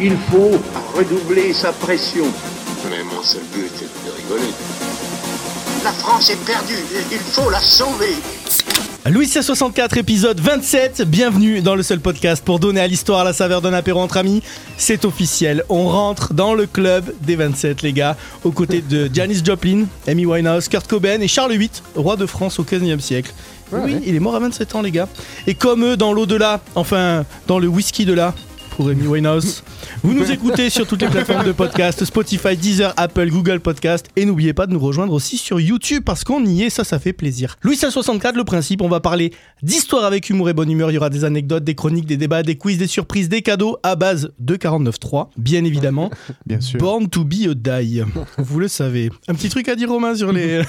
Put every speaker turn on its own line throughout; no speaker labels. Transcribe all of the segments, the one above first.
Il faut redoubler sa pression.
Mais mon seul but est de rigoler.
La France est perdue, il faut la sauver.
Louis C64 épisode 27, bienvenue dans le seul podcast pour donner à l'histoire la saveur d'un apéro entre amis. C'est officiel, on rentre dans le club des 27 les gars, aux côtés de Janis Joplin, Amy Winehouse, Kurt Cobain et Charles VIII, roi de France au 15e siècle.
Ouais,
oui,
ouais.
il est mort à 27 ans les gars. Et comme eux dans l'au-delà, enfin dans le whisky de là, pour Amy Winehouse. Vous nous écoutez sur toutes les plateformes de podcast, Spotify, Deezer, Apple, Google Podcast. Et n'oubliez pas de nous rejoindre aussi sur YouTube parce qu'on y est, ça, ça fait plaisir. Louis 64, le principe, on va parler d'histoire avec humour et bonne humeur. Il y aura des anecdotes, des chroniques, des débats, des quiz, des surprises, des cadeaux à base de 49.3, bien évidemment.
Bien sûr.
Born to be a die. Vous le savez. Un petit truc à dire Romain sur les...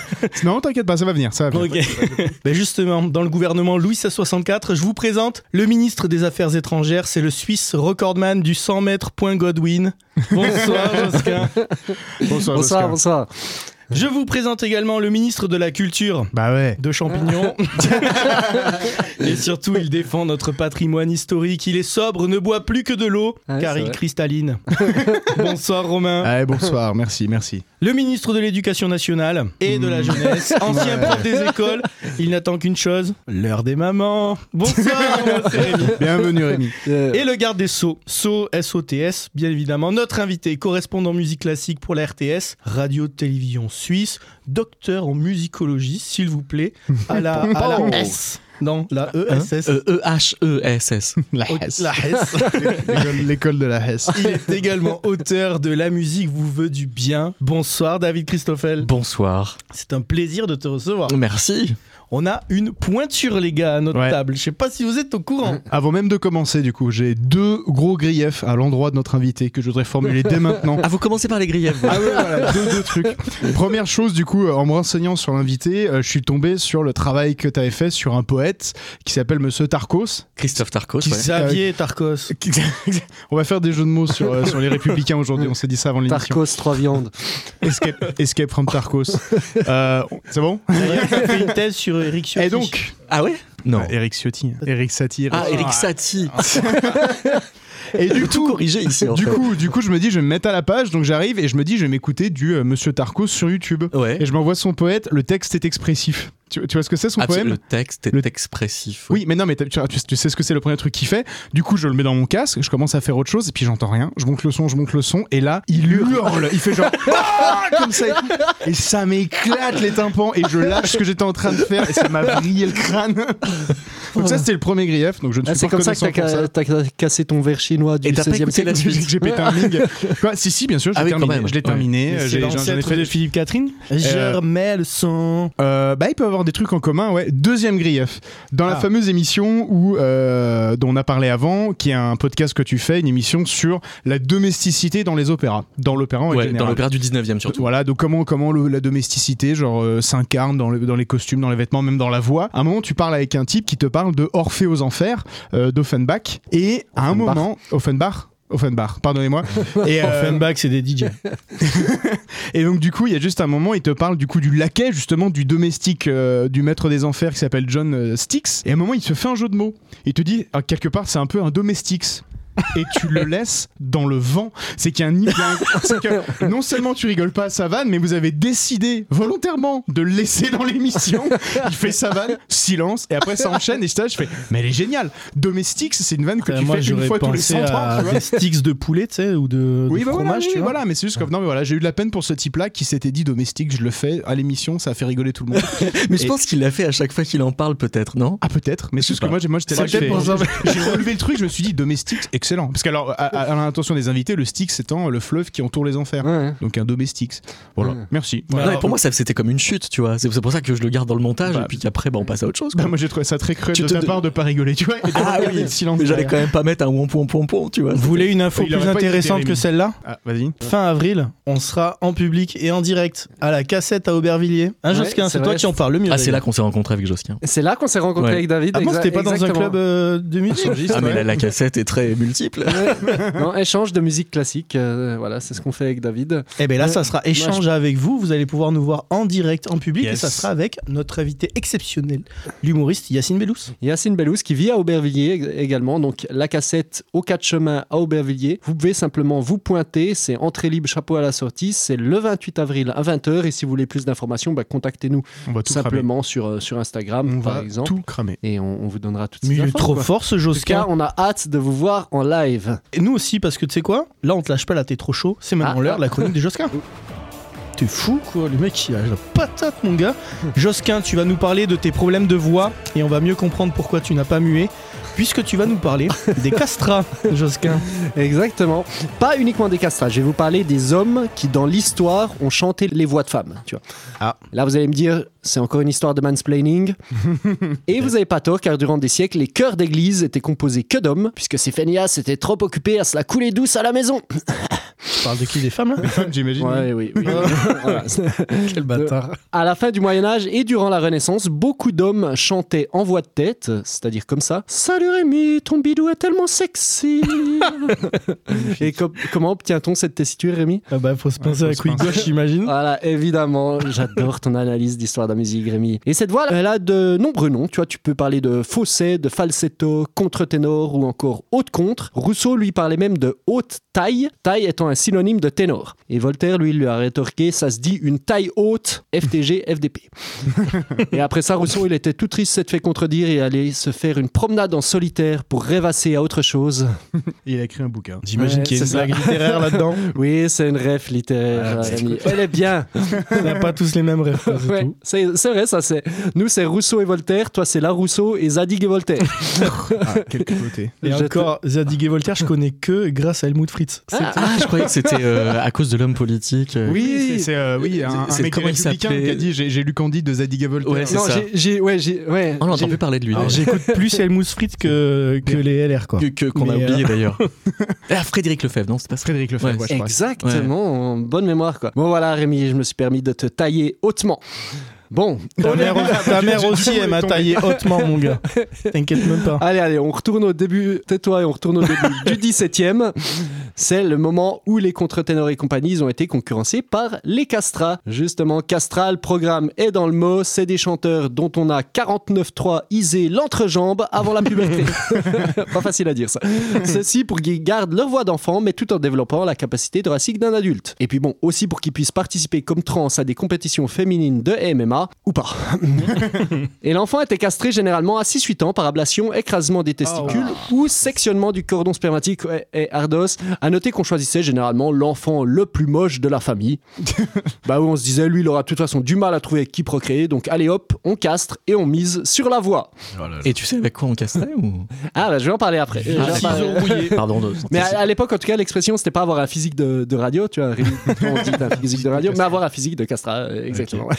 Non, t'inquiète pas, ça va venir. Ça va venir.
Ok. ben justement, dans le gouvernement Louis A64, je vous présente le ministre des Affaires étrangères, c'est le Suisse recordman du 100 mètres point Godwin. Bonsoir Josquin.
Bonsoir,
Bonsoir,
Oscar.
bonsoir.
Je vous présente également le ministre de la Culture.
Bah ouais.
De champignons. Et surtout, il défend notre patrimoine historique. Il est sobre, ne boit plus que de l'eau,
Ouais,
car
c'est
il
vrai.
cristalline. Bonsoir Romain.
Allez, bonsoir, merci, merci.
Le ministre de l'Éducation nationale et de la jeunesse, ancien prof des écoles, il n'attend qu'une chose, l'heure des mamans. Bonsoir, c'est Rémi.
Bienvenue Rémi.
Euh,
Et le garde des Sceaux, Sceaux, S-O-T-S, bien évidemment. Notre invité, correspondant musique classique pour la RTS, radio-télévision suisse, docteur en musicologie, s'il vous plaît, à la, à la
Oh.
S. Non, la ESS.
E-H-E-S-S.
La
O-
Hesse.
La Hein Euh, E S.
L'école- L'école de la Hesse.
Il est également auteur de La musique vous veut du bien. Bonsoir David Christoffel.
Bonsoir.
C'est un plaisir de te recevoir.
Merci.
On a une pointure, les gars, à notre
Ouais.
table. Je sais pas si vous êtes au courant.
Avant même de commencer, du coup, j'ai deux gros griefs à l'endroit de notre invité que je voudrais formuler dès maintenant.
Ah, vous commencez par les griefs. vous.
Ah ouais, voilà, deux, deux trucs. Première chose, du coup, euh, en me renseignant sur l'invité, euh, je suis tombé sur le travail que tu avais fait sur un poète qui s'appelle Monsieur Tarkos.
Christophe Tarkos. ouais.
Xavier Tarkos.
On va faire des jeux de mots sur, euh, sur les républicains aujourd'hui, on s'est dit ça avant l'émission.
Tarkos, trois viandes.
Escape, escape from Tarkos. Euh, c'est bon
D'ailleurs, il a fait une thèse sur Eric Ciotti.
Et donc
Ah ouais Non.
Ah, Eric Ciotti. Eric Satie.
Ah, Eric Satie.
Et du
Tout
coup,
corrigé ici. en
ah. du
fait.
coup, du coup, je me dis, je vais me mettre à la page. Donc j'arrive et je me dis, je vais m'écouter du euh, Monsieur Tarkos sur YouTube.
Ouais.
Et je m'envoie son poète. Le texte est expressif. Tu, tu vois ce que c'est son
Absol-
poème
Ah, le texte est
Le-
expressif.
Oui, mais non, mais t'as- tu, tu- tu sais ce que c'est le premier truc qu'il fait. Du coup, je le mets dans mon casque, je commence à faire autre chose, et puis j'entends rien. Je monte le son, je monte le son, et là, il hurle. Il fait genre Ah comme ça, et tout. et ça m'éclate les tympans, et je lâche ce que j'étais en train de faire, et ça m'a brillé le crâne. donc ça, c'était le premier grief. Donc je ne
Ah,
suis
c'est
pas
comme ça que
reconnaissant
t'as
pour
ca- t'as ca- cassé ton verre chinois du
Et t'as pas
16e
écouté la
siècle.
J'ai- J'ai pété un ming. Quoi, si, si, bien sûr, je
Ah
l'ai
oui, quand
terminé.
même.
Je l'ai
Ouais.
terminé. euh,
C'est
j'ai- j'en- j'en ai
l'ancêtre
fait
de
des-
Philippe Catherine.
Euh,
Je remets le son.
Euh, bah, il peut avoir des trucs en commun, ouais. Deuxième grief. Dans la
Ah.
fameuse émission où, euh, dont on a parlé avant, qui est un podcast que tu fais, une émission sur la domesticité dans les opéras. Dans l'opéra en
Ouais,
général.
dans l'opéra du 19e surtout.
Voilà, donc comment, comment le- la domesticité genre euh, s'incarne dans, le- dans les costumes, dans les vêtements, même dans la voix. À un moment, tu parles avec un type qui te parle de Orphée aux Enfers, euh, d'Offenbach, et à un
Offenbach.
moment, Offenbach Offenbach, pardonnez-moi. Et, euh,
Offenbach, c'est des Euh, DJ.
et donc du coup, il y a juste un moment, il te parle du coup du laquais justement du domestique euh, du maître des enfers qui s'appelle John euh, Styx. Et à un moment, il se fait un jeu de mots. Il te dit ah, quelque part, c'est un peu un domestix. Et tu le laisses dans le vent. C'est qu'il y a un, il y a un- c'est que non seulement tu rigoles pas à sa vanne, mais vous avez décidé volontairement de le laisser dans l'émission. Il fait sa vanne, silence, et après ça enchaîne. Et je, je fais, mais elle est géniale. Domestix, c'est une vanne que tu
Ah, moi,
fais une
j'aurais
fois tous les
pensé
100 ans.
à
tu vois.
des sticks de poulet, tu sais, ou de,
Oui,
de
bah
fromage,
voilà, oui,
tu vois.
voilà, mais c'est juste que non, mais voilà, j'ai eu de la peine pour ce type-là qui s'était dit domestique, je le fais à l'émission, ça a fait rigoler tout le monde.
Mais je
Et-
pense qu'il l'a fait à chaque fois qu'il en parle, peut-être, non
Ah peut-être, mais c'est
Je sais
juste que
pas.
moi, j'ai- moi j'étais là,
C'est
j'ai
peut-être pour ça.
j'ai relevé le truc, je me suis dit domestique, excellent. Parce qu'alors, à, à- à l'intention des invités, le Styx étant le fleuve qui entoure les enfers.
Ouais.
Donc un domestique. Voilà,
Ouais.
merci.
Non,
Voilà.
mais pour moi, ça- c'était comme une chute, tu vois. C'est c'est pour ça que je le garde dans le montage,
Bah,
et puis qu'après, bah, on passe à autre chose.
Bah,
quoi.
moi j'ai trouvé ça très cruel
Tu
de
te-
ta part de pas rigoler, tu vois. et d'avoir
Ah
gardé
oui.
le silence.
mais j'allais
derrière.
quand même pas mettre un pompon pompon, tu vois.
Vous voulez une info
Il
plus
aurait pas été
intéressante
terrible.
que celle-là
Ah, vas-y.
Fin avril, on sera en public et en direct à la cassette à Aubervilliers. Hein,
Ouais,
Josquin,
c'est
c'est toi
vrai.
qui en parle le mieux.
Ah, c'est là
d'ailleurs.
qu'on s'est rencontrés avec Josquin.
C'est là qu'on s'est rencontré
Ouais.
avec David.
Ah bon,
exa-
c'était pas dans un
exactement.
Ah,
club euh, de musique
Ah, mais la, la cassette est très multiples.
non, échange de musique classique. euh, voilà, c'est ce qu'on fait avec David.
Et bien Eh ben là,
Ouais.
ça sera échange avec vous. Vous allez pouvoir nous voir en direct, en public. Et
Yes.
ça sera avec notre invité exceptionnel, l'humoriste Yacine Bellous.
Yacine Bellous qui vit à Aubervilliers ég- également. Donc la cassette au quatre chemins à Aubervilliers. Vous pouvez simplement vous pointer. C'est entrée libre, chapeau à la sortie. C'est le 28 avril à 20h. Et si vous voulez plus d'informations, bah, contactez-nous
On va tout cramer.
simplement sur, euh, sur Instagram,
On
par
va
exemple.
tout cramer.
Et on, on vous donnera toutes
Mais
ces
il est
infos.
trop
quoi.
fort ce
En tout cas,
Josquin.
on a hâte de vous voir en live.
Et nous aussi, parce que tu sais quoi Là, on te lâche pas, là, t'es trop chaud. C'est maintenant
Ah,
l'heure,
ah.
la chronique de Josquin. T'es fou quoi, le mec il a la patate mon gars. Josquin, tu vas nous parler de tes problèmes de voix et on va mieux comprendre pourquoi tu n'as pas mué, puisque tu vas nous parler des castrats, Josquin.
Exactement. Pas uniquement des castrats. Je vais vous parler des hommes qui, dans l'histoire, ont chanté les voix de femmes. Tu vois.
Ah.
Là, vous allez me dire, c'est encore une histoire de mansplaining. Et vous n'avez pas tort, car durant des siècles, les chœurs d'église étaient composés que d'hommes, puisque ces feignasses étaient trop occupés à se la couler douce à la maison.
Tu parles de qui des femmes là
J'imagine.
Ouais, oui, oui. Voilà.
Quel bâtard.
À la fin du Moyen Âge et durant la Renaissance, beaucoup d'hommes chantaient en voix de tête, c'est-à-dire comme ça. Salut Rémi, ton bidou est tellement sexy. et com- comment obtient-on cette tessiture, Rémi
Ah bah faut se Ah,
Ouais,
pincer
faut
à la
se
couille
pincer.
gauche j'imagine.
Voilà, évidemment, j'adore ton analyse d'histoire de la musique, Rémi. Et cette voix, elle a de nombreux noms. Tu vois, tu peux parler de fausset, de falsetto, contre-ténor ou encore haute contre. Rousseau, lui, parlait même de haute taille, taille étant un synonyme de ténor. Et Voltaire, lui, lui a rétorqué, ça se dit une taille haute, FTG, FDP. et après ça, Rousseau, il était tout triste s'être fait contredire et allait se faire une promenade en solitaire pour rêvasser à autre chose.
Il a écrit un bouquin.
J'imagine
Ouais,
qu'il y a une
c'est ça.
blague littéraire là-dedans.
Oui, c'est une rêve littéraire, Rémi. Elle est bien.
On n'a pas tous les mêmes rêves. quoi, c'est
Ouais,
tout.
c'est c'est vrai, ça c'est. Nous c'est Rousseau et Voltaire, toi c'est La Rousseau et Zadig et Voltaire.
Ah, quelle cruauté.
Et
Je te-
encore, Zadig et Voltaire, je connais que grâce à Helmut Fritz. C'est-
Ah, je croyais que c'était euh, à cause de l'homme politique. euh.
Oui, c'est- c'est euh, oui, un,
C'est-
un mec
comment il
républicain
s'appelait
qui a dit j'ai j'ai lu Candide de Zadig et Voltaire.
Ouais, c'est
non,
ça.
j'ai- j'ai, ouais, j'ai, ouais.
Oh On n'entend
j'ai-
plus parler de lui.
Alors,
d'ailleurs.
J'écoute plus Helmut Fritz que, Ah, que les LR quoi.
Que- que- Qu'on a
Mais, euh,
oublié d'ailleurs. Ah, Frédéric Lefebvre, non, c'est pas ça.
Frédéric Lefebvre,
Ouais,
ouais, je crois.
Exactement, bonne mémoire quoi. Bon voilà Rémi, je me suis permis de te tailler hautement. Bon,
Ta mère, ta mère aussi, elle m'a taillé hautement, mon gars. T'inquiète même pas.
allez, allez, on retourne au début, tais-toi et on retourne au début du 17e. C'est le moment où les contre-ténors et compagnie ils ont été concurrencés par les castrats. Justement, castra, le programme est dans le mot, c'est des chanteurs dont on a 49.3 isé l'entrejambe avant la puberté. Pas facile à dire ça. Ceci pour qu'ils gardent leur voix d'enfant, mais tout en développant la capacité thoracique d'un adulte. Et puis bon, aussi pour qu'ils puissent participer comme trans à des compétitions féminines de MMA, ou pas. Et l'enfant était castré généralement à 6-8 ans par ablation, écrasement des testicules ou sectionnement du cordon spermatique ouais, et ardos. À noter qu'on choisissait généralement l'enfant le plus moche de la famille. bah oui, on se disait, lui, il aura de toute façon du mal à trouver avec qui procréer, donc allez hop, on castre et on mise sur la voix.
Et tu sais avec quoi on castrait ou
Ah bah je vais en parler après. Je vais en
d'accord.
parler.
Pardon. de-
Mais à, à l'époque, en tout cas, l'expression, c'était pas avoir un physique de, de radio, tu vois, on dit un physique de radio, mais avoir un physique de castra, euh, exactement.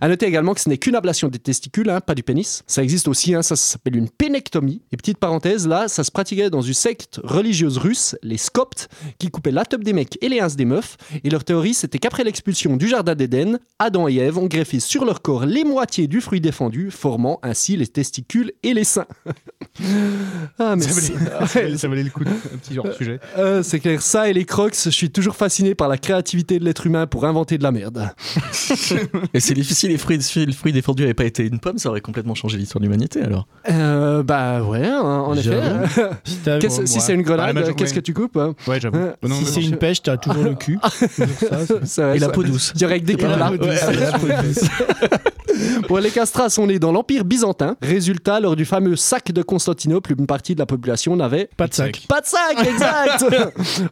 à noter également que ce n'est qu'une ablation des testicules, hein, pas du pénis. Ça existe aussi, hein, ça s'appelle une pénectomie. Et petite parenthèse, là, ça se pratiquait dans une secte religieuse russe, les Scoptes, qui coupaient la teub des mecs et les ins des meufs. Et leur théorie, c'était qu'après l'expulsion du jardin d'Éden, Adam et Ève ont greffé sur leur corps les moitiés du fruit défendu, formant ainsi les testicules et les seins. ah, mais
Ça
c'est-
valait, ça valait- ça valait le coup d'un petit genre de sujet.
euh, c'est clair, ça et les crocs, je suis toujours fasciné par la créativité de l'être humain pour inventer de la merde.
Et c'est difficile. Les fruits, si le fruit défendu n'avait pas été une pomme, ça aurait complètement changé l'histoire de l'humanité alors.
Euh, bah ouais, hein, en effet.
J'avoue.
Qu'est-ce-
Ouais.
si c'est une
Bah, la
grenade,
major-
qu'est-ce que
ouais.
tu coupes hein
Ouais, j'avoue.
Euh,
Bah non,
si
mais
c'est une pêche, t'as toujours le cul.
C'est
Ah,
vrai,
Et la
ça.
peau douce.
Il y aurait que des
Et la
cœurs là.
peau douce.
Ouais.
Et la peau douce.
Bon, les castrats sont nés dans l'Empire byzantin. Résultat, lors du fameux sac de Constantinople, une partie de la population n'avait
Pas de sac.
pas de sac, exact
Ah,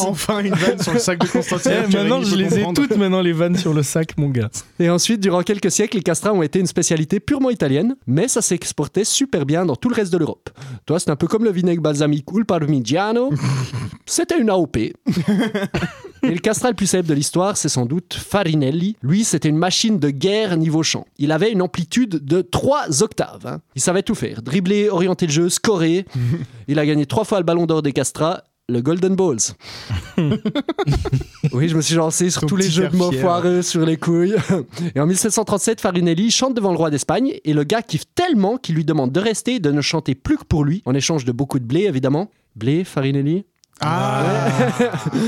enfin une vanne sur le sac de
Eh,
Constantinople. que
maintenant,
Rémi
je
peut
les ai
comprendre.
toutes, maintenant, les vannes sur le sac, mon gars.
Et ensuite, durant quelques siècles, les castrats ont été une spécialité purement italienne, mais ça s'exportait super bien dans tout le reste de l'Europe. Toi, c'est un peu comme le vinaigre balsamique ou le parmigiano. C'était une AOP. Et le castrat le plus célèbre de l'histoire, c'est sans doute Farinelli. Lui, c'était une machine de guerre niveau chant. Il avait une amplitude de 3 octaves. hein. Il savait tout faire. Dribbler, orienter le jeu, scorer. Il a gagné trois fois le ballon d'or des castrats, le Golden Balls. oui, je me suis lancé sur
Ton
tous les
petit
jeux
air
de mots
fier.
foireux sur les couilles. Et en 1737, Farinelli chante devant le roi d'Espagne et le gars kiffe tellement qu'il lui demande de rester et de ne chanter plus que pour lui, en échange de beaucoup de blé évidemment. Blé, Farinelli
Ah,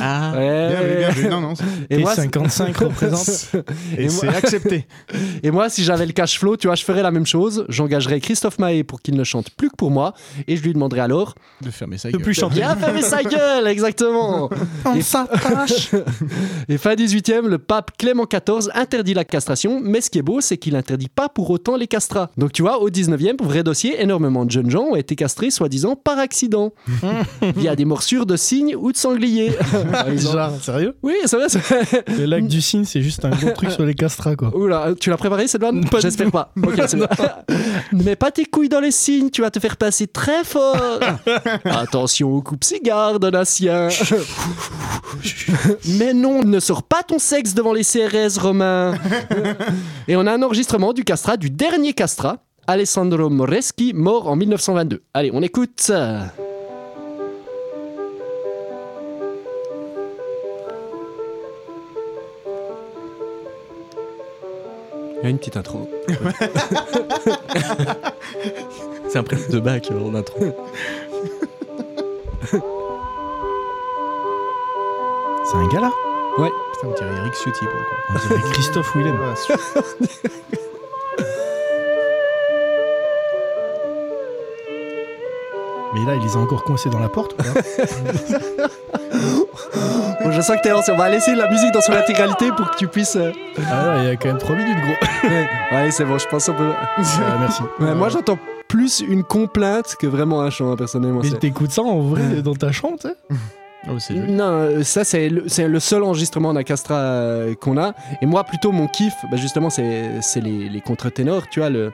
Ah.
Ouais.
Bien vu, bien vu. Non, non. c'est-
Et moi, c'est-
T55 représente.
Et,
Et
c'est
moi-
accepté.
Et moi, si j'avais le cash flow, tu vois, je ferais la même chose. J'engagerais Christophe Maé pour qu'il ne chante plus que pour moi. Et je lui demanderais alors
De fermer ça.
De plus chanter.
Bien fermé sa gueule, exactement Et- Et fin 18e, le pape Clément XIV interdit la castration, mais ce qui est beau, c'est qu'il interdit pas pour autant les castrats. Donc tu vois, au 19e, vrai dossier, énormément de jeunes gens ont été castrés soi-disant par accident, via des morsures de cygnes ou de sangliers. Par exemple.
Bizarre, sérieux
oui, c'est vrai, c'est vrai.
Le lac du Cygne, c'est juste un gros truc sur les castrats, quoi.
Oula, tu l'as préparé cette vanne
Pas du
J'espère pas. Ok, c'est bon. Mais pas tes couilles dans les cygnes, tu vas te faire passer très fort. Attention au coupe-cigare, Donatien. Mais non, ne sors pas ton sexe devant les CRS, Romain. Et on a un enregistrement du castrat, du dernier castrat, Alessandro Moreschi, mort en 1922. Allez, on écoute. Il y a une petite intro.
C'est un prélude de bac euh, en intro.
C'est un gars là
Putain, on dirait Eric Ciotti pour le coup.
Christophe Willem.
Ah, super.
Mais là, il les a encore coincés dans la porte ou pas
Bon, je sens que t'es lancé. On va laisser la musique dans son intégralité pour que tu puisses. euh,
Ah ouais, il y a quand même 3 minutes,
Ah,
gros.
Ouais, c'est bon, je pense qu'on peut.
Ah, merci.
Ouais, Moi, j'entends plus une complainte que vraiment un chant, hein, personnellement.
Mais
c'est-
t'écoutes ça en vrai dans ta chambre, tu sais
Oh, c'est joli.
Non, euh, ça c'est le, c'est le seul enregistrement d'un castra euh, qu'on a. Et moi, plutôt, mon kiff, bah, justement, c'est c'est les, les contre-ténors, tu vois. Le...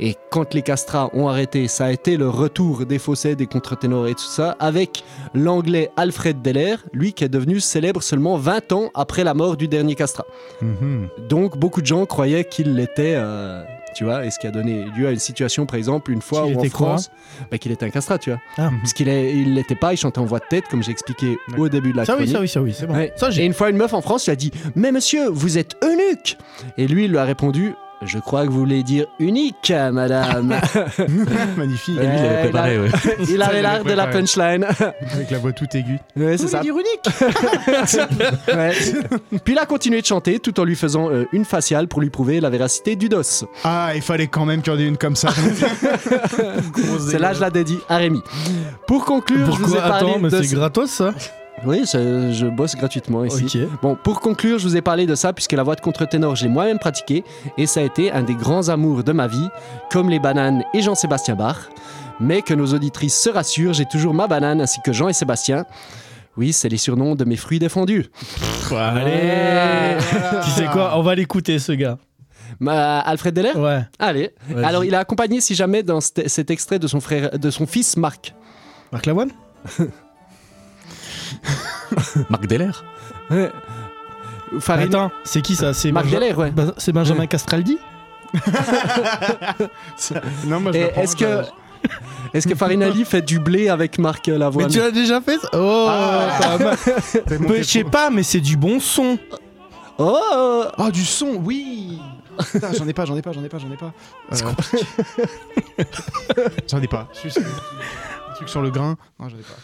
Et quand les castras ont arrêté, ça a été le retour des fossés, des contre-ténors et tout ça, avec l'anglais Alfred Deller, lui qui est devenu célèbre seulement 20 ans après la mort du dernier castra.
Mhm.
Donc beaucoup de gens croyaient qu'il l'était, euh, tu vois, et ce qui a donné lieu à une situation, par exemple, une fois
Qu'il
où en
était quoi
France, bah, qu'il était un castrat, tu vois.
Ah.
Parce qu'il est- il l'était pas, il chantait en voix de tête, comme j'ai expliqué au début de la
Ça oui,
chronique.
ça oui, ça oui, c'est bon.
Ouais.
Ça,
Et
j'ai.
une fois, une meuf en France lui a dit Mais monsieur, vous êtes eunuque Et lui, il lui a répondu Je crois que vous voulez dire unique, madame.
hum. Magnifique.
Lui, il
Ouais,
avait préparé, ouais.
il avait l'art de la
préparé.
punchline.
Avec la voix toute aiguë.
Ouais, c'est ça. Ouais. Puis il a continué de chanter tout en lui faisant euh, une faciale pour lui prouver la véracité du dos.
Ah, il fallait quand même qu'il y en ait une comme ça.
C'est là je la dédie à Rémi. Pour conclure, je vous ai
Pourquoi
parlé
Attends, mais
de...
c'est gratos ça
Oui, je, je bosse gratuitement ici.
Ok.
Bon, pour conclure, je vous ai parlé de ça puisque la voix de contre-ténor, j'ai moi-même pratiquée et ça a été un des grands amours de ma vie, comme les bananes et Jean-Sébastien Bach. Mais que nos auditrices se rassurent, j'ai toujours ma banane ainsi que Jean et Sébastien. Oui, c'est les surnoms de mes fruits défendus.
Allez Tu sais quoi On va l'écouter ce gars.
Ma- Alfred Deller
Ouais.
Allez.
Vas-y.
Alors, il a accompagné, si jamais, dans cet cet extrait de son, frère, de son fils Marc.
Marc Lavoine
Marc Deller.
Farine-
Bah, Attends, c'est qui ça C'est
Marc
Benja-
Deller, ouais.
Ben- C'est Benjamin Castraldi
Non, moi je
Et
le prends,
est-ce
je
que-
la-
Est-ce que Farinelli fait du blé avec Marc euh, Lavoine
l'as déjà fait ça Oh pas mal.
T'es
Mais
Ah, monté
Je sais
pour-
pas, mais c'est du bon son.
Oh
Ah, du son, oui. Putain, j'en ai pas, j'en ai pas, j'en ai pas, j'en ai pas.
C'est
Euh, j'en ai pas. Juste un truc sur le grain. Non, j'en ai pas.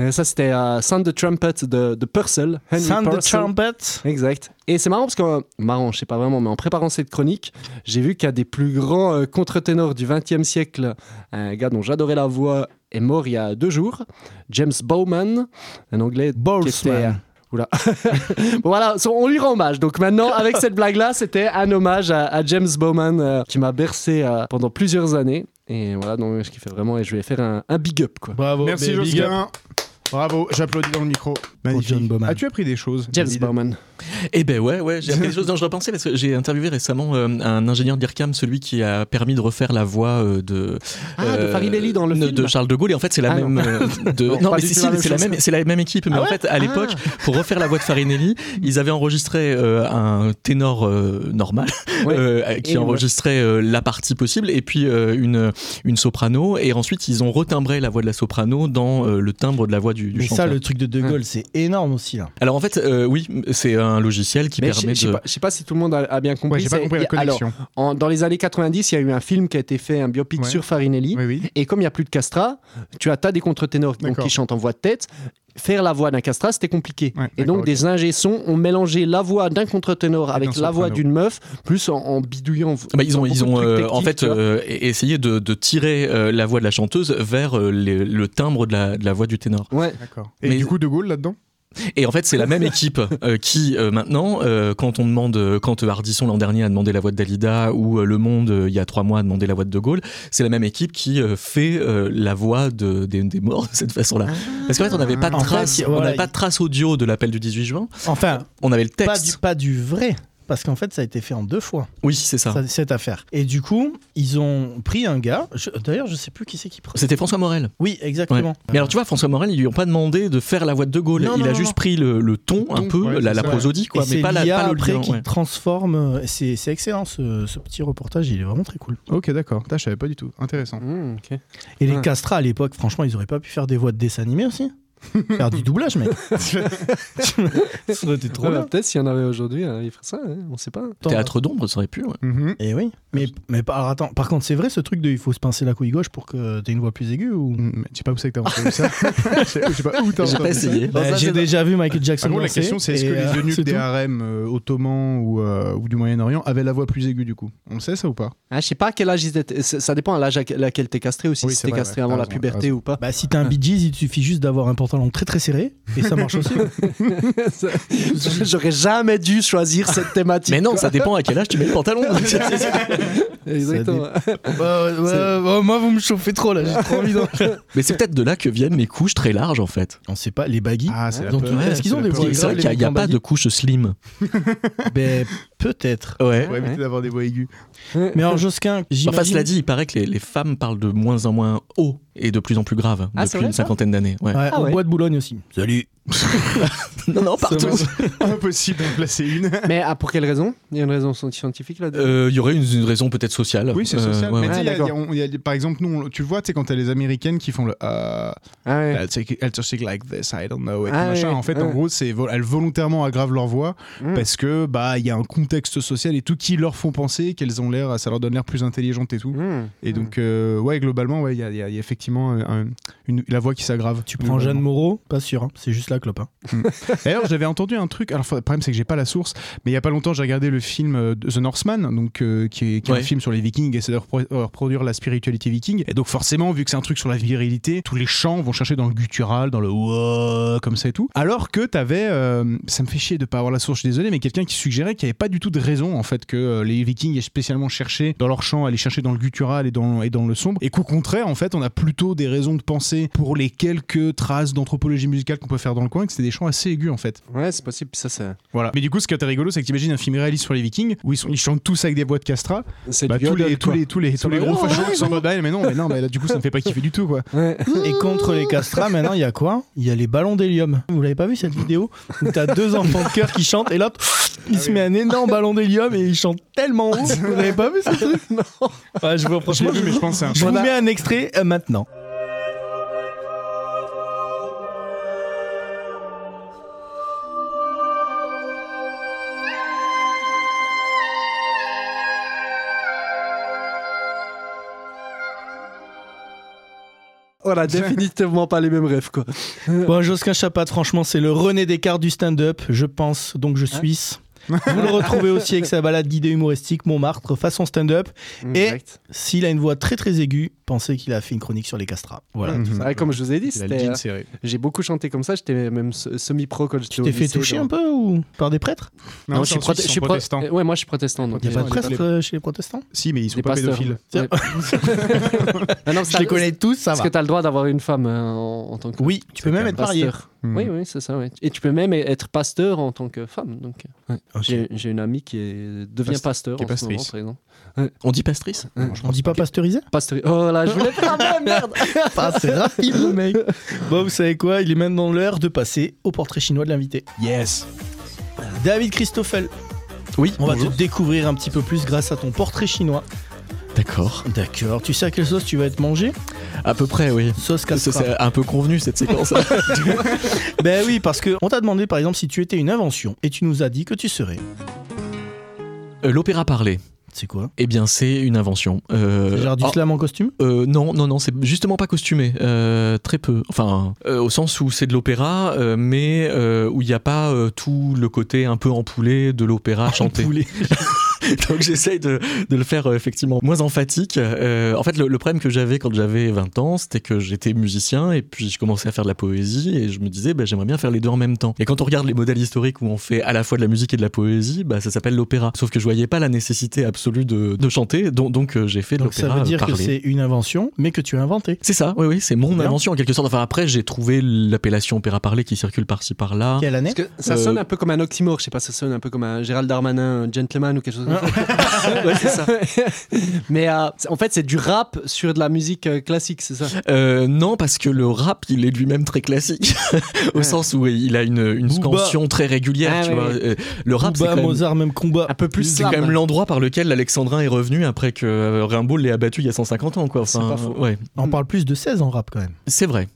Euh, Ça, c'était euh, Sound the Trumpet de, de Purcell. Henry
Sound the
Purcell.
trumpet.
Exact. Et c'est marrant parce que, euh, marrant, je sais pas vraiment, mais en préparant cette chronique, j'ai vu qu'un des plus grands euh, contre-ténors du XXe siècle, un gars dont j'adorais la voix, est mort il y a deux jours, James Bowman, un anglais. qui était, euh,
Boltzmann.
Oula. bon, voilà, so- on lui rend hommage. Donc maintenant, avec cette blague-là, c'était un hommage à, à James Bowman euh, qui m'a bercé euh, pendant plusieurs années. Et voilà, donc ce qui fait vraiment, et je vais faire un, un big up quoi.
Bravo.
Merci
big up.
Josquin. Bravo, j'applaudis dans le micro.
John
Magnifique.
Bowman.
As-tu appris des choses
James
David
Bowman.
Eh ben ouais, ouais, j'ai appris des choses. Non, je repensais parce que j'ai interviewé récemment euh, un ingénieur d'IRCAM, celui qui a permis de refaire la voix euh, de.
Ah, de Farinelli dans le
ne-
film.
Euh, De Charles de Gaulle. Et en fait, c'est la
Ah, non.
même. euh, de-
Non,
Non,
pas
mais
du
si,
tout
si,
la même
c'est la
chose. Ah
même, c'est la même équipe. Mais en fait, à l'époque, pour refaire la voix de Farinelli, ils avaient enregistré euh, un ténor euh, normal
Ouais.
euh,
Et
qui
une voix.
enregistrait euh, la partie possible et puis euh, une une soprano. Et ensuite, ils ont retimbré la voix de la soprano dans euh, le timbre de la voix du, du
Mais ça,
chanteur.
le truc de
Hum.
De Gaulle, c'est énorme aussi. hein.
Alors en fait, euh, oui, c'est un logiciel qui
Mais je
permet
je sais
de.
pas, je sais pas si tout le monde a, a bien
Ouais,
compris.
j'ai pas
c'est-
compris la
il y a- alors,
connexion.
en- dans les années 90, il y a eu un film qui a été fait, un biopic
Ouais.
sur Farinelli.
Oui, oui.
Et comme il n'y a plus de castra, tu as t'as des contre-ténors donc,
D'accord.
qui chantent en voix de tête. Faire la voix d'un castra, c'était compliqué.
Ouais,
et
d'accord,
donc,
ok.
des ingé-sons ont mélangé la voix d'un contre-ténor avec
d'un
la voix
soprano.
d'une meuf, plus en, en bidouillant.
Bah, ils ont, ils
beaucoup
ont
de trucs
euh, en
techniques,
fait
tu vois.
euh, e- essayé de, de tirer euh, la voix de la chanteuse vers euh, les- le timbre de la, de la voix du ténor.
Ouais.
D'accord. Et
Mais-
du coup, De Gaulle là-dedans
Et en fait, c'est la même équipe euh, qui euh, maintenant, euh, quand on demande, euh, quand euh, Ardisson l'an dernier a demandé la voix de Dalida ou euh, Le Monde euh, il y a trois mois a demandé la voix de De Gaulle, c'est la même équipe qui euh, fait euh, la voix de, des, des morts de cette façon-là. Parce qu'en fait, on n'avait pas de
Ah. En fait,
trace,
il-
on
voilà,
n'avait pas
il-
de trace audio de l'appel du 18 juin.
Enfin,
On avait le Euh, texte.
pas du, pas du vrai. Parce qu'en fait, ça a été fait en deux fois.
Oui, c'est ça.
ça- cette affaire. Et du coup, ils ont pris un gars. je- D'ailleurs, je sais plus qui c'est qui prend.
C'était François Morel.
Oui,
Ouais.
exactement.
Mais alors tu vois, François Morel, ils lui ont pas demandé de faire la voix de De Gaulle.
Non,
il
non,
a
non,
juste
non.
pris le, le ton, un
ton,
peu,
ouais,
la,
c'est
la
ça.
prosodie, quoi,
Et
mais
c'est
pas, la,
l'IA
pas le
après
lien,
qui
ouais.
transforme. euh, C'est c'est excellent ce, ce petit reportage, il est vraiment très cool.
Ok, d'accord. Putain, Je savais pas du tout. Intéressant.
Mmh, ok.
Et les
Ouais.
castras à l'époque, franchement, ils auraient pas pu faire des voix de dessin animé aussi Faire du doublage, mec. ça aurait été trop
Ouais, bah,
bien.
Peut-être s'il y en avait aujourd'hui, hein, il ferait ça, hein, on sait pas.
Théâtre d'ombre, ça aurait pu. ouais.
Mhm.
Et oui. Mais, mais par, alors, attends, par contre, c'est vrai ce truc de il faut se pincer la couille gauche pour que t'aies une voix plus aiguë ou...
Mm, Je sais pas où c'est que t'as entendu ça. Je sais- je sais pas où t'as
J'ai
entendu
pas
ça.
essayé.
Bah, J'ai déjà vu Michael
En
Jackson.
gros, Ah la
danser,
question, c'est est-ce que
et, euh,
les eunuques
c'est
des
tout.
harems euh, ottomans ou, euh, ou du Moyen-Orient avaient la voix plus aiguë du coup On le sait ça ou pas
Ah, je sais pas à quel âge ils étaient. c'est- Ça dépend à l'âge à laquelle t'es castré aussi,
Oui,
si
c'est
t'es
vrai,
castré
ouais,
avant
t'as
la
raison,
puberté ou pas.
Bah, si t'es un Bee Gees, il te suffit juste d'avoir un pantalon très très serré et ça marche aussi.
Ça- J'aurais jamais dû choisir cette thématique.
Mais non,
quoi.
ça dépend à quel âge tu mets le pantalon.
Exactement.
Bah, moi, vous me chauffez trop là, j'ai trop envie
mais c'est peut-être de là que viennent les couches très larges en fait.
On sait pas, les baggy.
Ah, c'est la
Donc,
peur.
ouais, est-ce qu'ils ont
C'est la
des
peur.
voix
C'est vrai qu'il n'y a, pas de couche slim.
Ben, peut-être.
Ouais.
Pour éviter d'avoir des voix aiguës.
Mais en Josquin,
Enfin,
j'imagine.
cela dit, il paraît que les, les femmes parlent de moins en moins haut et de plus en plus grave
Ah, c'est
depuis
vrai,
une
ça
cinquantaine d'années. Ouais.
Ouais,
Ah
au
ouais.
bois de Boulogne aussi. Salut.
Non, non,
partout.
partout.
Impossible d'en placer une.
Mais ah, pour quelle raison Il y a une raison scientifique là
Euh, Il y aurait une, une raison peut-être sociale.
Oui, c'est
Euh,
social.
ouais,
mais
ouais.
tu sais, il y a- il y a-
d'accord.
on- il y a- par exemple, nous, on- tu le vois, tu sais, quand t'as les américaines qui font le. euh,
Ah ouais.
I'll take, I'll just take like this, I don't know. et tout
Ah,
machin.
ouais,
en fait, en
ouais.
gros, c'est vol- elles volontairement aggravent leur voix
Mm.
parce que bah il y a un contexte social et tout qui leur font penser qu'elles ont l'air, ça leur donne l'air plus intelligente et tout.
Mmh.
Et donc euh, ouais, globalement, ouais, il y, a- il y a il y a effectivement euh, un- un- une, la voix qui s'aggrave.
Tu prends Jeanne Moreau, pas sûr, hein, c'est juste la clope. hein.
D'ailleurs, j'avais entendu un truc. Alors, le problème, c'est que j'ai pas la source, mais il y a pas longtemps, j'ai regardé le film euh, The Northman, donc euh, qui est, qui est
Ouais.
un film sur les Vikings et c'est de repro- euh, reproduire la spiritualité viking. Et donc, forcément, vu que c'est un truc sur la virilité, tous les chants vont chercher dans le guttural, dans le Ouah comme ça et tout. Alors que t'avais, euh, ça me fait chier de pas avoir la source, je suis désolé, mais quelqu'un qui suggérait qu'il y avait pas du tout de raison en fait que euh, les Vikings aient spécialement cherché dans leur chant, aller chercher dans le guttural et dans et dans le sombre, et qu'au contraire, en fait, on a plutôt des raisons de penser pour les quelques traces d'anthropologie musicale qu'on peut faire dans le coin, que c'est des chants assez aigus en fait.
Ouais, c'est possible. Ça, c'est.
Voilà. Mais du coup, ce qui est rigolo, c'est que t'imagines un film réaliste sur les Vikings où ils, sont, ils chantent tous avec des voix de castra.
C'est
Bah,
du
tous, les,
yodel,
tous
quoi.
les tous les tous les
va,
gros
oh,
fachos
ouais,
sont en mode Ah, mais non mais non mais là du coup ça me fait pas kiffer du tout quoi.
Ouais.
Et contre les castras, maintenant, il y a quoi Il y a les ballons d'hélium. Vous l'avez pas vu cette vidéo où t'as deux enfants de cœur qui chantent et l'autre, il se met un énorme ballon d'hélium et il chante tellement haut. Vous l'avez pas vu ce truc Non. je vous
Je l'ai vu mais je pense que c'est un
Je vous
film.
mets un extrait euh, maintenant.
Voilà, définitivement pas les mêmes rêves, quoi.
Bon, Josquin Chapat, franchement, c'est le René Descartes du stand-up, je pense, donc je suisse. Vous le retrouvez aussi avec sa balade guidée humoristique Montmartre, façon stand-up.
Hmm, Exact.
S'il a une voix très très aiguë, pensez qu'il a fait une chronique sur les castras. Voilà.
Mhm.
Ouais, comme je vous ai dit,
Il a
c'était,
le jean
euh,
serré.
j'ai beaucoup chanté comme ça. J'étais même se- semi-pro quand j'étais
Tu
au
t'es fait
lycée,
toucher
dans-
un peu ou par des prêtres
Non,
Non,
c'est en Suisse,
prote-
ils
je
sont
pro-
protestants.
euh, Ouais, moi, je suis protestant. Donc,
Il n'y a
Ok,
pas de
ouais,
prêtre
les-
euh, chez les protestants
Si mais ils sont
Des
pas
pasteurs.
pédophiles.
Ouais. Ah non,
Je
ça-
les connais tous, ça
Parce
va.
que t'as le droit d'avoir une femme euh, en, en tant que
Oui, tu peux même être marié.
pasteur.
Mm.
Oui, oui, c'est ça. ouais. Et tu peux même être pasteur en tant que femme. Donc, euh, j'ai, j'ai une amie qui est- devient
Past-
pasteur
qui est
en ce moment,
pastrice.
par exemple.
On dit pastrice
On dit pas pasteurisé
Pasteur. Oh là, je voulais faire la même merde.
Ah, C'est rapide, le mec. Bon, vous savez quoi Il est maintenant l'heure de passer au portrait chinois de l'invité.
Hmm. Yes.
David Christoffel,
Oui.
on va
bonjour.
te découvrir un petit peu plus grâce à ton portrait chinois.
D'accord.
D'accord. Tu sais à quelle sauce tu vas être mangé
À peu près, oui.
Sauce
Ça,
castra.
C'est un peu convenu cette séquence. Euh,
Ben oui, parce que on t'a demandé par exemple si tu étais une invention et tu nous as dit que tu serais.
Euh, L'opéra parlé,
C'est quoi
eh bien, c'est une invention. Euh,
C'est Genre du
oh,
slam en costume
euh, non, non, non, c'est justement pas costumé, Euh, très peu. Enfin, euh, au sens où c'est de l'opéra, euh, mais euh, où il n'y a pas euh, tout le côté un peu empoulé de l'opéra chanté. Donc j'essaye de, de le faire euh, effectivement moins emphatique. Euh, en fait, le, le problème que j'avais quand j'avais 20 ans, c'était que j'étais musicien et puis je commençais à faire de la poésie et je me disais, bah, j'aimerais bien faire les deux en même temps. Et quand on regarde les modèles historiques où on fait à la fois de la musique et de la poésie, bah, ça s'appelle l'opéra. Sauf que je voyais pas la nécessité absolue de, de chanter, donc, donc euh, j'ai fait de
Donc ça
l'opéra
veut dire
parlé.
que c'est une invention, mais que tu as inventée.
C'est ça, oui, oui, c'est mon
Bien.
invention en quelque sorte. Enfin, après, j'ai trouvé l'appellation opéra parlé qui circule par-ci par-là.
Quelle année
Parce que ça
Euh,
sonne un peu comme un oxymore, je sais pas, ça sonne un peu comme un Gérald Darmanin, un gentleman ou quelque chose comme ça. Ouais, c'est ça. Mais euh, c'est- en fait, c'est du rap sur de la musique euh, classique, c'est ça
Euh, non, parce que le rap, il est lui-même très classique, au
Ouais.
sens où il a une, une
Booba.
scansion très régulière.
Ah
tu
ouais,
vois. Euh, Le rap, c'est
Booba,
quand même,
Mozart, même combat.
Un peu plus
c'est quand même
slam.
l'endroit par lequel l'Alexandrin est revenu après que euh, Rimbaud l'ait abattu il y a 150 ans. Quoi. Enfin,
C'est pas faux.
ouais.
On parle plus de 16 en rap quand même.
C'est vrai.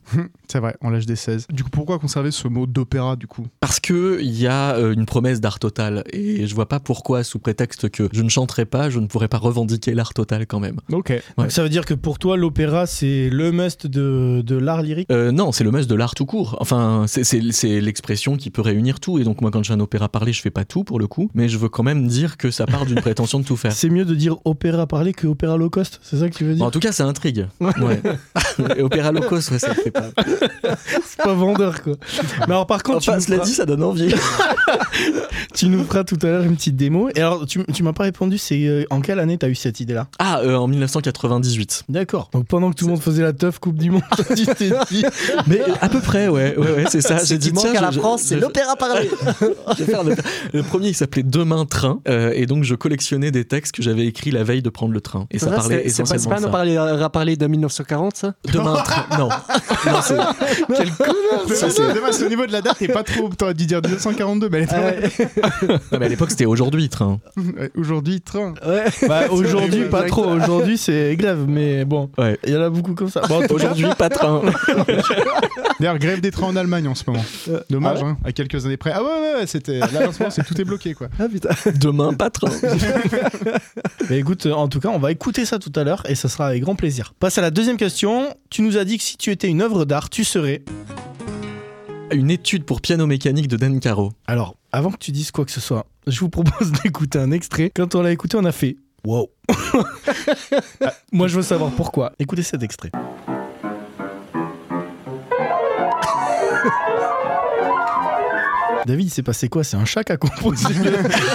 C'est vrai, en l'âge des 16. Du coup, pourquoi conserver ce mot d'opéra du coup
Parce que il y a euh, une promesse d'art total. Et je vois pas pourquoi, sous prétexte que je ne chanterai pas, je ne pourrais pas revendiquer l'art total quand même.
Ok.
Ouais.
Donc ça veut dire que pour toi, l'opéra, c'est le must de, de l'art lyrique.
Euh, non, c'est le must de l'art tout court. Enfin, c'est- c'est c'est l'expression qui peut réunir tout. Et donc, moi, quand j'ai un opéra parlé, je fais pas tout pour le coup. Mais je veux quand même dire que ça part d'une prétention de tout faire.
C'est mieux de dire opéra parlé que opéra low cost, c'est ça que tu veux
Bon,
dire
en tout cas, ça intrigue. Ouais. Et opéra locos, ouais, ça fait pas.
Ah,
C'est pas vendeur quoi. Mais alors par contre,
Enfin,
tu, nous
cela
feras,
dit, ça donne envie.
tu nous feras tout à l'heure une petite démo. Et alors tu, tu m'as pas répondu, c'est euh, en quelle année t'as eu cette idée là
Ah, euh, en 1998.
D'accord. Donc pendant que tout le monde faisait la teuf Coupe du Monde, tu t'es dit.
Mais à peu près, ouais, ouais, ouais, c'est ça. J'ai dit,
manque
tiens,
à la
Ah, je- je-
France, c'est
je-
l'opéra parlé.
je vais faire le, le premier, il s'appelait Demain Train. euh, et donc, je collectionnais des textes que j'avais écrits la veille de prendre le train. Et ça,
Ça,
parlait
c'est- c'est pas, c'est
essentiellement de
pas un
ça.
parler- opéra parlé de 1940, ça
Demain Train. Non. non c'est-
Ça, c'est dommage, au niveau de la date, t'es pas trop. T'aurais dû dire 1942, mais elle
Ah
est
Bah,
Non, mais à l'époque, c'était aujourd'hui, train.
Ouais, Aujourd'hui, train.
Bah aujourd'hui pas trop. Aujourd'hui c'est grève, mais bon.
Ouais.
Il y en a beaucoup comme ça. Bon, en tout cas,
Aujourd'hui, pas train.
D'ailleurs, grève des trains en Allemagne en ce moment. Dommage, hein, à quelques années près. Ah ouais, ouais, ouais, c'était. Là, en ce moment, c'est tout est bloqué, quoi.
Demain, pas train.
Mais écoute, euh, en tout cas, on va écouter ça tout à l'heure et ça sera avec grand plaisir. Passe à la deuxième question. Tu nous as dit que si tu étais une œuvre d'art, tu serais.
Une étude pour piano mécanique de Dan Caro.
Alors, avant que tu dises quoi que ce soit, je vous propose d'écouter un extrait. Quand on l'a écouté, on a fait Wow. Ah, Moi, je veux savoir pourquoi. Écoutez cet extrait. David, il s'est passé quoi C'est un chat qui a composé le,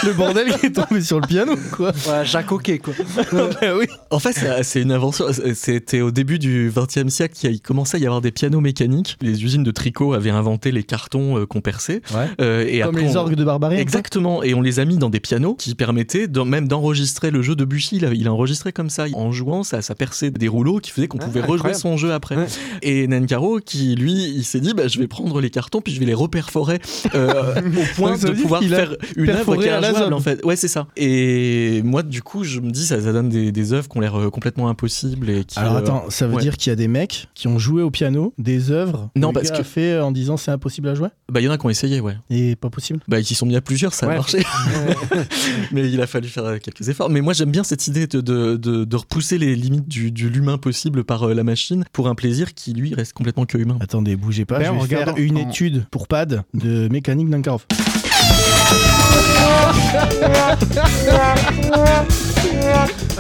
le bordel qui est tombé sur le piano, quoi.
Ouais, Jacques Hockey, quoi.
Ben oui.
En fait, ça- c'est une invention. euh, C'était au début du XXe siècle qu'il commençait à y avoir des pianos mécaniques. Les usines de tricot avaient inventé les cartons euh, qu'on perçait.
Ouais.
Euh, et
Comme
après,
les
on-
orgues de barbarie. un peu.
Exactement, et on les a mis dans des pianos qui permettaient d'en- même d'enregistrer le jeu de Buchy. Il a, il a enregistré comme ça. En jouant, ça, ça perçait des rouleaux qui faisaient qu'on
Ah,
pouvait rejouer
incroyable.
son jeu après.
Ouais.
Et Nankaro, qui lui, il s'est dit bah, je vais prendre les cartons puis je vais les reperforer euh, au point
Donc, ça
de
veut dire
pouvoir
qu'il a
faire une œuvre
perforé
qui est
à la
injouable
zob.
en fait. Ouais, c'est ça. Et moi, du coup, je me dis ça, ça donne des, des œuvres qui ont l'air euh, complètement impossibles. Et qui,
Alors
euh,
attends, ça veut
ouais.
dire qu'il y a des mecs qui ont joué au piano des œuvres
Non,
le
parce
gars a
que-
fait euh, en disant c'est impossible à jouer
Bah, il y en a qui ont essayé, ouais.
et pas possible.
Bah, ils s'y sont mis à plusieurs, ça a
Ouais.
marché. Mais il a fallu faire euh, quelques efforts. Mais moi, j'aime bien cette idée de, de, de- de repousser les limites du, de l'humain possible par euh, la machine pour un plaisir qui, lui, reste complètement que humain.
Attendez, bougez pas,
Ben,
je vais
en regardant-
faire une
en-
étude pour Pad de mécanique d'un carreau.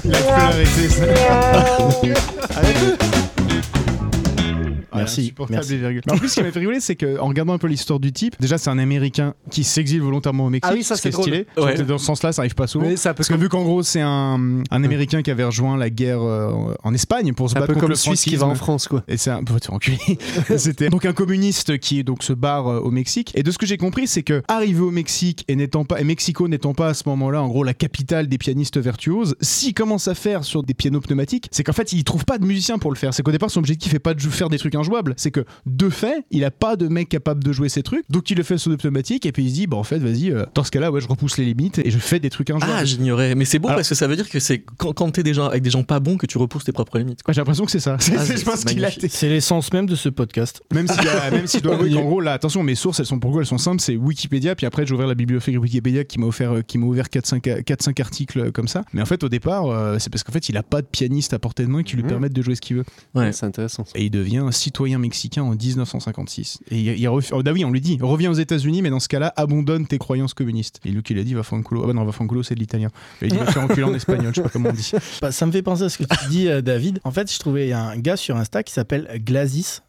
Il a pu l'arrêter, ça.
Merci,
insupportable,
merci.
les virgules. Mais en plus, ce qui m'a fait rigoler, c'est qu'en regardant un peu l'histoire du type, déjà, c'est un Américain qui s'exile volontairement au Mexique.
Ah oui, ça,
ce qui
c'est
est stylé.
drôle.
Donc, Dans ce sens-là, ça arrive pas souvent.
Mais c'est un peu
Parce que vu qu'en gros, c'est un, un Américain qui avait rejoint la guerre euh, en Espagne pour se
Un
battre
peu
contre
comme
le
Suisse qui va en
franquisme.
France, quoi.
Et c'est un putain, enculé. C'était donc un communiste qui donc se barre euh, au Mexique. Et de ce que j'ai compris, c'est que arrivé au Mexique et n'étant pas et Mexico n'étant pas à ce moment-là en gros la capitale des pianistes virtuoses, s'il commence à faire sur des pianos pneumatiques, c'est qu'en fait il trouve pas de musiciens pour le faire. C'est qu'au départ son objectif est pas de jou- faire des trucs injouables injouable. C'est que de fait, il a pas de mec capable de jouer ces trucs, donc il le fait sous automatique et puis il se dit bah en fait vas-y, euh, dans ce cas-là ouais je repousse les limites et je fais des trucs injouables.
Ah, j'ignorais. Mais c'est beau
Alors-
parce que ça veut dire que c'est quand, quand t'es déjà avec des gens pas bons que tu repousses tes propres limites.
Ouais, j'ai l'impression que c'est ça. C'est- c'est- je
Ah, c'est
pense qu'il a
magnifique.
été-
C'est l'essence même de ce podcast.
Même s'il y a- même s'il doit avouer qu'en gros, là, attention, mes sources, elles sont pourquoi Elles sont simples, c'est Wikipédia, puis après, j'ai ouvert la bibliothèque Wikipédia qui m'a offert, euh, qui m'a ouvert 4-5 articles euh, comme ça. Mais en fait, au départ, euh, c'est parce qu'en fait, il a pas de pianiste à portée de main qui lui
Mhm.
permette de jouer ce qu'il veut.
Ouais.
C'est intéressant. ça.
Et il devient un citoyen mexicain en 1956. Et il, il ref- oh, bah oui, on lui dit, reviens aux États-Unis, mais dans ce cas-là, abandonne tes croyances communistes. Et lui, il a dit, va fanculo. Ah bah non, va fanculo, c'est de l'italien. Il a dit, va te faire enculer en espagnol, je sais pas comment on dit.
Bah, ça me fait penser à ce que tu dis, euh, David. En fait, je trouvais il y a un gars sur Insta qui s'appelle Glazis,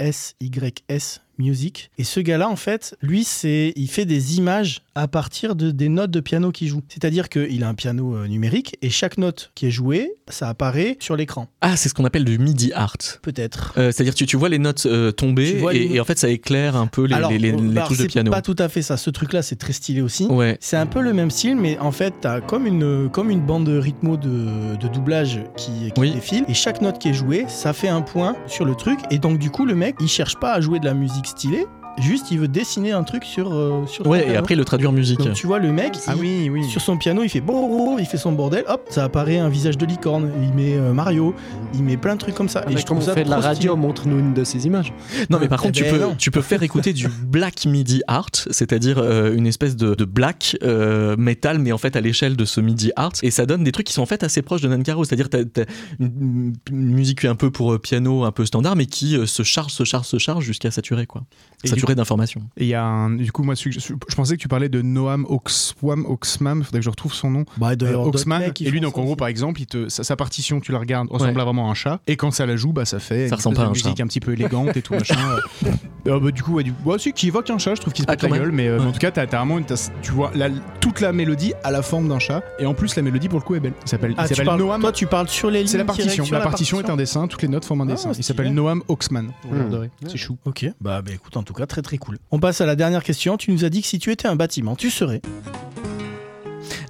G-L-A-S-Y-S Music. Et ce gars-là, en fait, lui, c'est, il fait des images à partir de, des notes de piano qu'il joue. C'est-à-dire qu'il a un piano euh, numérique et chaque note qui est jouée, ça apparaît sur l'écran.
Ah, c'est ce qu'on appelle du MIDI art.
Peut-être.
Euh, C'est-à-dire tu, tu vois les notes euh,
Tu
tomber
vois
et,
les-
et en fait ça éclaire un peu les, les- les-
euh,
les
alors,
touches de
c'est
piano.
pas tout à fait ça. Ce truc-là, c'est très stylé aussi.
Ouais.
C'est un peu le même style, mais en fait, t'as comme une, comme une bande rythmo de, de doublage qui, qui
Oui.
défile. Et chaque note qui est jouée, ça fait un point sur le truc. Et donc, du coup, le mec, il cherche pas à jouer de la musique stylée. Juste, il veut dessiner un truc sur, euh, sur son
Ouais, et
piano.
après le traduire en musique.
Donc, tu vois, le mec, il-
Ah oui, oui.
sur son piano, il fait bon, bon, bon, il fait son bordel. Hop, ça apparaît un visage de licorne. Il met euh, Mario, il met plein de trucs comme ça.
Ah, mais comme on fait de la
trop
radio,
stylé.
montre-nous une de ces images.
Non, mais par
Eh
contre, tu
ben
peux,
non.
tu peux faire écouter du black MIDI art, c'est-à-dire euh, une espèce de, de black euh, metal, mais en fait à l'échelle de ce MIDI art. Et ça donne des trucs qui sont en fait assez proches de Nankaro, c'est-à-dire t'as, t'as une, une musique un peu pour euh, piano, un peu standard, mais qui euh, se charge, se charge, se charge jusqu'à saturer, quoi.
Et
saturer d'informations.
Et il y a un, du coup, moi, celui que je, je pensais que tu parlais de Noam Oxwam, Oxman, faudrait que je retrouve son nom.
Bah, il doit y avoir d'autres
Oxman.
mecs qui
Euh, Et lui,
font
donc,
ça
en gros,
aussi.
par exemple, il te, sa, sa partition, tu la regardes, ressemble à vraiment un chat. Et quand ça la joue, bah, ça fait
Ça
espèce
ressemble pas à
de
un
musique
chat.
un petit peu élégante et tout, machin. Euh, bah, du coup, ouais, du, ouais, si, qui évoque un chat, je trouve qu'il se
Ah,
pète la
quand même.
gueule. Mais, euh, mais
Ouais.
en tout cas, t'as t'as vraiment, une- t'as- tu vois, la- toute la mélodie à la forme d'un chat. Et en plus, la mélodie, pour le coup, est belle. Il s'appelle il
Ah, tu
s'appelle
parles,
Noam.
toi, tu parles sur les lignes.
C'est la
directes,
partition.
sur
La partition est un dessin, toutes les notes forment un
Ah,
dessin.
stylé.
Il s'appelle Noam Oxman. Vous
Hmm.
regarderez. C'est chou.
Ok, bah, bah, écoute, en tout cas, très très cool. On passe à la dernière question. Tu nous as dit que si tu étais un bâtiment, tu serais.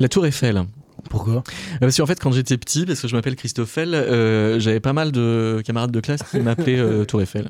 La Tour Eiffel.
Pourquoi
Euh, Parce qu'en fait, quand j'étais petit, parce que je m'appelle Christophel, euh, j'avais pas mal de camarades de classe qui m'appelaient euh, Tour Eiffel.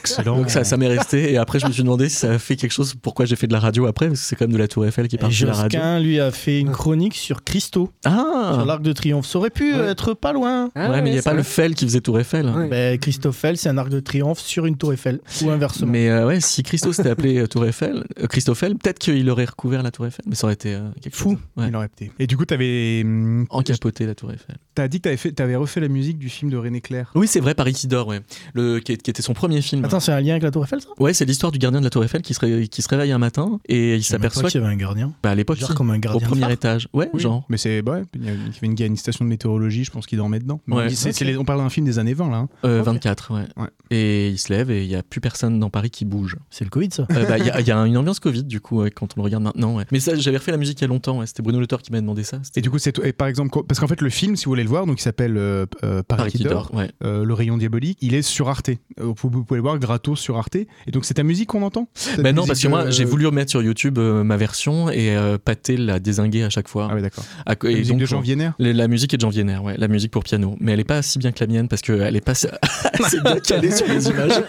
Excellent.
Donc ça, ça m'est resté. Et après, je me suis demandé si ça a fait quelque chose. Pourquoi j'ai fait de la radio après Parce que c'est quand même de la Tour Eiffel qui part de la radio.
Josquin, lui, a fait une chronique sur Christo, sur
Ah
l'Arc de Triomphe. Ça aurait pu
Ouais.
être pas loin.
Ouais, mais il n'y a pas le Fell qui faisait Tour Eiffel.
Ouais.
Ben, Christoffel, c'est un Arc de Triomphe sur une tour Eiffel, ou inversement.
Mais euh, ouais, si Christo s'était appelé euh, Tour Eiffel, euh, Christoffel, peut-être qu'il aurait recouvert la Tour Eiffel, mais ça aurait été euh, quelque
Fou.
chose. Ouais.
Il aurait été. Et du coup, t'avais. hum,
Encapoté la Tour Eiffel.
T'as dit que t'avais, fait, t'avais refait la musique du film de René Clair.
Oui, c'est vrai, Paris qui dort, ouais. Le, qui, est- qui était son premier film.
Attends, c'est un lien avec la tour Eiffel, ça
Ouais, c'est l'histoire du gardien de la Tour Eiffel qui se, ré- qui se réveille un matin et il
Je savais même pas
s'aperçoit.
qu'il y avait un gardien.
que- Bah, à l'époque,
Genre
si,
comme un
au
gardien.
premier
de phare.
étage. Ouais, genre.
Mais c'est. bah Ouais, il y avait une, il y avait une- il y a une station de météorologie, je pense qu'il dormait dedans. Mais
Ouais.
c'est-
Ok.
c'est les- on parle d'un film des années 20, là. hein.
euh,
Ok.
24, ouais.
Ouais.
Et il se lève et il n'y a plus personne dans Paris qui bouge.
C'est le Covid, ça.
Euh, bah, Il y, a- il y a une ambiance Covid, du coup, ouais, quand on le regarde maintenant. ouais. Mais ça, j'avais refait la musique il y a longtemps. ouais. C'était Bruno Le Thor qui m'a demandé ça. C'était
Et du coup, c'est. et par exemple, quoi- parce qu'en fait, le film, si vous voulez le voir, donc il s'appelle euh, euh, Paris, qui dort,
ouais.
euh, Le rayon diabolique, il est sur Arte. Euh, vous, vous pouvez le voir gratos sur Arte. Et donc, c'est ta musique qu'on entend Cette
Bah
musique
non,
euh,
parce que moi,
de-
j'ai voulu remettre sur YouTube euh, ma version et euh, Pathé l'a dézinguée à chaque fois.
Ah, ouais, d'accord.
À- et
La musique
donc,
de
euh,
Jean Vienner
la- la musique est de Jean Vienner, ouais, la musique pour piano. Mais elle est pas si bien que la mienne parce qu'elle est pas si- assez bien calée sur les images.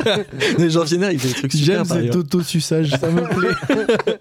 Mais Jean Vienner, il fait des trucs super.
J'aime
par
cet
ailleurs.
auto-suçage, ça me plaît.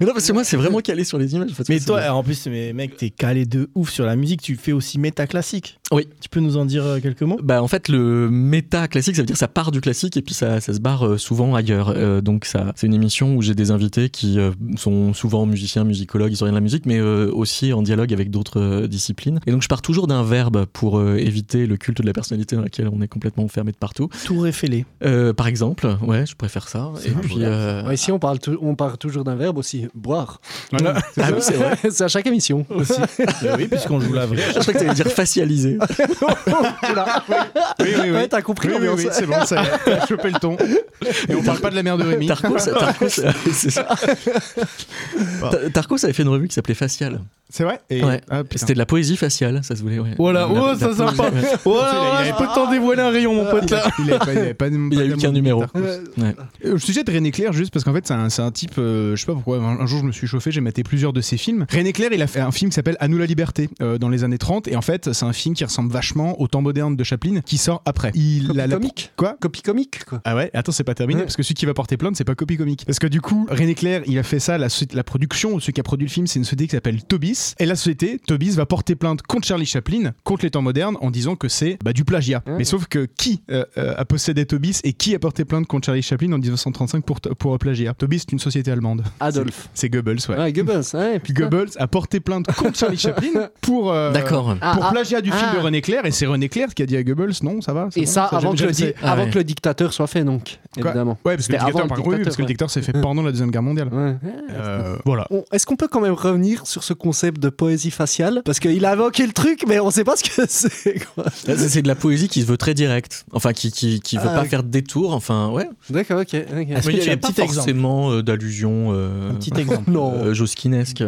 Mais non, parce que moi, c'est vraiment calé sur les images. parce que
Mais
c'est-
toi, euh, en plus, mais mec, t'es calé de ouf sur la musique. Tu fais aussi méta classique.
Oui.
Tu peux nous en dire euh, quelques mots
Bah en fait le méta classique ça veut dire ça part du classique et puis ça, ça se barre euh, souvent ailleurs Euh, donc ça c'est une émission où j'ai des invités qui euh, sont souvent musiciens musicologues historiens de la musique mais euh, aussi en dialogue avec d'autres euh, disciplines et donc je pars toujours d'un verbe pour euh, éviter le culte de la personnalité dans laquelle on est complètement enfermé de partout
Tour Eiffel.
Euh, par exemple ouais je préfère ça et puis euh,
Ouais, ici, on parle, tou- on parle toujours d'un verbe aussi, boire.
Ouais.
ah oui c'est vrai
c'est à chaque émission. Aussi.
oui, puisqu'on joue la vraie.
je crois que t'allais dire facialiser
Oui, oui, oui.
Ouais, t'as compris
Oui, oui,
l'ambiance.
oui, c'est bon, ça y est, t'as chopé le ton. Et on parle pas de la mère de Rémi.
Tarkos Tarkos euh, c'est ça Tar- Tarkos avait fait une revue qui s'appelait Facial
C'est vrai Et-
Ouais.
ah, putain.
C'était de la poésie faciale, ça se voulait, ouais.
Voilà,
La-
oh,
la-
ça
la-
sympa.
Ouais.
Voilà, ouais, je peux t'en dévoiler un rayon, mon pote.
Il a- il avait pas- il avait pas-
Il y a eu qu'un numéro.
Euh, Au sujet de René Clair, juste parce qu'en fait, c'est un, c'est un type, euh, je sais pas, pourquoi. Un, un jour, je me suis chauffé, j'ai maté plusieurs de ses films. René Clair, il a fait un film qui s'appelle À nous la liberté euh, dans les années 30. Et en fait, c'est un film qui ressemble vachement au temps moderne de Chaplin qui sort après. Il
Copie
a la-
comique.
Quoi
Copie comique, quoi.
ah ouais, attends, c'est pas terminé
Ouais.
parce que celui qui va porter plainte, c'est pas copie comique. Parce que du coup, René Clair, il a fait ça, la, suite- la production, celui qui a produit le film, c'est une société qui s'appelle Tobis. Et la société, Tobis, va porter plainte contre Charlie Chaplin, contre les temps modernes, en disant que c'est bah, du plagiat. Mais sauf que qui euh, euh, a possédé Tobis et qui a porté plainte contre Charlie Chaplin en 1935 pour, pour euh, plagiat Tobis, c'est une société allemande.
Adolphe.
C'est Goebbels, ouais.
Ouais, Goebbels, hein, ouais,
Puis
putain.
Goebbels a porté plainte contre Charlie Chaplin pour, euh,
D'accord.
Ah,
pour
ah,
plagiat du film
ah.
de René Clair. Et c'est René Clair qui a dit à Goebbels, non, ça va c'est
Et
bon,
ça, avant,
j'aime-
que le,
j'aime-
di-
Ah
avant
ouais.
que le dictateur soit fait, donc,
Quoi
évidemment.
Ouais, parce que
C'était
le
avant
dictateur,
le
par contre, oui, parce que le
dictateur,
dictateur s'est fait pendant la Deuxième Guerre mondiale.
Ouais.
Euh, voilà.
On- Est-ce qu'on peut quand même revenir sur ce concept de poésie faciale Parce qu'il a invoqué le truc, mais on sait pas ce que c'est. quoi.
Là, C'est c'est de la poésie qui se veut très directe. Enfin, qui, qui, qui veut
Ah,
pas
ok.
faire de détour. Enfin, ouais.
D'accord, ok. ok.
Est-ce
Mais
que
il
tu
n'y
as
a
un
pas
petit exemple
forcément euh, d'allusion euh,
Un petit exemple.
Non.
euh, josquinesque.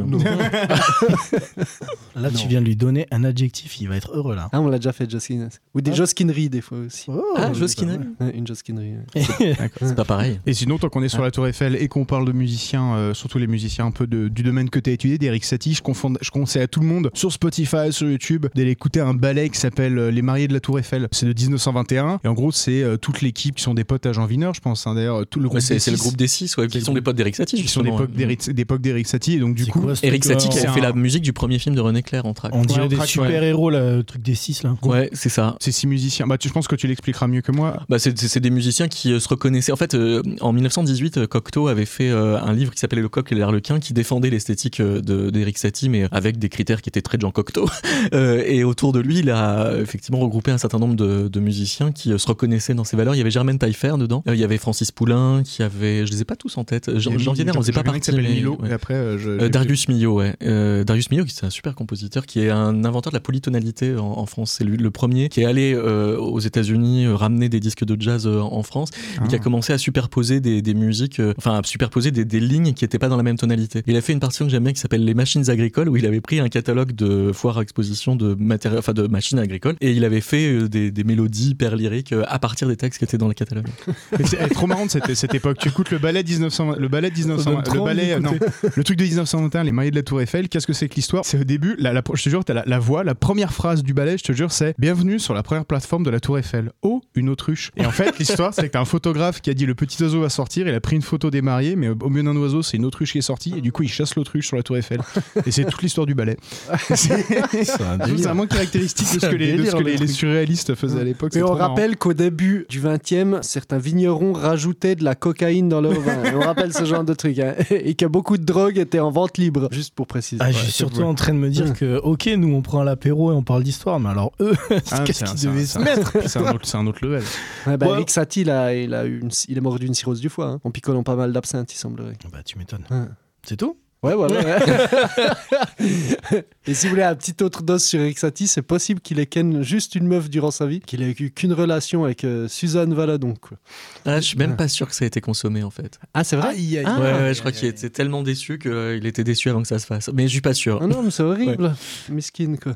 Là, tu viens de lui donner un adjectif, il va être heureux là.
Ah, on l'a déjà fait, Joskin. Ou des
Ah.
josquineries, des fois aussi.
Oh,
ah, josquinesque.
Ouais, une josquinerie. ouais.
C'est pas pareil.
Et sinon, tant qu'on est sur la Tour Eiffel et qu'on parle de musiciens, euh, surtout les musiciens un peu de- du domaine que tu as étudié, d'Eric Satie, je, confonde- je conseille à tout le monde sur Spotify, sur YouTube, d'aller écouter un ballet qui s'appelle euh, Les Mariés de la Tour Eiffel. C'est de 1921. Et en gros, c'est euh, toute l'équipe qui sont des potes à Jean Wiener, je pense. hein. D'ailleurs, tout le
Ouais,
groupe.
C'est
des
c'est le
six
groupe des six, ouais, qui
le
sont
groupe-
les potes d'Eric Satie.
qui sont
justement. Euh,
d'époque d'Eric- d'époque d'Eric Satie. Et donc, du
C'est
coup,
quoi ce
Eric
truc, là
Satie qui
C'est
a fait
un-
la musique du premier film de René Clair en track.
On dirait
Ouais, on
des
craque, ouais.
super-héros, là, le truc des 6 là.
Ouais, c'est ça.
ces six musiciens, bah, tu, je pense que tu l'expliqueras mieux que moi.
Bah, c'est- c'est c'est des musiciens qui euh, se reconnaissaient. En fait, euh, en 1918, euh, Cocteau avait fait euh, un livre qui s'appelait Le coq et l'Arlequin qui défendait l'esthétique euh, de- d'Eric Satie, mais avec des critères qui étaient très de Jean Cocteau. Euh, et autour de lui, il a euh, effectivement regroupé un certain nombre de, de musiciens qui euh, se reconnaissaient dans ses valeurs. Il y avait Germaine Taillefer dedans, Euh, il y avait Francis Poulain, qui avait. Je les ai pas tous en tête. Jean,
Il y a
Jean Vienner, on faisait pas
Jean Wiener qui
partie.
s'appelle
mais-
Milo.
ouais.
Et après, euh, je-
Euh, Darius Milhaud, ouais. Euh, Darius Milhaud, qui est un super compositeur, qui est un inventeur de la polytonalité en, en France. C'est lui le premier qui est allé euh, aux États-Unis euh, ramener des disques de jazz euh, en France et qui a
Ah.
commencé à superposer des, des musiques, euh, enfin à superposer des, des lignes qui n'étaient pas dans la même tonalité. Il a fait une partition que j'aime bien qui s'appelle Les machines agricoles, où il avait pris un catalogue de foire à exposition de matériel, enfin de machines agricoles, et il avait fait euh, des, des mélodies hyper lyriques euh, à partir des textes qui étaient dans le catalogue.
Mais c'est elle est trop marrant de cette, cette époque. Tu écoutes le ballet 1920, le ballet 1920, le ballet, euh, non, le truc de 1921, les maillots de la Tour Eiffel. Qu'est-ce que c'est que l'histoire C'est au début, la, la- je te jure, t'as la, la voix, la première phrase du ballet, je te jure, c'est Bienvenue sur la première plateforme de la Tour Eiffel. Oh, une autruche. Et en fait, l'histoire, c'est que t'as un photographe qui a dit le petit oiseau va sortir. Il a pris une photo des mariés, mais au milieu d'un oiseau, c'est une autruche qui est sortie. Et du coup, il chasse l'autruche sur la Tour Eiffel. Et c'est toute l'histoire du ballet. C'est
C'est un
c'est
délire.
vraiment caractéristique de ce
C'est
que
un
les, de ce
délire,
que
le
les- les
truc.
surréalistes faisaient à l'époque.
Et
c'est
on
trop marrant.
rappelle qu'au début du 20e, certains vignerons rajoutaient de la cocaïne dans leur vin. Et on rappelle ce genre de truc. hein. Et que beaucoup de drogues étaient en vente libre, juste pour préciser.
Ah, je suis
Ouais,
surtout
ouais.
en train de me dire que, ok, nous on prend l'apéro et on parle d'histoire, mais alors eux,
Ah,
qu'est-ce
c'est un-
qu'ils
c'est un-
devaient
c'est
se
un-
mettre
C'est un autre- c'est un autre level.
Ouais, bah,
Ouais.
Eric Satie, il, a- il a eu une- il est mort d'une cirrhose du foie, hein, en picolant pas mal d'absinthe, il semblerait.
Bah, tu m'étonnes.
Ouais.
C'est tout
Ouais, ouais, ouais. ouais. Et si vous voulez un petit autre dose sur Eric Satie, c'est possible qu'il ait ken juste une meuf durant sa vie, qu'il ait eu qu'une relation avec euh, Suzanne Valadon. quoi.
Ah, je suis même pas sûr que ça a été consommé en fait.
Ah, c'est vrai
ouais, ouais, je crois qu'il était tellement déçu qu'il était déçu avant que ça se fasse. Mais je suis pas sûr.
Ah non, mais c'est horrible. Miskine, quoi.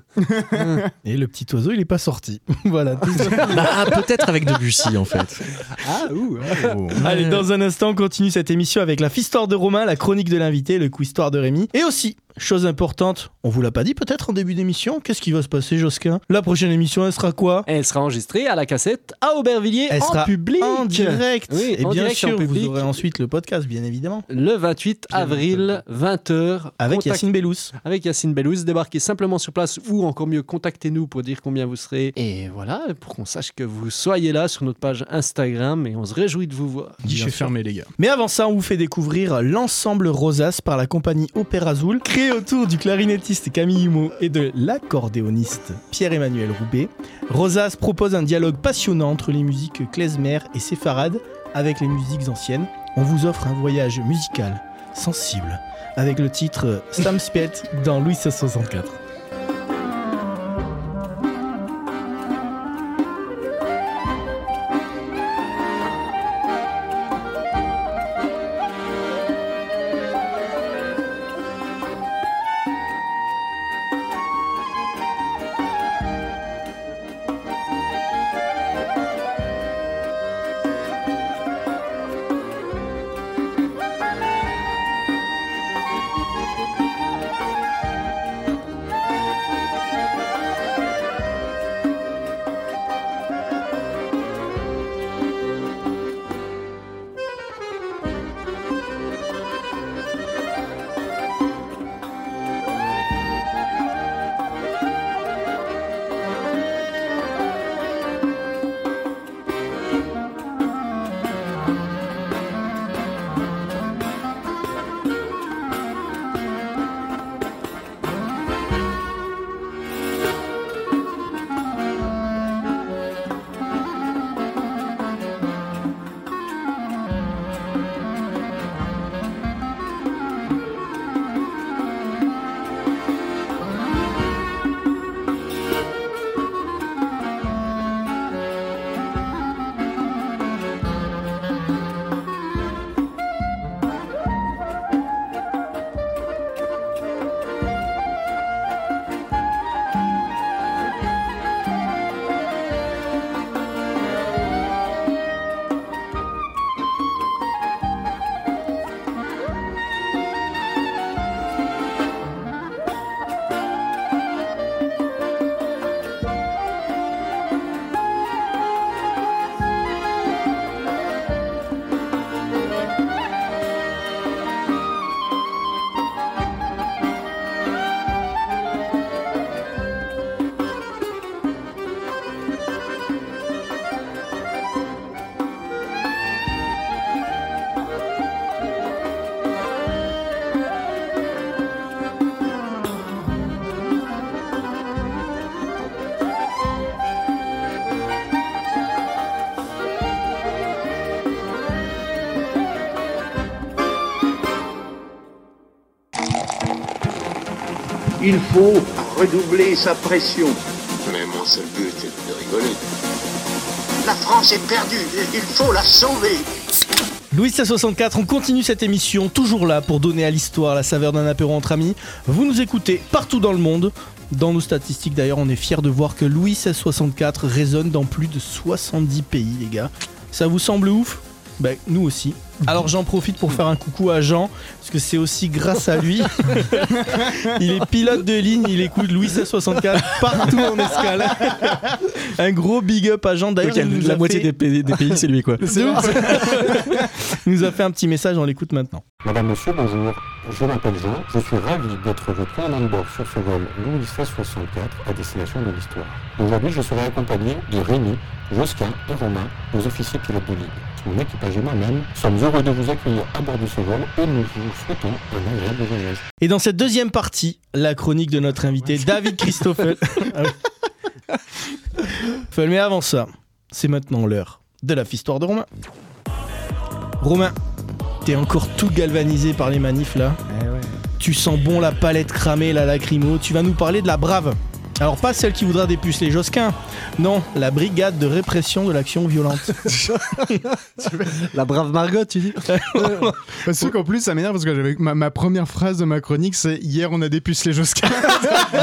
Et le petit oiseau, il est pas sorti. voilà. tout.
Ah, peut-être avec Debussy en fait.
Ah, ouh.
Oh,
Allez, dans un instant, on continue cette émission avec la fistoire de Romain, la chronique de l'invité, le quiz-histoire de Rémi. Et aussi, chose importante, on vous l'a pas dit peut-être en début d'émission, qu'est-ce qui va se passer, Josquin La prochaine émission, elle sera quoi
Elle sera enregistrée à la cassette à Aubervilliers
Elle
en
sera
public.
En direct
Oui,
Et
en
bien
direct, en
sûr, vous
public.
aurez ensuite le podcast, bien évidemment,
Le 28
Bien
avril, 20h.
avec
Contact-
Yacine Bellous.
Avec Yacine Bellouz. Débarquez simplement sur place ou encore mieux, contactez-nous pour dire combien vous serez. Et voilà, pour qu'on sache que vous soyez là sur notre page Instagram et on se réjouit de vous voir.
Guichet
Bien sûr.
fermé, les gars.
Mais avant ça, on vous fait découvrir l'ensemble Rosas par la compagnie Opéra Azul, créée autour du clarinettiste Camille Humeau et de l'accordéoniste Pierre-Emmanuel Roubet. Rosas propose un dialogue passionnant entre les musiques klezmer et séfarades avec les musiques anciennes. On vous offre un voyage musical sensible avec le titre Sam Spiet dans Louis 1664.
Il faut redoubler sa pression.
Mais mon seul but est de rigoler.
La France est perdue, il faut la sauver.
Louis 64, on continue cette émission, toujours là pour donner à l'histoire la saveur d'un apéro entre amis. Vous nous écoutez partout dans le monde. Dans nos statistiques d'ailleurs, on est fiers de voir que Louis 64 résonne dans plus de 70 pays, les gars. Ça vous semble ouf ben, nous aussi. Alors j'en profite pour faire un coucou à Jean, parce que c'est aussi grâce à lui. il est pilote de ligne, il écoute Louis 64 partout en escale. un gros big up à Jean. D'ailleurs,
Donc, il y
il
a
nous
la
a
moitié
fait-
des pays, des pays, c'est lui, quoi.
de ouf. Il nous a fait un petit message, on l'écoute maintenant.
Madame, Monsieur, bonjour. Je m'appelle Jean. Je suis ravi d'être votre commandant de bord sur ce vol Louis 1664 à destination de l'histoire. Aujourd'hui, je serai accompagné de Rémi, Josquin et Romain, nos officiers pilotes de ligne. Mon équipage et moi-même sommes heureux de vous accueillir à bord de ce vol et nous vous souhaitons un agréable voyage.
Et dans cette deuxième partie, la chronique de notre invité David Christoffel. Ah oui. Feuille, Mais avant ça, c'est maintenant l'heure de la fistoire de Romain. Romain, t'es encore tout galvanisé par les manifs là. Tu sens bon la palette cramée, la lacrymo. Tu vas nous parler de la brave. Alors pas celle qui voudra dépuceler Josquin. Non, la brigade de répression de l'action violente.
La brave Margot, tu dis
Parce qu'en plus, ça m'énerve parce que j'avais- ma, ma première phrase de ma chronique, c'est Hier, on a dépucelé Josquin.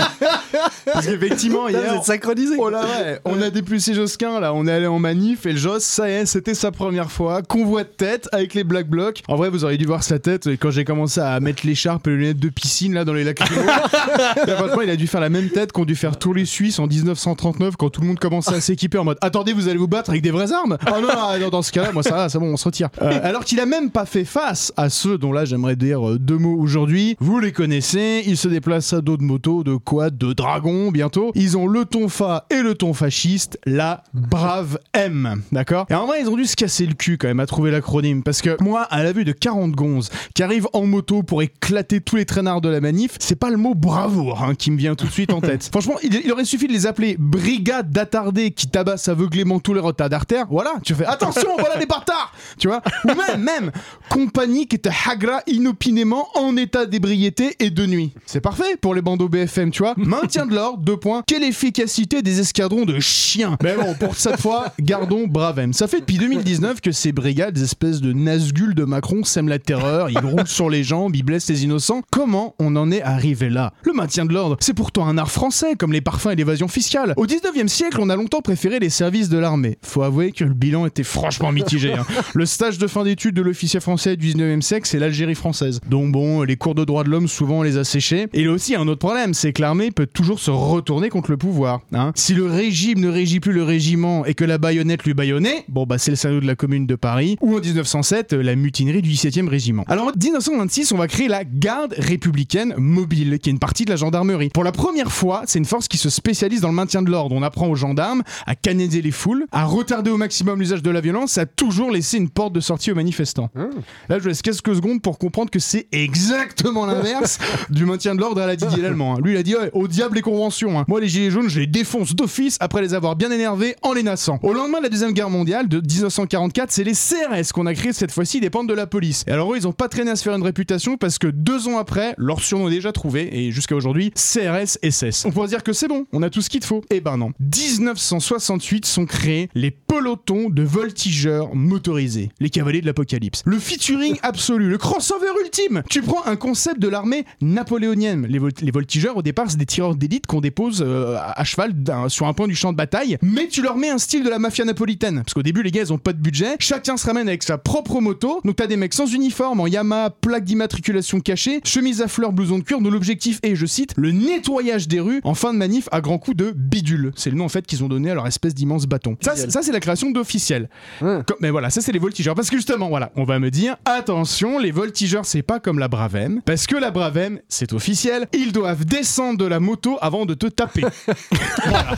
parce qu'effectivement,
Vous
hier.
êtes synchronisés.
Oh là ouais, on a dépucelé Josquin, là, on est allé en manif et le Jos, ça y est, c'était sa première fois. Convoi de tête avec les Black Blocs. En vrai, vous auriez dû voir sa tête et quand j'ai commencé à mettre l'écharpe et les lunettes de piscine là dans les lacs. Franchement, il a dû faire la même tête qu'ont dû faire tous les Suisses en 1939 quand tout le monde commençait à s'équiper en mode Attendez, vous allez vous battre avec des vraies armes Oh non, ah non, dans ce cas-là, moi ça va, c'est bon, on se retire. Euh, alors qu'il a même pas fait face à ceux dont là j'aimerais dire euh, deux mots aujourd'hui. Vous les connaissez, ils se déplacent à dos de moto, de quad, de dragon bientôt. Ils ont le ton fa et le ton fasciste, la brave M. D'accord Et en vrai, ils ont dû se casser le cul quand même à trouver l'acronyme parce que moi, à la vue de 40 gonzes qui arrivent en moto pour éclater tous les traînards de la manif, c'est pas le mot bravoure hein, qui me vient tout de suite en tête. Franchement, il, il aurait suffi de les appeler brigade d'attardés qui tabassent aveuglément tous les retards d'artère. Voilà, tu fais attention, voilà les bâtards Tu vois Ou même, même, compagnie qui était hagra inopinément en état d'ébriété et de nuit. C'est parfait pour les bandeaux BFM, tu vois Maintien de l'ordre, deux points. Quelle efficacité des escadrons de chiens Mais bon, pour cette fois, gardons Bravem. Ça fait depuis 2019 que ces brigades, espèces de nazgules de Macron, sèment la terreur, ils roulent sur les jambes, ils blessent les innocents. Comment on en est arrivé là Le maintien de l'ordre, c'est pourtant un art français, comme les parfums et l'évasion fiscale. Au 19e siècle, on a longtemps préféré les services de l'armée. Faut avouer que le bilan était franchement mitigé. hein. Le stage de fin d'études de l'officier français du 19e siècle, c'est l'Algérie française. Donc bon, les cours de droit de l'homme, souvent, on les a séchés. Et là aussi, il y a un autre problème, c'est que l'armée peut toujours se retourner contre le pouvoir. hein. Si le régime ne régit plus le régiment et que la baïonnette lui baïonnait, bon bah c'est le salaud de la commune de Paris, ou en 1907, euh, la mutinerie du 17e régiment. Alors en 1926, on va créer la garde républicaine mobile, qui est une partie de la gendarmerie. Pour la première fois, c'est une force qui se spécialise dans le maintien de l'ordre. On apprend aux gendarmes à canaliser les foules, à retarder au maximum l'usage de la violence, à toujours laisser une porte de sortie aux manifestants. Là, je vous laisse quelques secondes pour comprendre que c'est exactement l'inverse du maintien de l'ordre à la Didier Lallemand. hein. Lui, il a dit ouais, au diable les conventions. hein. Moi, les gilets jaunes, je les défonce d'office après les avoir bien énervés en les nassant. Au lendemain de la Deuxième Guerre mondiale, de 1944, c'est les CRS qu'on a créés cette fois-ci, dépendent de la police. Et alors, eux, ils ont pas traîné à se faire une réputation parce que deux ans après, leur surnom est déjà trouvé, et jusqu'à aujourd'hui, CRS SS. On pourrait se dire que c'est bon, on a tout ce qu'il te faut. Eh ben non. 1968 sont créés les pelotons de voltigeurs motorisés, les cavaliers de l'apocalypse. Le featuring absolu, le crossover ultime. Tu prends un concept de l'armée napoléonienne. Les, vol- les voltigeurs, au départ, c'est des tireurs d'élite qu'on dépose euh, à à cheval d'un- sur un point du champ de bataille, mais tu leur mets un style de la mafia napolitaine. Parce qu'au début, les gars, ils ont pas de budget. Chacun se ramène avec sa propre moto. Donc t'as des mecs sans uniforme, en Yamaha, plaque d'immatriculation cachée, chemise à fleurs, blouson de cuir, dont l'objectif est, je cite, le nettoyage des rues en fin de manif à grands coups de bidule. C'est le nom en fait qu'ils ont donné à leur espèce d'immense bâton. Ça, c'est- ça, c'est la création d'officiels.
Ouais.
Comme- Mais voilà, ça c'est les voltigeurs. Parce que justement, voilà, on va me dire, attention, les voltigeurs c'est pas comme la Bravem. Parce que la Bravem, c'est officiel, ils doivent descendre de la moto avant de te taper. Voilà. Voilà.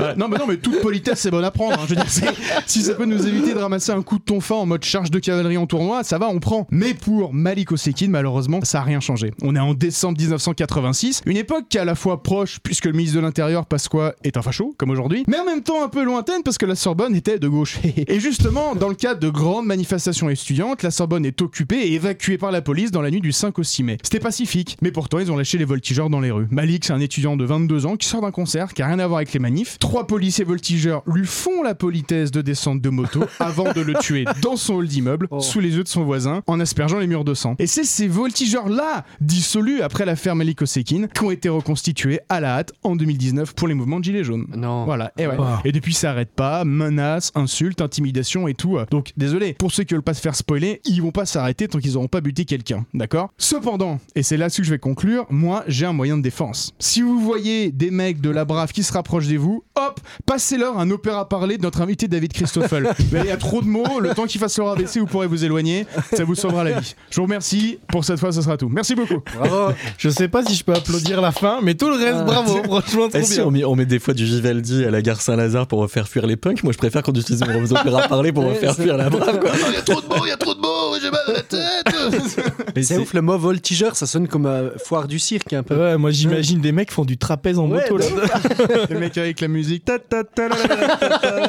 Euh, Non, mais non, mais toute politesse c'est bon à prendre. hein. Je veux dire, c'est- si ça peut nous éviter de ramasser un coup de tonfa en mode charge de cavalerie en tournoi, ça va, on prend. Mais pour Malik Osekin, malheureusement, ça a rien changé. On est en décembre 1986, une époque qui est à la fois proche, puisque le ministre de l'Intérieur, Pasqua, est un facho, comme aujourd'hui, mais en même temps un peu lointaine, parce que la Sorbonne Sorbonne était de gauche. et justement, dans le cadre de grandes manifestations étudiantes, la Sorbonne est occupée et évacuée par la police dans la nuit du 5 au 6 mai. C'était pacifique, mais pourtant ils ont lâché les voltigeurs dans les rues. Malik, c'est un étudiant de 22 ans qui sort d'un concert qui a rien à voir avec les manifs. Trois policiers voltigeurs lui font la politesse de descendre de moto avant de le tuer dans son hall d'immeuble, sous les yeux de son voisin, en aspergeant les murs de sang. Et c'est ces voltigeurs-là, dissolus après l'affaire Malik Osekin, qui ont été reconstitués à la hâte en 2019 pour les mouvements de Gilets jaunes.
Non.
Voilà, et ouais.
Wow.
Et depuis, ça arrête pas. Menaces, insultes, intimidations et tout. euh. Donc, désolé, pour ceux qui veulent pas se faire spoiler, ils vont pas s'arrêter tant qu'ils auront pas buté quelqu'un. D'accord Cependant, et c'est là-dessus que je vais conclure, moi, j'ai un moyen de défense. Si vous voyez des mecs de la brave qui se rapprochent de vous, hop, passez-leur un opéra parlé de notre invité David Christoffel. Mais Il y a trop de mots, le temps qu'ils fassent leur ABC, vous pourrez vous éloigner. Ça vous sauvera la vie. Je vous remercie. Pour cette fois, ça sera tout. Merci beaucoup.
Bravo.
Je sais pas si je peux applaudir la fin, mais tout le reste,
Ah.
bravo, franchement, trop
Eh si,
bien.
on met, on met des fois du Vivaldi à la gare Saint-Lazare pour faire fuir les punks. Moi, je préfère qu'on utilise mon opéra parler pour
Ouais,
faire
c'est-
fuir la brave. Quoi.
Il y a trop de mots, il y a trop de mots, j'ai mal à la tête
C'est ouf, le mot voltigeur, ça sonne comme euh, foire du cirque un peu.
Ouais, moi j'imagine des mecs font du trapèze en
Ouais,
moto là.
Les mecs avec la musique. ta, ta, ta, la, la, la, ta, ta.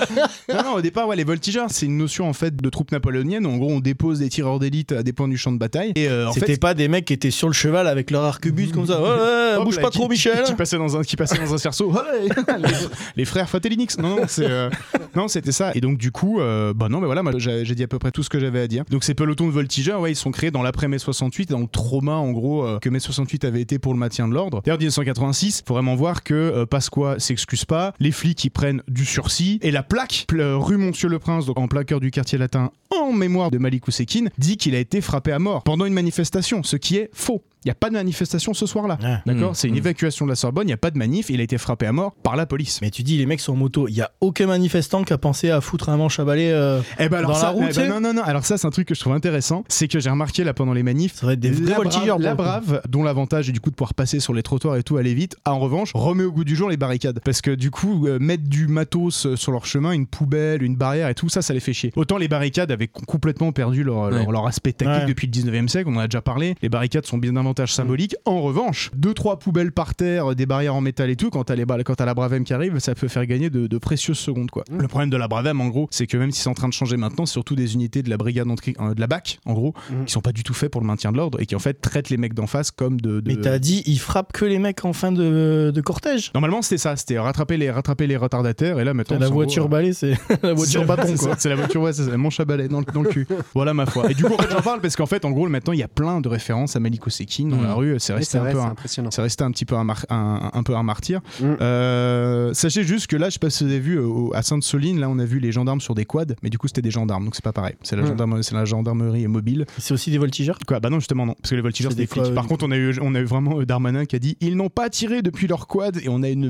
Non, non, au départ, ouais, les voltigeurs, c'est une notion en fait de troupes napoléoniennes. En gros, on dépose des tireurs d'élite à des points du champ de bataille. Et euh, en
C'était
fait, Mmh.
pas des mecs qui étaient sur le cheval avec leur arquebuse comme ça. Ouais, ouais,
hop
Euh, bouge
là,
pas
qui-
trop, Michel.
Qui passait dans un, qui passait dans un cerceau. Ouais, les, les frères Fatellinix. Non, non, c'est, euh, non, c'était ça. Et donc, du coup, euh, bah non, mais voilà, moi, j'ai, j'ai dit à peu près tout ce que j'avais à dire. Donc, ces pelotons de voltigeurs, ouais, ils sont créés dans l'après-mai 68, dans le trauma, en gros, euh, que mai 68 avait été pour le maintien de l'ordre. D'ailleurs, 1986, faut vraiment voir que euh, Pasqua s'excuse pas, les flics, ils prennent du sursis, et la plaque, pl- euh, rue Monsieur-le-Prince, donc en plaqueur du quartier latin, en mémoire de Malik Oussekine, dit qu'il a été frappé à mort pendant une manifestation, ce qui est faux. Il n'y a pas de manifestation ce soir-là.
Ah.
D'accord
Mm.
C'est une
Mm.
évacuation de la Sorbonne, il n'y a pas de manif, il a été frappé à mort par la police.
Mais tu dis, les mecs sont en moto. Il y a aucun manifestant qui a pensé à foutre un manche à balai. euh,
Eh ben alors
Dans
ça,
la route,
eh ben
tu sais
non, non, non, alors ça c'est un truc que je trouve intéressant, c'est que j'ai remarqué là pendant les manifs,
Ça va être des vrais
la
voltigeurs.
brave, la
pour le coup.
brave, dont l'avantage est du coup de pouvoir passer sur les trottoirs et tout, aller vite, a en revanche remet au goût du jour les barricades. Parce que du coup, euh, mettre du matos euh, sur leur chemin, une poubelle, une barrière et tout, ça, ça les fait chier. Autant les barricades avaient com- complètement perdu leur, leur,
Ouais.
leur aspect tactique
Ouais.
depuis le 19e siècle, on en a déjà parlé. Les barricades sont bien davantage symboliques. En revanche, deux trois poubelles par terre, euh, des barrières en métal et tout, quand t'as, les, ba- quand t'as la Bravem qui arrive, ça peut faire gagner de, de précieuses secondes. quoi. Le problème de la Bravem, en gros, c'est que même si c'est en train de changer maintenant, c'est surtout des unités de la brigade d'entrée- euh, de la BAC, en gros,
Mmh.
qui sont pas du tout faits pour le maintien de l'ordre et qui en fait traitent les mecs d'en face comme de. de-
Mais t'as dit, ils frappent que les mecs en fin de, de cortège.
Normalement c'était ça, c'était rattraper les rattraper les retardataires et là maintenant
T'as la
c'est en
voiture
gros,
balai, c'est la
euh,
voiture
c'est-
bâton
c'est
quoi.
ça, C'est la voiture, ouais, c'est ça, la manche à balai dans, le- dans le cul. Voilà ma foi. Et du coup, en fait, j'en parle parce qu'en fait, en gros, maintenant, il y a plein de références à Malik Osekin dans
Mmh.
la rue. C'est
Mais
resté
C'est hein.
un
vrai,
peu
c'est
un,
impressionnant.
c'est resté un petit peu un, mar- un- un peu un martyr.
Mmh.
Mm.
Euh, sachez juste que là, je sais pas si vous avez vu euh, au- à Sainte-Soline, là, on a vu les gendarmes sur des quads, mais du coup, c'était des gendarmes, donc c'est pas pareil. C'est la,
Mmh.
Mm.
gendarme- c'est la gendarmerie mobile.
C'est aussi des voltigeurs.
Quoi Bah non, justement, non. Parce que les voltigeurs,
C'est
c'est des
des fois,
flics. Par
euh,
contre, on a, eu, on a eu vraiment euh, Darmanin qui a dit ils n'ont pas tiré depuis leur quad et on a une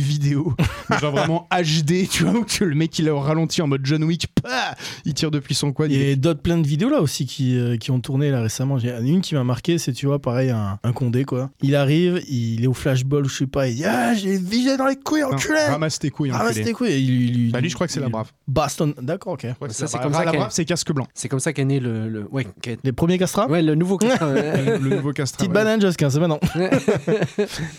vidéo. Mais genre vraiment HD, tu vois, où que le mec il a ralenti en mode John Wick, pah, il tire depuis son quad. il-
Et d'autres plein de vidéos là aussi qui, euh, qui ont tourné là récemment. J'ai une qui m'a marqué, c'est tu vois, pareil, un, un condé quoi. Il arrive, il est au flashball ou je sais pas, il dit Ah, j'ai vigé dans les couilles,
Non,
enculé
ramasse tes couilles,
Ah,
enculé.
c'était quoi il, lui- lui-
Bah lui, je crois que c'est la
il-
brave.
Baston, d'accord, ok.
Ouais,
Ça,
la
c'est
Brave.
comme ça
Ah, la
qu'elle-
brave, c'est casque blanc.
C'est comme ça qu'est né le. le... Ouais, qu'est-
Les premiers castrats
ouais, le nouveau.
Le nouveau castra.
Petite
ouais.
banane, Josquin, c'est maintenant.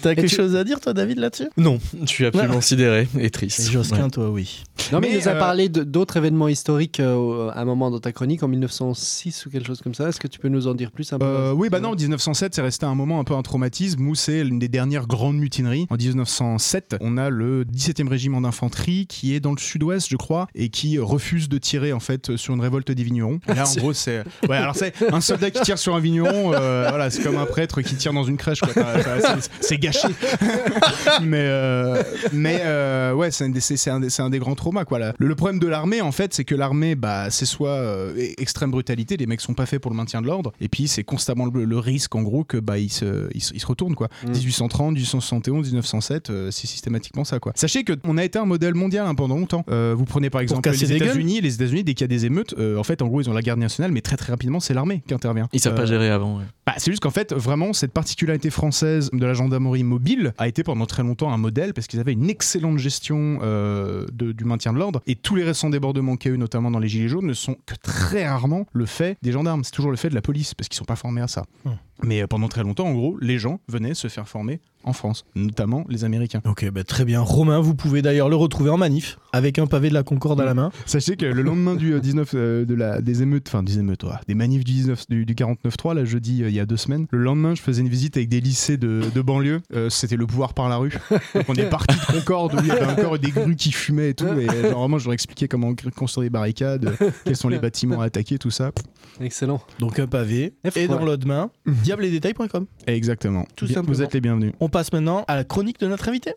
T'as quelque
tu-
chose à dire toi, David, là-dessus
Non, Mm. je suis absolument sidéré et triste.
C'est
Ouais.
Josquin, toi, oui.
Non, mais,
Mais,
il nous a
euh,
parlé de- d'autres événements historiques euh, au- à un moment dans ta chronique, en 1906 ou quelque chose comme ça. Est-ce que tu peux nous en dire plus un peu
Euh, oui, bah non, 1907, c'est resté un moment un peu un traumatisme où c'est l'une des dernières grandes mutineries. En 1907, on a le 17e régiment d'infanterie qui est dans le sud-ouest, je crois, et qui euh, refuse de tirer en fait sur une révolte des vignerons. Et là, en gros, c'est ouais, alors c'est un soldat qui tire sur un vigneron, euh, voilà, c'est comme un prêtre qui tire dans une crèche, quoi. T'as- t'as- c'est- c'est gâché. mais euh, mais euh, ouais, c'est un, des- c'est- c'est un, des- c'est un des grands traumas, quoi. là. Le, le problème de l'armée, en fait, c'est que l'armée, bah, c'est soit euh, e- extrême brutalité, les mecs sont pas faits pour le maintien de l'ordre, et puis c'est constamment le, le risque, en gros, que bah ils se, ils se, ils se retournent, quoi.
Mm.
1830, 1871, 1907, euh, c'est systématiquement ça, quoi. Sachez que on a été un modèle mondial hein, pendant longtemps. Euh, vous prenez par exemple
casser
les
des gueules
États-Unis, les États-Unis, dès qu'il y a des émeutes, euh, en fait, en gros, ils ont la garde nationale, mais très très rapidement, c'est l'armée qui intervient.
Ils savent
Euh,
pas gérer avant. ouais.
bah, c'est juste qu'en fait, vraiment, cette particularité française de la gendarmerie mobile a été pendant très longtemps un modèle parce qu'ils avaient une excellente gestion euh, de- du maintien de l'ordre. Et tous les récents débordements qu'il y a eu, notamment dans les Gilets jaunes, ne sont que très rarement le fait des gendarmes. C'est toujours le fait de la police parce qu'ils sont pas formés à ça.
Hmm.
Mais euh, pendant très longtemps, en gros, les gens venaient se faire former en France, notamment les Américains.
Ok, bah, très bien. Romain, vous pouvez d'ailleurs le retrouver en manif, avec un pavé de la Concorde à la main.
Sachez que le lendemain du euh, 19 euh, de la, des émeutes, enfin des émeutes, ouah, des manifs du 19 du, du 49.3, là jeudi euh, il y a deux semaines, le lendemain je faisais une visite avec des lycées de, de banlieue. Euh, C'était le pouvoir par la rue. Donc on est parti de Concorde où il y avait encore des grues qui fumaient et tout. Et euh, genre, vraiment je leur expliquais comment cr- construire des barricades, euh, quels sont les bâtiments à attaquer, tout ça.
Excellent.
Donc un pavé.
F-
Et Mm. dans
ouais.
l'autre main, diabledetail.com.
Exactement.
Tout
Bien-
simplement.
Vous êtes les bienvenus.
On passe maintenant à la chronique de notre invité.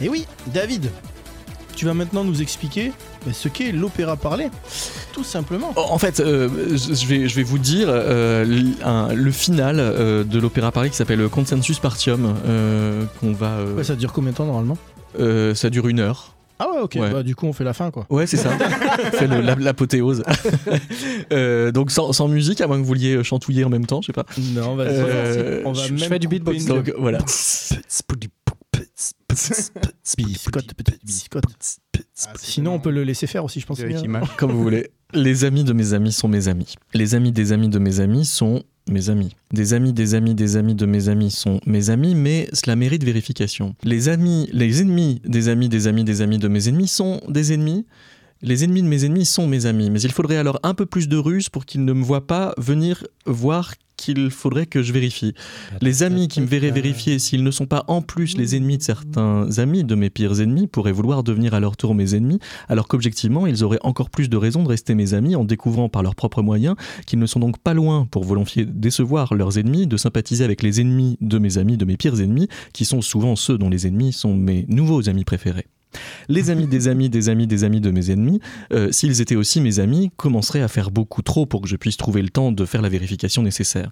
Et Eh oui, David, tu vas maintenant nous expliquer bah, ce qu'est l'opéra parlé. Tout simplement.
En fait, euh, je je vais, je vais vous dire euh, l- un- le final euh, de l'Opéra Paris qui s'appelle Consensus Partium, euh, qu'on va. euh,
Ouais, ça dure combien de temps normalement
euh, ça dure une heure.
Ah ouais, ok.
Ouais.
Bah, du coup, on fait la fin quoi.
Ouais, c'est ça. c'est le- la- l'apothéose. Euh, donc sans, sans musique, à moins que vous vouliez chantouiller en même temps, je sais pas.
Non, vas-y.
Euh,
on va
je-
même
je fais du
couper
beatbox,
une-
donc.
Donc voilà.
Biscotte, petite biscotte.
Ah,
Sinon, on peut le laisser faire aussi, je pense.
Avec
bien.
Image.
Comme vous voulez. Les amis de mes amis sont mes amis. Les amis des amis de mes amis sont mes amis. Des amis des amis des amis de mes amis sont mes amis, mais cela mérite vérification. Les amis, les ennemis des amis des amis des amis de mes ennemis sont des ennemis. Les ennemis de mes ennemis sont mes amis, mais il faudrait alors un peu plus de ruse pour qu'ils ne me voient pas venir voir qu'il faudrait que je vérifie. Les amis qui me verraient vérifier s'ils ne sont pas en plus les ennemis de certains amis de mes pires ennemis pourraient vouloir devenir à leur tour mes ennemis, alors qu'objectivement, ils auraient encore plus de raisons de rester mes amis en découvrant par leurs propres moyens qu'ils ne sont donc pas loin, pour volontiers décevoir leurs ennemis, de sympathiser avec les ennemis de mes amis, de mes pires ennemis, qui sont souvent ceux dont les ennemis sont mes nouveaux amis préférés. Les amis des amis des amis des amis de mes ennemis, euh, s'ils étaient aussi mes amis, commenceraient à faire beaucoup trop pour que je puisse trouver le temps de faire la vérification nécessaire.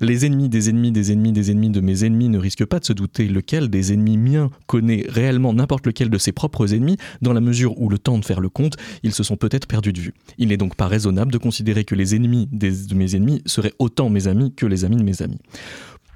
Les ennemis des ennemis des ennemis des ennemis de mes ennemis ne risquent pas de se douter lequel des ennemis miens connaît réellement n'importe lequel de ses propres ennemis dans la mesure où le temps de faire le compte, ils se sont peut-être perdus de vue. Il n'est donc pas raisonnable de considérer que les ennemis des- de mes ennemis seraient autant mes amis que les amis de mes amis.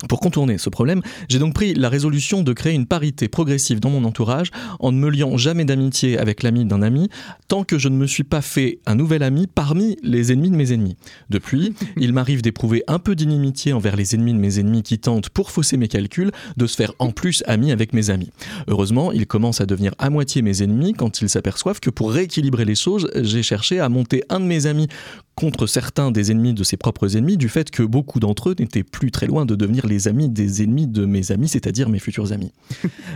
Pour contourner ce problème, j'ai donc pris la résolution de créer une parité progressive dans mon entourage en ne me liant jamais d'amitié avec l'ami d'un ami tant que je ne me suis pas fait un nouvel ami parmi les ennemis de mes ennemis. Depuis, il m'arrive d'éprouver un peu d'inimitié envers les ennemis de mes ennemis qui tentent, pour fausser mes calculs, de se faire en plus amis avec mes amis. Heureusement, ils commencent à devenir à moitié mes ennemis quand ils s'aperçoivent que pour rééquilibrer les choses, j'ai cherché à monter un de mes amis contre certains des ennemis de ses propres ennemis du fait que beaucoup d'entre eux n'étaient plus très loin de devenir les amis des ennemis de mes amis, c'est-à-dire mes futurs amis.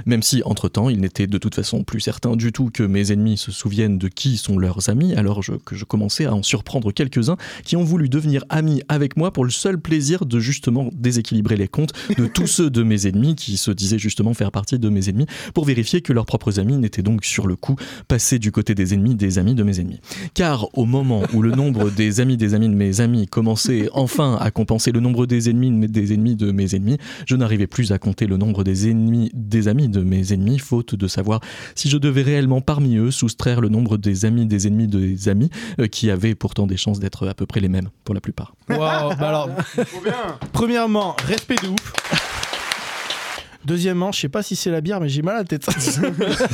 Même si, entre-temps, ils n'étaient de toute façon plus certains du tout que mes ennemis se souviennent de qui sont leurs amis, alors je- que je commençais à en surprendre quelques-uns qui ont voulu devenir amis avec moi pour le seul plaisir de justement déséquilibrer les comptes de tous ceux de mes ennemis qui se disaient justement faire partie de mes ennemis pour vérifier que leurs propres amis n'étaient donc sur le coup passés du côté des ennemis des amis de mes ennemis. Car au moment où le nombre des amis des amis de mes amis commençait enfin à compenser le nombre des ennemis de mes- des ennemis de mes ennemis, je n'arrivais plus à compter le nombre des ennemis des amis de mes ennemis, faute de savoir si je devais réellement parmi eux soustraire le nombre des amis des ennemis des amis, euh, qui avaient pourtant des chances d'être à peu près les mêmes pour la plupart.
Waouh, bah alors, premièrement, respect de ouf. Deuxièmement, je sais pas si c'est la bière, mais j'ai mal à la tête.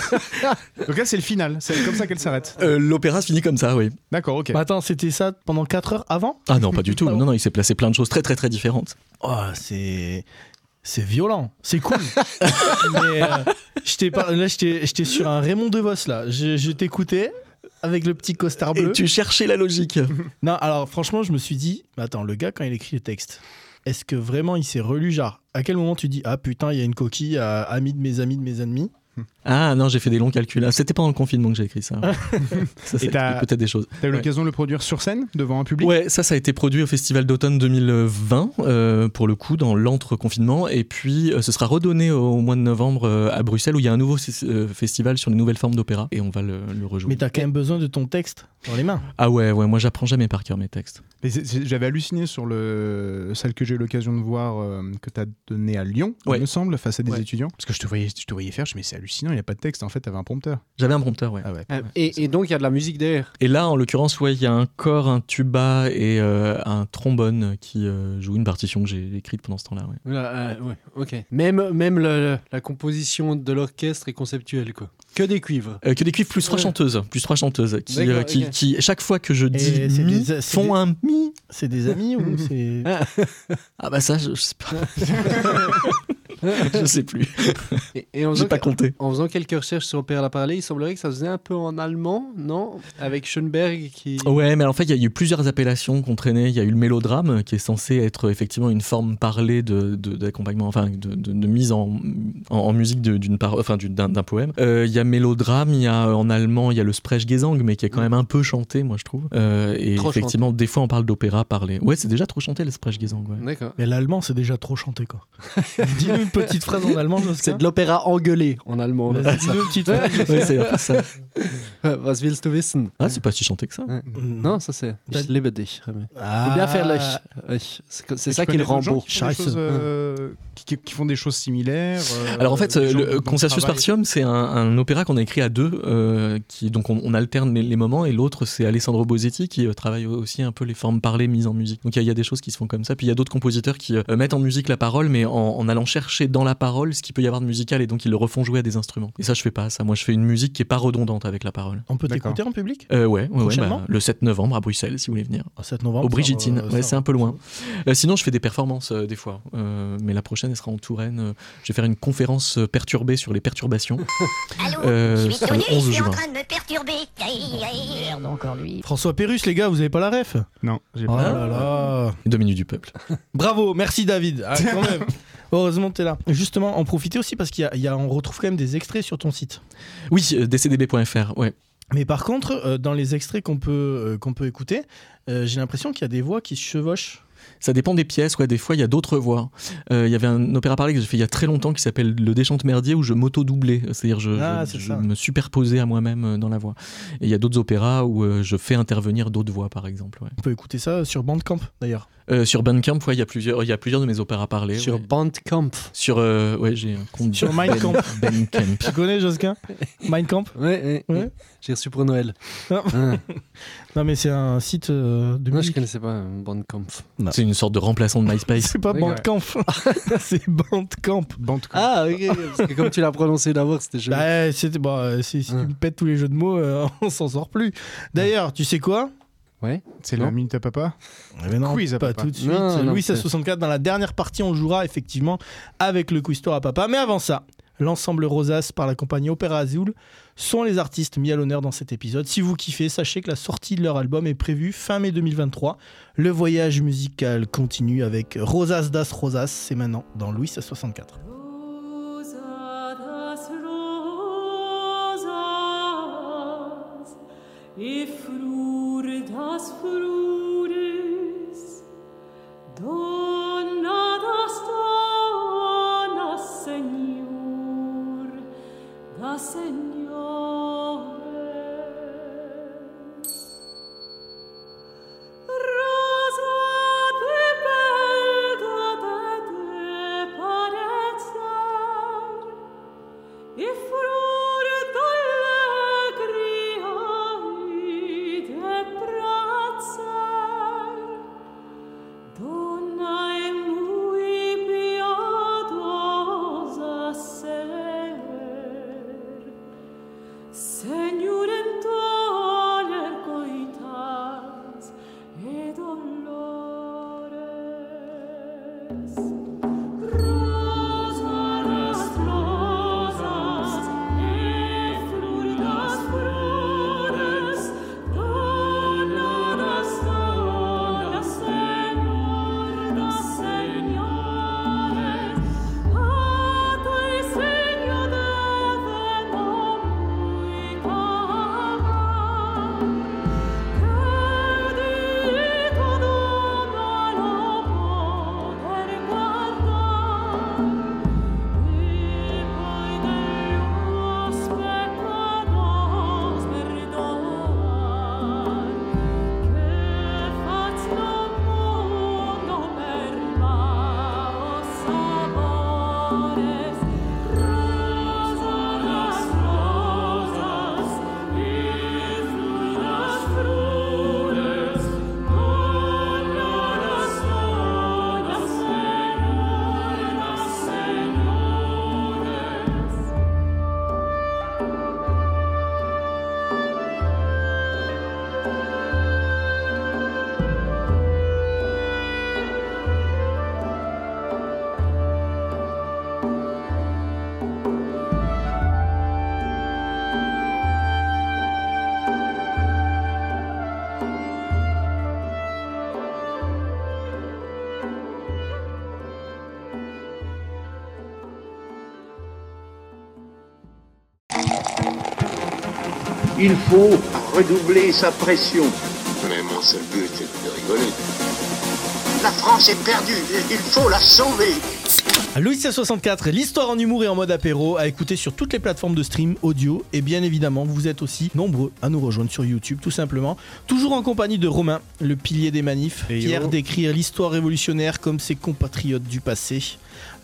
Donc là c'est le final, c'est comme ça qu'elle s'arrête.
Euh, L'opéra se finit comme ça, oui.
D'accord, ok.
Bah attends, c'était ça pendant 4 heures avant
Ah non, pas du tout. Non, non, il s'est placé plein de choses très très très différentes.
Oh, c'est. C'est violent, c'est cool. Mais euh, j'étais pas... là, j'étais j'étais sur un Raymond DeVos là. Je, je t'écoutais avec le petit costard bleu.
Et tu cherchais la logique.
Non, alors franchement, je me suis dit, mais attends, le gars, quand il écrit les textes, est-ce que vraiment il s'est relu Genre, à quel moment tu dis, ah putain, il y a une coquille à ami de mes amis de mes ennemis
Ah non, j'ai fait des longs calculs. Ah, C'était pendant le confinement que j'ai écrit ça. ça c'est
t'as-
peut-être des choses.
T'as eu l'occasion de le produire sur scène devant un public.
Ouais, ça, ça a été produit au Festival d'automne 2020, euh, pour le coup, dans l'entre-confinement. Et puis, euh, ce sera redonné au mois de novembre euh, à Bruxelles, où il y a un nouveau s- euh, festival sur les nouvelles formes d'opéra. Et on va le, le rejouer.
Mais t'as quand même besoin de ton texte dans les mains.
Ah ouais, ouais, moi, j'apprends jamais par cœur mes textes.
Mais c'est- c'est- J'avais halluciné sur le, celle que j'ai eu l'occasion de voir euh, que tu as donnée à Lyon,
Ouais.
il me semble, face à des
Ouais.
étudiants. Parce que je te voyais, je te voyais faire, je me dis, mais c'est hallucinant. Non, il n'y a pas de texte. En fait, t'avais un prompteur.
J'avais un prompteur, ouais.
Ah ouais.
Euh, Et, et donc, il y a de la musique derrière.
Et là, en l'occurrence, ouais, il y a un corps, un tuba et euh, un trombone qui euh, joue une partition que j'ai écrite pendant ce temps-là. ouais.
Voilà, euh, ouais, ok. Même, même le- la composition de l'orchestre est conceptuelle, quoi. Que des cuivres.
Euh, que des cuivres plus trois
Ouais.
chanteuses, plus trois chanteuses qui,
D'accord,
euh, qui,
ok.
qui, chaque fois que je dis
Et c'est
mi,
des- c'est
font
des-
un mi.
C'est des amis ou c'est.
Ah bah ça, je, je sais pas. je sais plus.
Et, et en,
J'ai
faisant,
pas compté.
en faisant quelques recherches sur Père la parlé, il semblerait que ça se faisait un peu en allemand, non Avec Schoenberg qui.
Ouais, mais en fait, il y a eu plusieurs appellations qu'on traînait. Il y a eu le mélodrame, qui est censé être effectivement une forme parlée de- de- d'accompagnement, enfin de, de- de mise en, en, en musique de- d'une par- enfin, d'une- d'un d'un poème. Euh, Il y a mélodrame, il y a euh, en allemand, il y a le Sprechgesang, mais qui est quand même un peu chanté, moi je trouve. Euh, et
Trop
effectivement, des fois, on parle d'opéra parlé. Ouais, c'est déjà trop chanté le Sprechgesang. Ouais.
D'accord.
Mais l'allemand, c'est déjà trop chanté, quoi. Dis-nous une petite phrase en allemand,
C'est de l'opéra engueulé en allemand. là.
Dis-nous une petite phrase.
Ouais, c'est un peu ça.
Was willst du wissen
Ah, c'est pas si chanté que ça.
Non, ça c'est.
T'as-
Ich liebe dich. Remy.
Ah.
Faut bien faire le. Oui, C'est c'est ça qui le rend beau.
Qui, font des choses, euh, qui- qui- qui font des choses similaires. euh,
Alors en fait,
des gens
le
dont
Concertus
le travail-
Partium, c'est un, un opéra qu'on a écrit à deux, euh, qui, donc on, on alterne les, les moments, et l'autre c'est Alessandro Bosetti qui euh, travaille aussi un peu les formes parlées mises en musique. Donc il y, a- il y a des choses qui se font comme ça, puis il y a d'autres compositeurs qui euh, mettent en musique la parole, mais en, en allant chercher dans la parole ce qu'il peut y avoir de musical, et donc ils le refont jouer à des instruments. Et ça je fais pas ça, moi je fais une musique qui est pas redondante avec la parole.
On peut
D'accord.
t'écouter en public
Euh, ouais, ouais, ouais
Prochainement
bah, le 7 novembre à Bruxelles si vous voulez venir.
Au 7 novembre.
Au Brigitine,
ça, euh,
ouais,
ça,
c'est un peu loin. Euh, sinon, je fais des performances euh, des fois, Euh, mais la prochaine, elle sera en Touraine. Euh, je vais faire une conférence euh, perturbée sur les perturbations.
Allô
Euh,
Je suis
c'est
sonné,
le 11
je suis en
juin.
train de me perturber. Aïe, aïe. Merde, encore lui.
François Pérus, les gars, vous avez pas la ref
Non, j'ai
Oh
pas.
là là
Deux minutes du peuple.
Bravo, merci David. Ah, quand même. Heureusement que t'es là. Justement, en profiter aussi parce qu'il y a- il y a, on retrouve quand même des extraits sur ton site.
Oui, euh, dcdb.fr. Ouais.
Mais par contre, euh, dans les extraits qu'on peut, euh, qu'on peut écouter, euh, j'ai l'impression qu'il y a des voix qui se chevauchent.
Ça dépend des pièces. Ouais, des fois, il y a d'autres voix. Euh, Il y avait un opéra parlé que j'ai fait il y a très longtemps qui s'appelle Le Déchante Merdier où je m'auto-doublais. C'est-à-dire, je,
Ah,
je-
c'est
je
ça.
me superposais à moi-même euh, dans la voix. Et il y a d'autres opéras où euh, je fais intervenir d'autres voix, par exemple. ouais.
On peut écouter ça sur Bandcamp d'ailleurs.
Euh, sur Bandcamp, ouais, il y a plusieurs, il y a plusieurs de mes opéras parlés.
Sur
ouais.
Bandcamp.
Sur, euh, ouais, j'ai un compte
Sur
Ben-
Mindcamp.
Bandcamp.
Tu connais Josquin Mindcamp
Ouais, ouais,
Ouais.
ouais. J'ai reçu pour Noël.
Ah.
Hein.
Non mais c'est un site euh, de
Moi, je
musique.
connaissais pas euh, Bandcamp.
C'est une sorte de remplaçant de MySpace.
C'est pas
Oui,
Bandcamp. c'est Bandcamp.
Bandcamp.
Ah, ok. Parce que comme tu l'as prononcé d'abord, c'était joli.
Bah, c'était bon, euh, si, si
Ouais.
tu me pètes tous les jeux de mots, euh, on s'en sort plus. D'ailleurs, tu sais quoi
c'est la
non.
minute à papa.
non,
Quiz à
pas
papa.
tout de suite.
Non, non,
Louis
c'est-
64 dans la dernière partie, on jouera effectivement avec le quiz tour à papa. Mais avant ça, l'ensemble Rosas par la compagnie Opéra Azul sont les artistes mis à l'honneur dans cet épisode. Si vous kiffez, sachez que la sortie de leur album est prévue fin mai 2023. Le voyage musical continue avec Rosas das Rosas. C'est maintenant dans Louis 64.
Rosa das rosas e flor das flores, dona das donas, Senhor das senhores. Rosa de belga de parecer e flor d'alegria e de prazer Donna
Il faut redoubler sa pression.
Mais mon seul but est de rigoler.
La France est perdue, il faut la sauver.
Louis C64, l'histoire en humour et en mode apéro, à écouter sur toutes les plateformes de stream audio. Et bien évidemment, vous êtes aussi nombreux à nous rejoindre sur YouTube, tout simplement. Toujours en compagnie de Romain, le pilier des manifs,
Et
fier
yo.
d'écrire l'histoire révolutionnaire comme ses compatriotes du passé.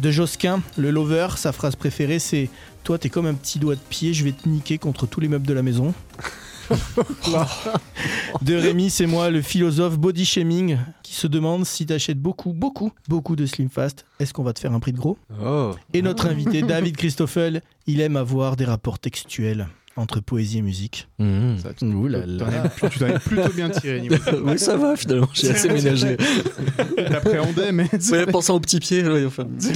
De Josquin, le lover, sa phrase préférée c'est Toi, t'es comme un petit doigt de pied, je vais te niquer contre tous les meubles de la maison. de Rémi, c'est moi, le philosophe body shaming, qui se demande si t'achètes beaucoup, beaucoup, beaucoup de Slim Fast, est-ce qu'on va te faire un prix de gros
Oh.
Et notre invité David Christoffel, il aime avoir des rapports textuels entre poésie et musique.
Mmh.
Ouh là
T'en as- Tu t'en es plutôt bien tiré, Nimo.
oui, ça va finalement, j'ai assez ménagé.
T'appréhendais, mais.
Ouais, pensant au petit pied. ouais, enfin.
Mais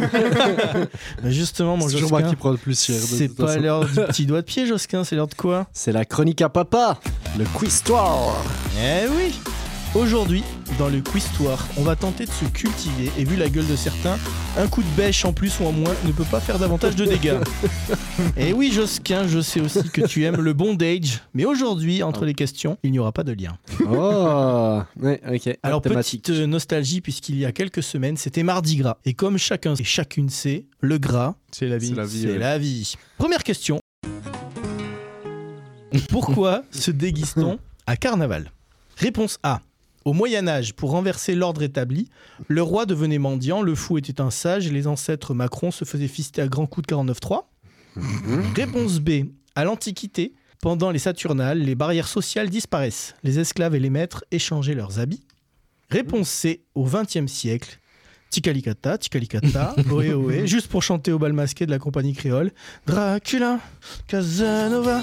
Bah, justement, mon
C'est toujours moi
Josquin,
qui prends le plus cher. de
c'est
toute
pas
façon.
l'heure du petit doigt de pied, Josquin, c'est l'heure de quoi
C'est la chronique à papa, le quiz-toire.
Eh oui Aujourd'hui, dans le Quiztoire, on va tenter de se cultiver et vu la gueule de certains, un coup de bêche en plus ou en moins ne peut pas faire davantage de dégâts. Et oui Josquin, je sais aussi que tu aimes le bondage, mais aujourd'hui,
Ah.
entre les questions, il n'y aura pas de lien.
Oh, ouais, ok.
Alors
thématique.
petite euh, nostalgie puisqu'il y a quelques semaines, c'était Mardi Gras. Et comme chacun et chacune sait, le gras,
C'est la vie.
c'est la vie. Première question. Pourquoi se déguise-t-on à carnaval Réponse A. Au Moyen Âge, pour renverser l'ordre établi, le roi devenait mendiant, le fou était un sage et les ancêtres Macron se faisaient fister à grands coups de 49.3. Réponse B. À l'Antiquité, pendant les Saturnales, les barrières sociales disparaissent. Les esclaves et les maîtres échangeaient leurs habits. Réponse C. Au XXe siècle, Ticalicata, Ticalicata, ohé ohé, juste pour chanter au bal masqué de la compagnie créole. Dracula, Casanova.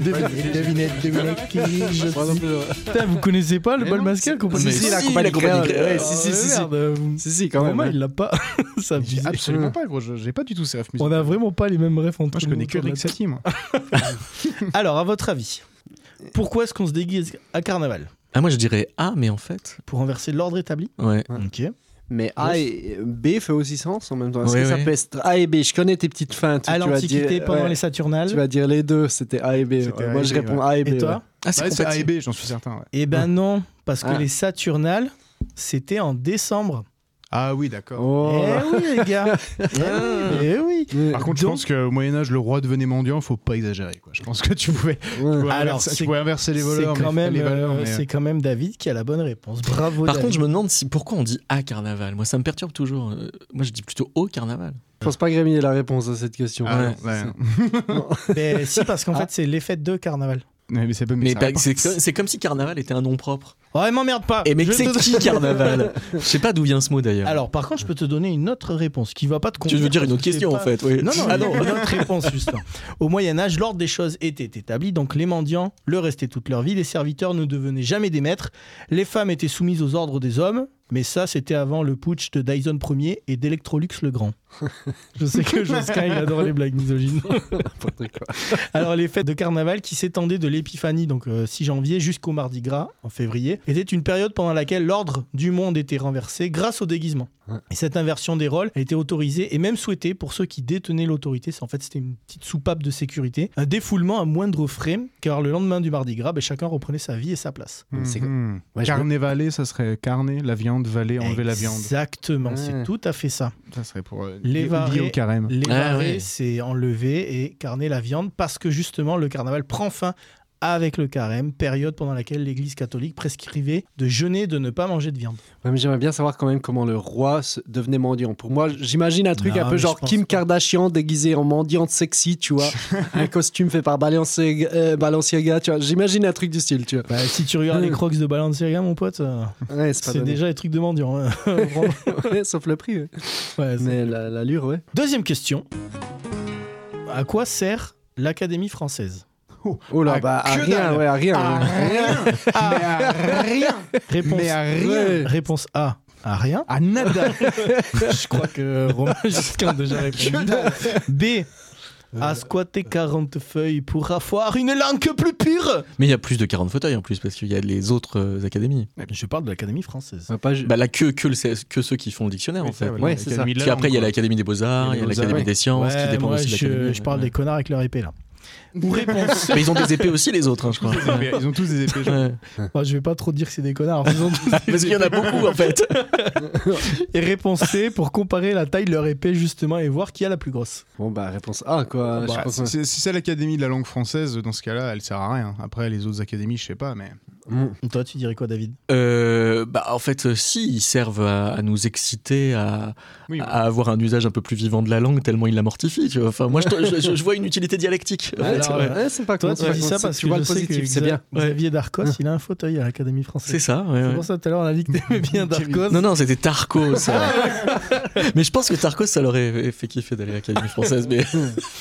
Devinez, devinez, devinez qui je suis. Putain, vous connaissez pas le
Mais
bal
non,
masqué, la compagnie
mais
créole Ah,
si, la
compagnie créole.
Ouais,
Ouais,
Ah, si, si, si,
si.
si.
Si, si, quand même.
Vraiment,
hein.
il l'a pas. Ça
Je dis
abusé.
absolument pas, gros, je- j'ai pas du tout ces rêves
On
musicaux.
a vraiment pas les mêmes rêves entre
Moi, je
nous
connais que
autour de la
Rick Satie, moi.
Alors, à votre avis, pourquoi est-ce qu'on se déguise à carnaval
Ah, moi je dirais Ah, mais en fait.
Pour renverser l'ordre établi
Ouais.
Ok.
Mais A et B fait aussi sens en même temps. Est-ce
Ouais,
que ça
ouais.
peut être A et B Je connais tes petites feintes.
À
tu vas
l'Antiquité,
dire-
pendant
ouais,
les
Tu
Saturnales.
vas dire les deux, c'était A et B.
C'était
Ouais,
A
moi,
et
je
B,
réponds A et B.
Et toi
ouais.
Ah, c'est
Ouais, c'est A et
compatible.
B, j'en suis certain. ouais.
Eh ben non, parce que
Ah.
les Saturnales, c'était en décembre.
Ah oui, d'accord.
Oh.
Eh oui, les gars Eh oui
Ouais.
Par contre, je pense qu'au Moyen-Âge, le roi devenait mendiant, faut pas exagérer. Quoi. Je pense que tu pouvais, tu
Ouais.
pouvais
Alors,
inverser,
c'est-
tu pouvais inverser les
C'est
voleurs.
quand,
mais-
même,
les valeurs,
euh,
mais,
c'est quand même David qui a la bonne réponse. Bravo
Par
David.
contre, je me demande si pourquoi on dit à carnaval. Moi, ça me perturbe toujours. Euh, Moi, je dis plutôt au carnaval.
Je pense pas que Rémi ait la réponse à cette question.
Ah,
Ouais,
non, ouais, non.
Mais si, parce qu'en fait, c'est l'effet de carnaval.
Ouais, mais c'est pas
Mais
ça
bah,
rapporte.
c'est c'est comme si carnaval était un nom propre.
Oh, elle m'emmerde pas
Et Eh, mais
Je
c'est
te-
qui carnaval Je sais pas d'où vient ce mot d'ailleurs.
Alors, par contre, je peux te donner une autre réponse qui va pas te
tu
convenir.
veux dire une
parce que
autre
c'est
question en
pas-
fait oui.
Non, non,
Ah non.
une autre réponse, Justin. Au Moyen-Âge, l'ordre des choses était établi, donc les mendiants le restaient toute leur vie, les serviteurs ne devenaient jamais des maîtres, les femmes étaient soumises aux ordres des hommes, mais ça, c'était avant le putsch de Dyson Ier et d'Electrolux le Grand. Je sais que Josquin, il adore les blagues misogynes.
N'importe quoi.
Alors, les fêtes de carnaval qui s'étendaient de l'épiphanie, donc euh, 6 janvier, jusqu'au mardi gras, en février, était une période pendant laquelle l'ordre du monde était renversé grâce au déguisement.
Ouais.
Et cette inversion des rôles a été autorisée et même souhaitée pour ceux qui détenaient l'autorité. C'est- En fait, c'était une petite soupape de sécurité. Un défoulement à moindre frais, car le lendemain du mardi gras, ben, chacun reprenait sa vie et sa place.
Mhm.
c'est- je-
Carnet valé, ça serait carnet, la viande, valé, enlever la viande.
Exactement,
Ouais.
c'est tout à fait ça.
Ça serait pour euh,
Les
lié- lié
varés.
au carême.
Les
Ah
barrés,
ouais.
c'est enlever et carner la viande parce que justement le carnaval prend fin avec le carême, période pendant laquelle l'Église catholique prescrivait de jeûner, de ne pas manger de viande.
Ouais, mais J'aimerais bien savoir quand même comment le roi se- devenait mendiant. Pour moi, j'imagine un truc
Non,
un
mais
peu genre
je pense
Kim
pas.
Kardashian déguisée en mendiante sexy, tu vois. un costume fait par Balenciaga, euh, Balenciaga, tu vois. J'imagine un truc du style, tu vois.
Bah, si tu regardes les crocs de Balenciaga, mon pote, euh,
Ouais, c'est pas
c'est
donné.
déjà les trucs de mendiant. hein. Vraiment.
Ouais, sauf le prix. ouais.
Ouais, c'est-
Mais la- l'allure, ouais.
Deuxième question. À quoi sert l'Académie française
Oh là,
Ah,
bah, à
que
rien,
dalle.
ouais, à rien. ouais.
rien Mais à rien
Réponse,
Mais à rien
réponse A, à rien.
À nada
Je crois que Romain Giscard a déjà répondu. B, à squatter 40 feuilles pour avoir une langue plus pure.
Mais il y a plus de 40 fauteuils en plus, parce qu'il y a les autres euh, académies.
Je parle de l'Académie française.
On va pas ju-
Bah là, que, que, le- que ceux qui font le dictionnaire, en fait.
voilà,
ouais, c'est ça.
l'Académie de la
Parce qu'après, il y a
langue,
l'Académie des Beaux-Arts, il y
Les
a
Beaux-Arts,
l'Académie
ouais.
des Sciences, qui dépend
moi,
aussi de
je,
l'Académie.
je parle
ouais.
des connards avec leur épée là. Ou réponse.
Mais ils ont des épées aussi, les autres, hein, je crois.
quoi. Mais Ils ont tous des épées.
Ouais.
Bah, je vais pas trop dire que c'est des connards. Ils ont tous
Parce qu'il y en a beaucoup, en fait.
Et réponse C pour comparer la taille de leur épée justement et voir qui a la plus grosse.
Bon, bah, réponse A, quoi.
Bah,
je pense,
si c'est- si c'est l'Académie de la langue française, dans ce cas-là, elle sert à rien. Après, les autres académies, je sais pas, mais.
Toi, tu dirais quoi, David
Euh, bah, en fait, euh, si, ils servent à, à nous exciter, à,
Oui, oui.
à avoir un usage un peu plus vivant de la langue, tellement ils la mortifient. tu vois. Enfin, moi, je, je- je vois une utilité dialectique. en fait,
Alors,
ouais.
ouais, c'est pas
Toi,
con,
tu
c'est pas
dis
con,
ça
c'est-
parce
tu
que
vois
je
le
sais
positif,
que
c'est bien.
Xa- Xavier Darcos, il a un fauteuil à l'Académie française.
C'est ça. ouais,
C'est
ouais.
pour ça tout à l'heure on a dit que t'aimais bien Darcos.
Non, non, c'était Tarko, ça. mais je pense que Tarko, ça leur aurait fait kiffer d'aller à l'Académie française. Mais...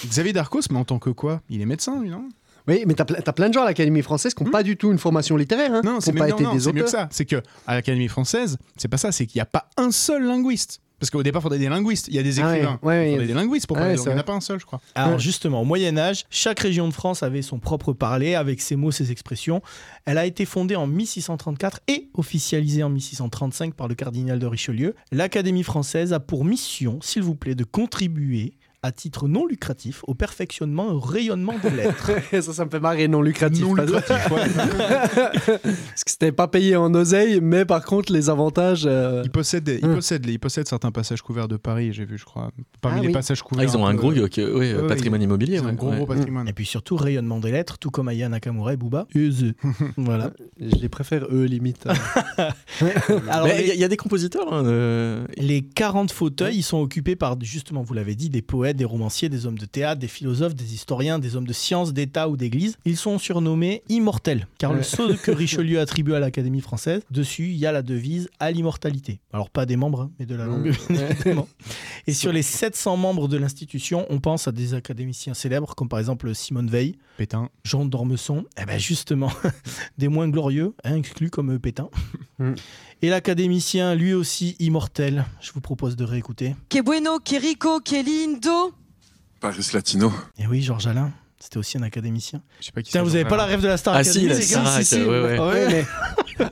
Xavier Darcos, mais en tant que quoi Il est médecin, lui, non
Oui, mais t'as ple- t'as plein de gens à l'Académie française qui n'ont pas du tout une formation littéraire. Hein,
Non,
qui
c'est
n'ont
même-
pas
non,
été
non,
des
c'est mieux
auteurs.
que ça. C'est que à l'Académie française, c'est pas ça. C'est qu'il n'y a pas un seul linguiste. Parce qu'au départ, il faudrait des linguistes. Il y a des
Ah ouais,
écrivains.
ouais,
il
ouais,
faudrait des linguistes pour
ouais,
parler.
c'est
donc il n'y en
vrai.
a pas un seul, je crois.
Alors justement, au Moyen Âge, chaque région de France avait son propre parler avec ses mots, ses expressions. Elle a été fondée en 1634 et officialisée en 1635 par le cardinal de Richelieu. L'Académie française a pour mission, s'il vous plaît, de contribuer à titre non lucratif au perfectionnement et au rayonnement des lettres.
ça, ça me fait marrer, non lucratif.
Non
parce-
lucratif, ouais.
Parce que c'était pas payé en oseille, mais par contre, les avantages. euh,
Il possède, des- il,
Hum.
possède les- il possède certains passages couverts de Paris, j'ai vu, je crois. Parmi
Ah
les
oui.
passages couverts.
Ah, ils ont un
peu-
gros yoke, euh, ouais,
ouais,
patrimoine immobilier.
Ils ont un
ouais,
gros,
ouais.
gros patrimoine.
et puis surtout, rayonnement des lettres, tout comme Aya Nakamura et Booba. Et the. voilà.
Je les préfère eux, limite.
Alors,
Mais
les-
il y, a- il y a des compositeurs. hein, euh,
Les 40 fauteuils, ils sont occupés par, justement, vous l'avez dit, des poètes, des romanciers, des hommes de théâtre, des philosophes, des historiens, des hommes de science, d'État ou d'Église. Ils sont surnommés immortels, car le
Ouais.
sceau que Richelieu attribue à l'Académie française, dessus, il y a la devise à l'immortalité. Alors, pas des membres, hein, mais de la langue, bien évidemment. Et sur les 700 membres de l'institution, on pense à des académiciens célèbres, comme par exemple Simone Veil,
Pétain.
Jean d'Ormesson, eh ben justement, des moins glorieux, hein, exclus comme Pétain.
Mm.
Et l'académicien, lui aussi immortel, je vous propose de réécouter.
Que bueno, que rico, que lindo.
Paris Latino.
Et Eh oui, Georges Alain, c'était aussi un académicien.
Je sais pas qui
Putain,
c'est,
vous avez
Jean
pas la rêve de la Star
Ah
Academy,
si, la
les gars
Starac,
Si, si.
ouais, ouais.
Ah ouais.
Ouais, mais-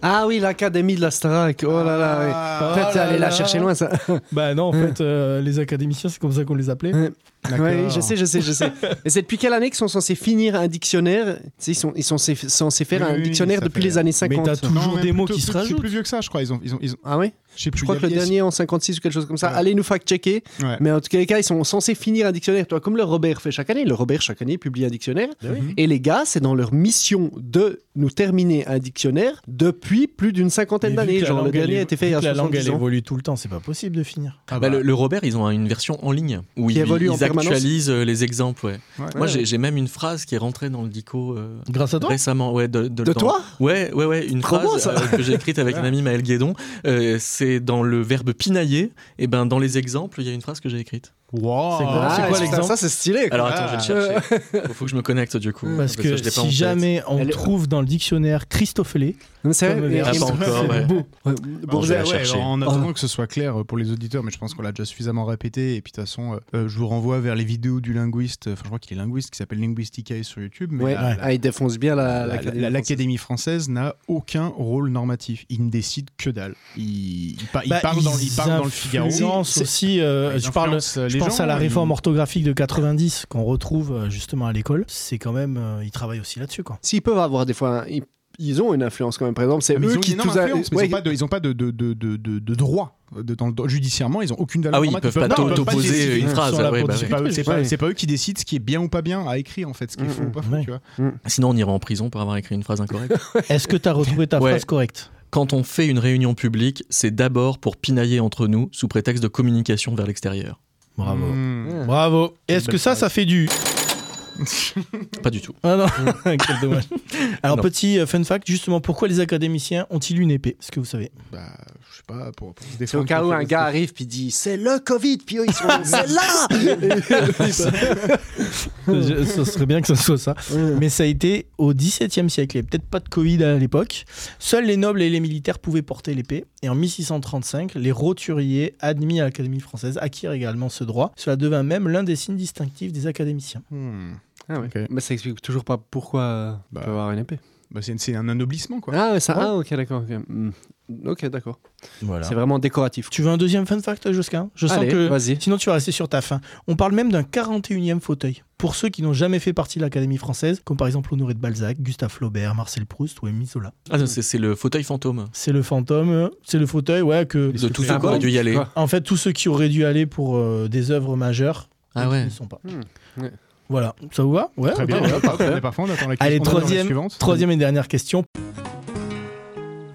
Ah oui, l'Académie de la Starac. Oh là là, oui.
Ah,
Peut-être
là
aller la
là.
chercher loin, ça.
Bah non, en fait, euh, les académiciens, c'est comme ça qu'on les appelait.
d'accord.
Oui, je sais, je sais, je sais. Et c'est depuis quelle année qu'ils sont censés finir un dictionnaire Tu sais, Ils sont, ils sont censés- censés faire
Oui,
un
oui,
dictionnaire
ça
depuis
fait-
les années
Mais
50.
t'as toujours
même
des mots
plutôt
qui se
plus- C'est
rajoutent.
plus vieux que ça, je crois. Ils ont, ils ont, ils ont-
Ah oui
je sais plus,
Je crois
il y
que le
a- il y
dernier en 56 ou quelque chose comme ça.
Ah.
Ouais.
Allez nous fact-checker.
a- ouais.
Mais en tout cas, les cas, ils sont censés finir un dictionnaire. Toi, comme le Robert fait chaque année, le Robert chaque année publie un dictionnaire. Et les gars, c'est dans leur mission de nous terminer un dictionnaire depuis plus d'une cinquantaine
Mais vu
d'années.
que la
Genre le
langue, elle
dernier a
évo-
été fait
vu
il y a
que La langue,
70
elle
ans.
évolue tout le temps, c'est pas possible de finir.
Ah
bah,
bah.
le, le Robert, ils ont une version en ligne où
Qui
ils,
évolue en
ils
permanence.
actualisent euh, les exemples. ouais.
Ouais.
Moi, j'ai- j'ai même une phrase qui est rentrée dans le dico euh,
Grâce à toi
récemment. Ouais, de, de-
De
dans-
toi
Ouais, ouais, ouais. Une
Trop
phrase
bon, ça.
euh, que j'ai écrite avec un ami Maël Guédon. euh, c'est dans le verbe pinailler. Et ben, dans les exemples, il y a une phrase que j'ai écrite.
Wow.
C'est quoi- c'est
Ah,
quoi
ça,
l'exemple
Ça, c'est stylé.
Alors
Ah.
attends, je vais le chercher. Faut, faut que je me connecte du coup.
Parce
ça, je
que
l'ai pas
si
en tête.
jamais on
Elle est-
trouve dans le dictionnaire Christophelet,
Mais c'est
Comme
vrai,
le
et-
Ah,
et-
pas encore. ouais.
Ouais,
Bon,
Bah,
bon,
je
ouais,
vais la
ouais,
chercher.
alors, en
Oh.
attendant que ce soit clair euh, pour les auditeurs, mais je pense qu'on l'a déjà suffisamment répété. Et puis de toute façon, euh, euh, je vous renvoie vers les vidéos du linguiste. Enfin, je crois qu'il est linguiste, qui s'appelle Linguisticae sur YouTube. Mais
ouais.
la- la-
Ah, il défonce bien la-
la-
la-
la- L'Académie française n'a aucun rôle normatif. Il ne décide que dalle. Il, il, par- il
Bah,
parle, dans,
ils
il parle dans le Figaro.
influencent
C'est-
aussi, euh,
ils
je parle,
influencent, euh,
je
les
pense
gens,
à la
ils-
réforme orthographique de 90 qu'on retrouve euh, justement à l'école. C'est quand même, euh, ils travaillent aussi là-dessus quoi.
S'ils peuvent avoir des fois, un- ils, ils ont une influence quand même. Par exemple, c'est
Ah, mais
eux
ils ont
qui
une énorme
tous a-
influence, mais
ouais,
ils n'ont pas de, ils ont pas de, de, de, de, de- de droit. De- dans le- judiciairement, ils n'ont aucune valeur.
Ah oui, ils
normative.
peuvent pas
Non,
t'o-
ils peuvent pas décider.
t'opposer une
Ils
phrase.
sont là
ouais,
pour
bah
C'est
ouais.
pas, eux- c'est pas-
Ouais.
c'est pas eux qui décident ce qui est bien ou pas bien à écrire en fait, ce qu'il faut ou pas faut,
Ouais.
tu vois.
Sinon, on irait en prison pour avoir écrit une phrase incorrecte.
Est-ce que tu as retrouvé ta
Ouais.
phrase correcte
Quand on fait une réunion publique, c'est d'abord pour pinailler entre nous sous prétexte de communication vers l'extérieur.
Bravo.
Hmm.
Bravo.
une
Est-ce que
belle
ça,
phrase. Hmm.
ça fait du
Pas du tout.
Ah non, quel dommage. Alors,
Non.
petit euh, fun fact, justement, pourquoi les académiciens ont-ils une épée Est-ce que vous savez
Bah, je sais pas, pour, pour se
C'est
défendre.
au cas où
contre
un
les-
gars arrive puis dit c'est le Covid, puis eux, ils sont c'est là. Hmm.
Je- Ce serait bien que ce soit ça. Mais ça a été au XVIIe siècle. Il n'y avait peut-être pas de Covid à l'époque. Seuls les nobles et les militaires pouvaient porter l'épée. Et en 1635, les roturiers, admis à l'Académie française, acquirent également ce droit. Cela devint même l'un des signes distinctifs des académiciens.
Hmm.
Ah ouais.
Ok.
Mais ça explique toujours pas pourquoi euh, on
Bah.
peut avoir une épée.
Bah, c'est, c'est un ennoblissement, quoi.
Ah ouais, ça. Ah ok d'accord. Ok, Hmm. Ok, d'accord.
Voilà.
C'est vraiment décoratif.
Tu veux un deuxième fun fact, Josquin Je sens
Allez,
que
vas-y.
Sinon, tu vas rester sur ta faim. On parle même d'un 41e fauteuil. Pour ceux qui n'ont jamais fait partie de l'Académie française, comme par exemple Honoré de Balzac, Gustave Flaubert, Marcel Proust ou Émile Zola.
Ah, non, c'est c'est le fauteuil fantôme.
C'est le fantôme, euh, c'est le fauteuil, ouais, que.
De tous
c'est
ceux
un
qui auraient
bon,
dû y aller.
quoi.
En fait, tous ceux qui auraient dû aller pour euh, des œuvres majeures
Ah ouais.
ne sont pas.
Hmm. Ouais.
Voilà, ça vous va Ouais,
Très
ok,
bien,
bah,
ouais.
on attend- mais parfois on attend la
Allez,
on attend la
troisième-
suivante.
Troisième et dernière question.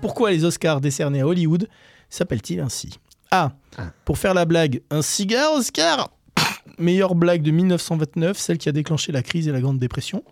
Pourquoi les Oscars décernés à Hollywood s'appellent-ils ainsi A. Pour faire la blague, un cigare Oscar Meilleure blague de 1929, celle qui a déclenché la crise et la Grande Dépression.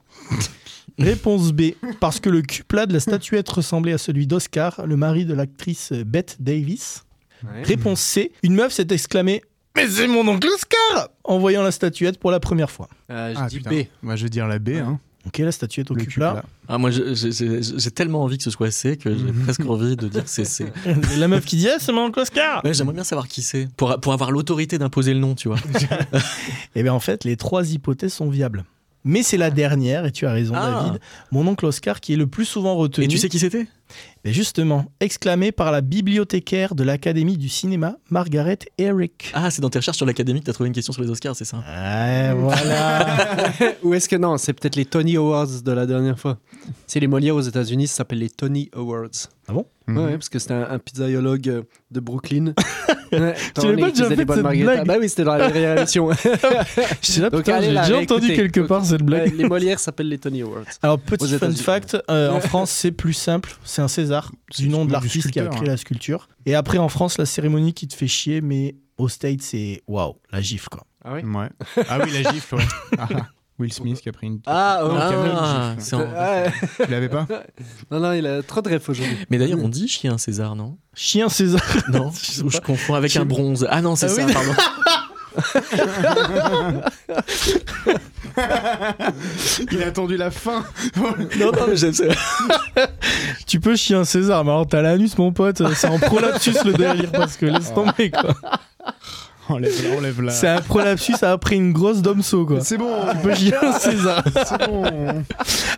Réponse B. Parce que le cul plat de la statuette ressemblait à celui d'Oscar, le mari de l'actrice Bette Davis.
Ouais.
Réponse C. Une meuf s'est exclamée Mais c'est mon oncle Oscar en voyant la statuette pour la première fois.
Euh, je
Ah,
dis
putain.
B.
Moi, je vais dire la B, hein.
Ok, la statuette au
Le
cul
cul
plat.
plat.
Ah, moi, je- je- je- j'ai tellement envie que ce soit C que j'ai presque envie de dire c'est C.
la meuf qui dit Ah, c'est mon oncle Oscar
Ouais, J'aimerais bien savoir qui c'est. Pour, pour avoir l'autorité d'imposer le nom, tu vois.
Eh bien, en fait, les trois hypothèses sont viables. Mais c'est la dernière, et tu as raison,
Ah.
David. Mon oncle Oscar, qui est le plus souvent retenu,
Et tu sais qui c'était
mais justement, exclamé par la bibliothécaire de l'Académie du cinéma, Margaret Eric.
Ah, c'est dans tes recherches sur l'académie que t'as trouvé une question sur les Oscars, c'est ça
Ah.
Ouais, voilà.
Ou est-ce que non, c'est peut-être les Tony Awards de la dernière fois. C'est les Molières aux États-Unis, ça s'appelle les Tony Awards.
Ah bon
Ouais,
Mhm.
ouais, parce que c'était un, un pizzaiologue euh, de Brooklyn. Ouais,
Tu l'avais pas déjà
qui faisait
fait,
des bonnes
cette
margaritas.
blague
Bah oui, c'était dans la dernière émission.
Je suis là,
Donc,
putain,
allez
j'ai
la
déjà
réécouter.
entendu quelque
Donc,
part cette
Ouais,
blague.
les Molières s'appellent les Tony Awards.
Alors,
Aux
petit fun
États-Unis.
fact, euh, en France, c'est plus simple. C'est un César,
C'est
du nom
surtout
de
du
l'artiste qui a
sculpteur, hein.
créé la sculpture. Et après, en France, la cérémonie qui te fait chier, mais au States, c'est waouh, la gifle, quoi.
Ah oui.
Ouais. Ah oui, la gifle, ouais. Ah, ah. Will Smith qui a pris une.
Ah,
Non,
ouais.
qui a pris une
Ah,
gifle.
c'est en-
Ah, ouais.
Tu l'avais pas
Non, non, il a trop de refs aujourd'hui.
Mais d'ailleurs, on dit chien César, non
Chien César.
Non
sais
Ou je confonds avec un bronze. Ah non, c'est
Ah
ça,
oui.
pardon.
Il a attendu la fin.
non, non, mais j'aime ça.
Tu peux chier un César, mais alors t'as l'anus, mon pote. euh, C'est en prolapsus le délire parce que
Ah.
laisse tomber quoi.
Enlève-la, enlève-la.
C'est un prolapsus après une grosse domso quoi.
C'est bon,
Tu peux chier un César.
c'est bon.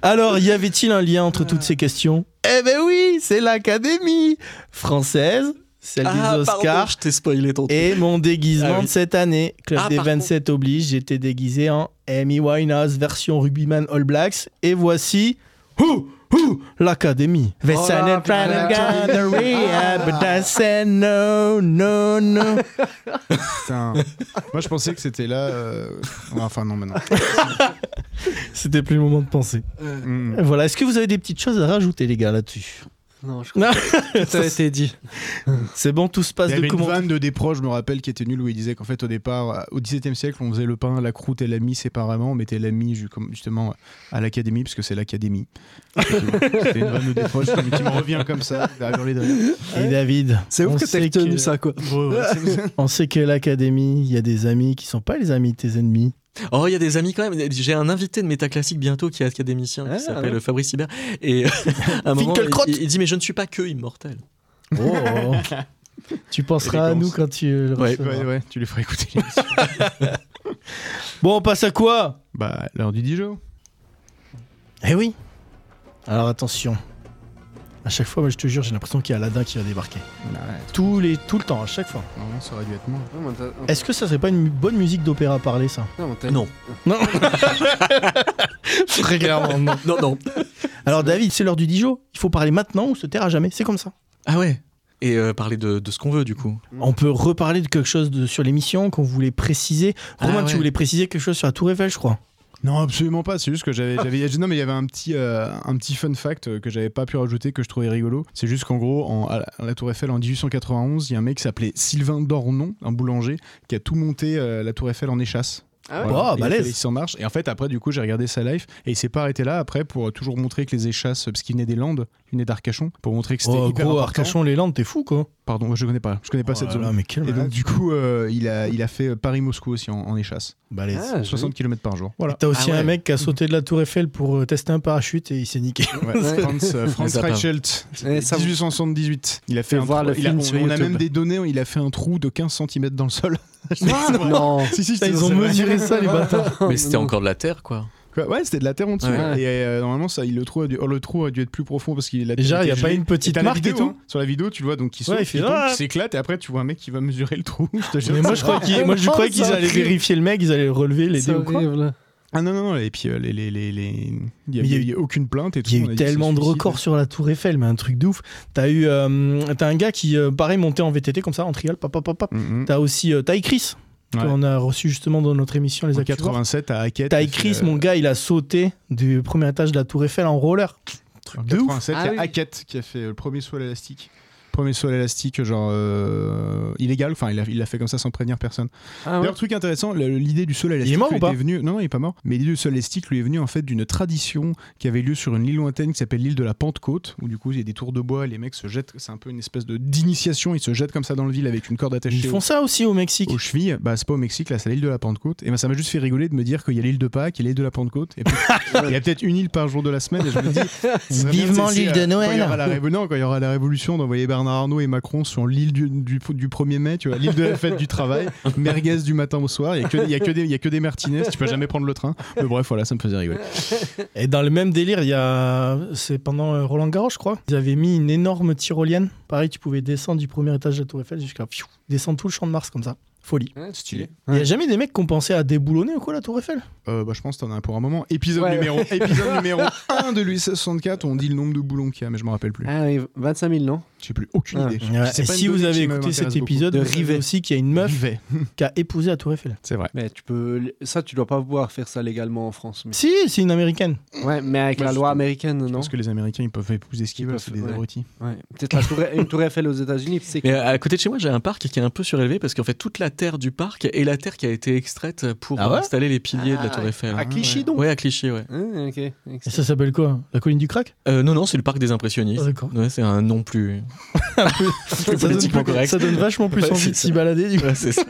Alors, y avait-il un lien entre toutes ces questions Eh ben oui, c'est l'Académie française, celle
Ah,
des
pardon,
Oscars
je t'ai spoilé ton truc.
et mon déguisement
Ah oui.
de cette année. Club
Ah,
des
par
27 oblige, j'étais déguisé en Amy Winehouse version Rugbyman All Blacks et voici Who Who L'Académie. They
Oh
said
là,
it right
putain,
and got the rehab, but I said no, no, no.
Putain. Moi, je pensais que c'était là. euh, Enfin, non, maintenant.
C'était plus le moment de penser.
Hmm.
Voilà, est-ce que vous avez des petites choses à rajouter, les gars, là-dessus
Non, je crois
Non,
que ça a été dit.
c'est bon, tout se
Il
passe
y avait
de
une
comment
vanne de des proches, je me rappelle, qui était nulle où il disait qu'en fait, au départ, euh, au XVIIe siècle, on faisait le pain, la croûte et la mie séparément. On mettait la mie ju- comme- justement euh, à l'académie, parce que c'est l'académie. C'était une vanne de des proches qui qui me revient comme ça, à hurler de rire.
Et David
C'est ouf
on
que t'aies
sait
retenu
que-
ça, quoi.
On sait que l'académie, il y a des amis qui sont pas les amis de tes ennemis.
Oh, il y a des amis quand même. J'ai un invité de Métaclassique bientôt qui est académicien,
Ah,
qui s'appelle
ouais.
Fabrice Hibert. Et euh, à un moment,
Finkielkraut.
il, il dit Mais je ne suis pas que immortel.
Oh. tu penseras à
Élégance.
nous quand tu le
Ouais,
recevras.
Ouais, ouais, tu lui feras écouter l'émission.
Bon, on passe à quoi
Bah, l'heure du Dijon.
Eh oui. Alors attention. À chaque fois, moi, je te jure, j'ai l'impression qu'il y a Aladdin qui va débarquer.
Ouais,
Tous les, tout le temps, à chaque fois.
normalement, ça aurait dû être moi.
Est-ce que ça serait pas une mu- bonne musique d'opéra parlée, ça
Non,
Non. Très clairement, non.
non, non.
Alors David, c'est l'heure du Dijon. Il faut parler maintenant ou se taire à jamais. C'est comme ça.
Ah ouais Et euh, parler de, de ce qu'on veut, du coup.
On peut reparler de quelque chose de- sur l'émission qu'on voulait préciser.
Ah
Romain, tu
ouais.
voulais préciser quelque chose sur la Tour Eiffel, je crois.
Non, absolument pas. C'est juste que j'avais, j'avais- non, mais il y avait un petit, euh, un petit fun fact euh, que j'avais pas pu rajouter que je trouvais rigolo. C'est juste qu'en gros, en, à la- à la Tour Eiffel en 1891, il y a un mec qui s'appelait Sylvain Dornon, un boulanger, qui a tout monté euh, la Tour Eiffel en échasse.
Ah ouais
Wow,
Voilà. Et il a
Oh, balèze.
fait Félix en marche. Et en fait, après, du coup, j'ai regardé sa life et il s'est pas arrêté là après pour toujours montrer que les échasses, parce qu'il venait des Landes, il venait d'Arcachon, pour montrer que c'était
Oh,
hyper
gros,
important.
Arcachon, les Landes, t'es fou quoi.
Pardon, je connais pas, je connais pas
Oh
cette
là
zone.
là, mais quel
et donc,
malade.
du coup, euh, il, a, il a fait euh, Paris-Moscou aussi en, en échasse.
Balèze.
Ah, joli.
60 km par jour. Voilà.
T'as aussi
Ah ouais.
un mec qui a sauté de la tour Eiffel pour euh, tester un parachute et il s'est niqué.
Ouais. Franz, euh, Franz
Mais ça va.
Reichelt,
Et Eh, ça-
1878. Il a fait
Faut
un
voir
trou-
le
il a-
film
on,
sur
on a
YouTube.
même des données, il a fait un trou de 15 cm dans le sol.
non.
si, si,
Putain,
je te
ils ont
jure, c'est vrai.
mesuré ça, les bâtards.
Mais c'était encore de la terre, quoi.
Quoi ouais, c'était de la terre en dessous.
Ouais.
Et euh, normalement, ça, il le trou, a dû, oh, le trou a dû être plus profond parce qu'il a.
Déjà, il a pas une petite marque et
vidéo,
tout.
hein. Sur la vidéo, tu le vois donc qui saute,
il fait,
qui tombe,
ah
qui s'éclate et après tu vois un mec qui va mesurer le trou. Je te jure.
Mais moi, je crois qu'ils, moi, je crois qu'ils
Ça
allaient
crie.
vérifier le mec, ils allaient le relever, l'aider
C'est
ou quoi.
horrible.
Ah non non non. Et puis euh, les les les les. Il y a,
Mais il y a
eu aucune plainte et tout.
Il y
on
a
a
eu
dit que c'est
tellement de
suicide.
records sur la Tour Eiffel, mais un truc de ouf. T'as eu, euh, t'as un gars qui, euh, pareil, montait en VTT comme ça, en trial, papa, papa.
Mhm.
T'as aussi, euh, t'as Chris,
Ouais.
qu'on a reçu justement dans notre émission les
En
actus.
87 à Hackett.
T'as
il fait,
Chris,
euh,
mon gars, il a sauté du premier étage de la Tour Eiffel en roller.
En
de ouf.
87, il y
Ah
a
oui.
Hackett qui a fait euh, le premier saut à l'élastique. Premier saut à l'élastique, genre euh, illégal. Enfin, il a- il l'a fait comme ça sans prévenir personne.
Ah ouais.
D'ailleurs, truc intéressant, le- l'idée du sol à
est
l'élastique
mort
lui
ou pas
était venue- Non, non, il est pas mort. Mais l'idée du sol à l'élastique lui est venue en fait d'une tradition qui avait lieu sur une île lointaine qui s'appelle l'île de la Pentecôte, où du coup il y a des tours de bois, les mecs se jettent, c'est un peu une espèce de d'initiation, ils se jettent comme ça dans le ville avec une corde
Ils
attachée
font
aux,
ça aussi au Mexique.
aux chevilles. Bah c'est pas au Mexique, là c'est à l'île de la Pentecôte. Et ben ça m'a juste fait rigoler de me dire qu'il y a l'île de Pâques, il y a l'île de la Pentecôte. Et puis, il y a peut-être une île par jour de la semaine. Et je me dis, ça serait bien,
Vivement
tu sais,
l'île
euh,
de
Quand il y aura
Noël.
la, révo- non, quand il y aura la révolution d'envoyer Bernard Arnault et Macron sur l'île du, du, du 1er mai, tu vois, l'île de la fête du travail, merguez du matin au soir, il n'y a, que des- il y a, que des- il y a que des martinez, tu peux jamais prendre le train. Mais bref, voilà, ça me faisait rigoler.
Et dans le même délire, il y a. C'est pendant euh, Roland Garros, je crois. Ils avaient mis une énorme tyrolienne. Pareil, tu pouvais descendre du premier étage de la Tour Eiffel jusqu'à. pfiou, descendre tout le champ de Mars comme ça. Folie.
Ouais, stylé.
Il y a jamais des mecs qui ont pensé à déboulonner ou quoi la Tour Eiffel
Euh, bah, je pense que t'en as un pour un moment. Épisode
Ouais.
numéro, épisode numéro 1 de Louis 64, on dit le nombre de boulons qu'il y a, mais je m'en rappelle plus.
Ah oui, 25 000, non
J'ai plus aucune
Ah.
idée.
Ouais,
C'est
Et
pas une
si vous
donnée
avez
qui
écouté
m'intéresse
cet
beaucoup.
épisode,
De
vous savez
Rivet.
aussi qu'il y a une meuf
Rivet.
qui a épousé la Tour Eiffel.
C'est vrai.
Mais tu peux. Ça, tu dois pas pouvoir faire ça légalement en France. mais-
Si, c'est une américaine.
Ouais, mais avec
Bah,
la
je-
loi américaine,
Je
non
pense que les Américains ils peuvent épouser ce qu'ils
Ils
veulent,
peuvent,
c'est des
ouais.
abrutis.
Ouais. Peut-être la tour... une tour Eiffel aux États-Unis, c'est
Mais à à côté de chez moi, j'ai un parc qui est un peu surélevé parce qu'en fait, toute la terre du parc est la terre qui a été extraite pour
Ah ouais
installer les piliers de la
Ah,
Tour Eiffel.
à Clichy,
Ouais.
donc
Ouais, à Clichy, ouais.
Hein, ok.
Et ça s'appelle quoi La colline du crack
Euh, non, non, c'est le parc des impressionnistes.
Ah, d'accord.
Ouais, c'est un nom plus.
ça, donne,
politiquement correct.
ça donne vachement plus
Ouais,
envie
c'est
de
ça.
s'y balader. du coup.
Ouais, c'est ça.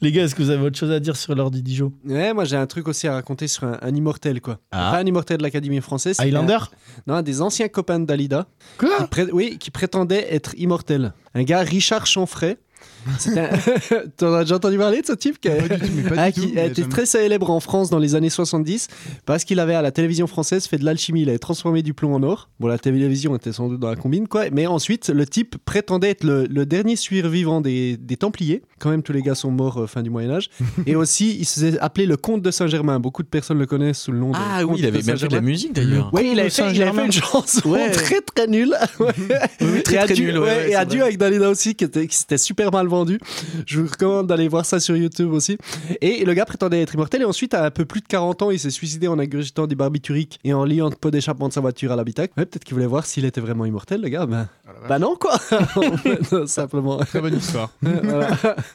Les gars, est-ce que vous avez autre chose à dire sur l'ordi Dijon
Ouais, moi j'ai un truc aussi à raconter sur un, un immortel quoi.
Ah.
Pas un immortel de l'Académie française. c'est
Highlander
un- Non, un des anciens copains de Dalida.
Quoi
qui pré- Oui, qui prétendait être immortel. Un gars, Richard Chanfray. C'était un- T'en as déjà entendu parler de ce type qui a-
Pas du tout, mais pas
Ah,
du
qui
tout,
a
mais
été
jamais-
très célèbre en France dans les années 70 parce qu'il avait à la télévision française fait de l'alchimie, il avait transformé du plomb en or. Bon, la télévision était sans doute dans la combine, quoi. Mais ensuite, le type prétendait être le, le dernier survivant des, des Templiers. Quand même, tous les gars sont morts euh, fin du Moyen-Âge. Et aussi, il se faisait appeler le comte de Saint-Germain. Beaucoup de personnes le connaissent sous le nom de.
Ah oui,
comte
il avait même
de
fait de
Saint-Germain.
la musique d'ailleurs.
Oui, il avait,
de
fait, il avait fait
Saint-Germain.
une chanson
Ouais.
très très nulle. Ouais.
oui, très,
et à
très
Dieu-
nulle, ouais, ouais,
et
c'est
à Dieu
vrai.
avec Dalida aussi, qui était, qui s'était super mal vendu. Je vous recommande d'aller voir ça sur YouTube aussi. Et le gars prétendait être immortel. Et ensuite, à un peu plus de 40 ans, il s'est suicidé en ingurgitant des barbituriques et en liant le pot d'échappement de sa voiture à l'habitacle. Ouais, peut-être qu'il voulait voir s'il était vraiment immortel, le gars. Ben, bah non, quoi. Non, Simplement.
Très bonne histoire.
Voilà.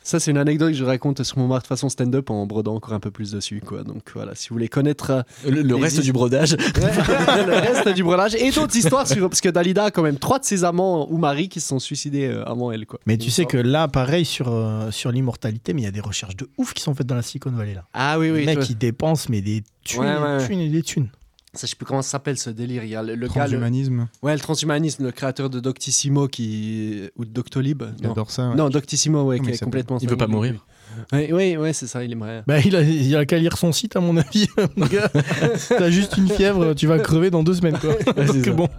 Ça, c'est une anecdote que je raconte sur mon marre de façon stand-up en brodant encore un peu plus dessus, quoi. Donc voilà, si vous voulez connaître. euh,
Le, le
Les
reste
is-
du brodage.
le reste du brûlage et d'autres histoires sur parce que Dalida a quand même trois de ses amants ou maris qui se sont suicidés euh, avant elle quoi.
Mais tu sais que là, pareil sur, euh, sur l'immortalité, mais il y a des recherches de ouf qui sont faites dans la Silicon Valley là.
ah oui
les
oui
mecs
toi.
qui dépensent mais des thunes,
Ouais,
et des
ouais, ouais.
thunes et des thunes.
ça je sais plus comment ça s'appelle ce délire il y a le, le gars le...
Transhumanisme,
ouais le transhumanisme le créateur de Doctissimo qui ou de Doctolib non.
j'adore ça. ouais.
non Doctissimo ouais
Comment
qui
il
est
s'appelle
complètement
Il veut pas
cinglé,
mourir.
lui. ouais ouais, ouais, c'est ça il aimerait
Bah, il a, il a qu'à lire son site à mon avis. mon gars. T'as juste une fièvre, tu vas crever dans deux semaines quoi. Donc
ça.
bon,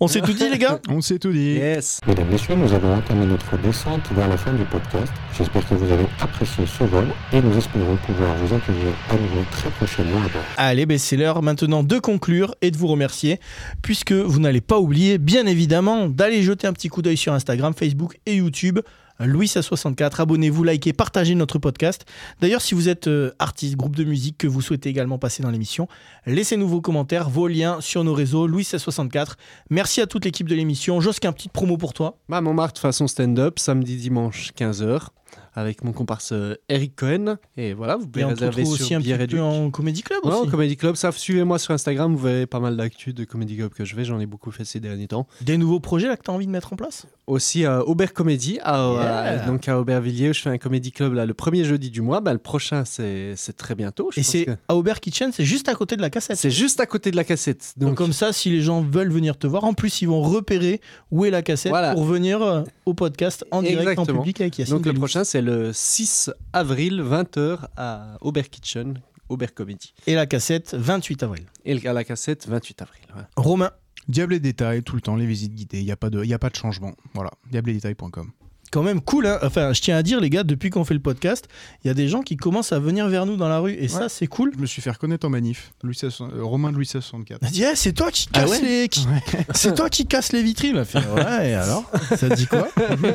on s'est tout dit les gars.
On s'est tout dit.
yes
Mesdames, Messieurs, nous avons entamé notre descente vers la fin du podcast. J'espère que vous avez apprécié ce vol et nous espérons pouvoir vous accueillir à nouveau très prochainement à bord.
Allez, ben, c'est l'heure maintenant de conclure et de vous remercier, puisque vous n'allez pas oublier, bien évidemment, d'aller jeter un petit coup d'œil sur Instagram, Facebook et YouTube. Louis à 64, abonnez-vous, likez, partagez notre podcast. D'ailleurs, si vous êtes euh, artiste, groupe de musique que vous souhaitez également passer dans l'émission, laissez-nous vos commentaires, vos liens sur nos réseaux Louis à 64. Merci à toute l'équipe de l'émission. Josquin, petite promo pour toi.
bah mon marre de façon stand-up samedi dimanche 15h avec mon comparse euh, Eric Cohen. Et voilà, vous pouvez
Et on te
réserver
retrouve
sur
aussi un
Bière
petit
et
peu
Duc.
en Comedy Club
Ouais, au
aussi.
Comedy Club, ça, suivez-moi sur Instagram, vous verrez pas mal d'actu de Comedy Club que je vais, j'en ai beaucoup fait ces derniers temps.
Des nouveaux projets là que t'as envie de mettre en place
Aussi à Aubert Comédie, à,
Yeah.
à- donc à Aubervilliers, où je fais un Comedy Club là, le premier jeudi du mois, Bah, le prochain c'est c'est très bientôt. je
Et
pense
c'est
que-
à Aubert Kitchen, c'est juste à côté de la cassette.
C'est juste à côté de la cassette.
Donc,
Donc,
comme ça, si les gens veulent venir te voir, en plus ils vont repérer où est la cassette
Voilà.
pour venir euh, au podcast en direct en
Exactement.
public avec Yacine.
donc le
Bellou.
prochain c'est le 6 avril 20h à Aubert Kitchen, Aubert Comédie.
Et la cassette 28 avril.
Et le- à la cassette 28 avril. ouais.
Romain,
Diable et détails, tout le temps, les visites guidées, il n'y a, pas de- y a pas de changement. Voilà, diabledétails.com.
quand même cool. hein. Enfin, je tiens à dire les gars, depuis qu'on fait le podcast, il y a des gens qui commencent à venir vers nous dans la rue et ça c'est cool.
Je me suis fait reconnaître en manif, Louis 1600 euh, Romain de Louis 1664.
On a dit, Eh, c'est toi qui
Ah
casse
ouais
les, qui- c'est toi qui casse les vitrines. Elle a fait, ouais, et alors, ça dit quoi Elle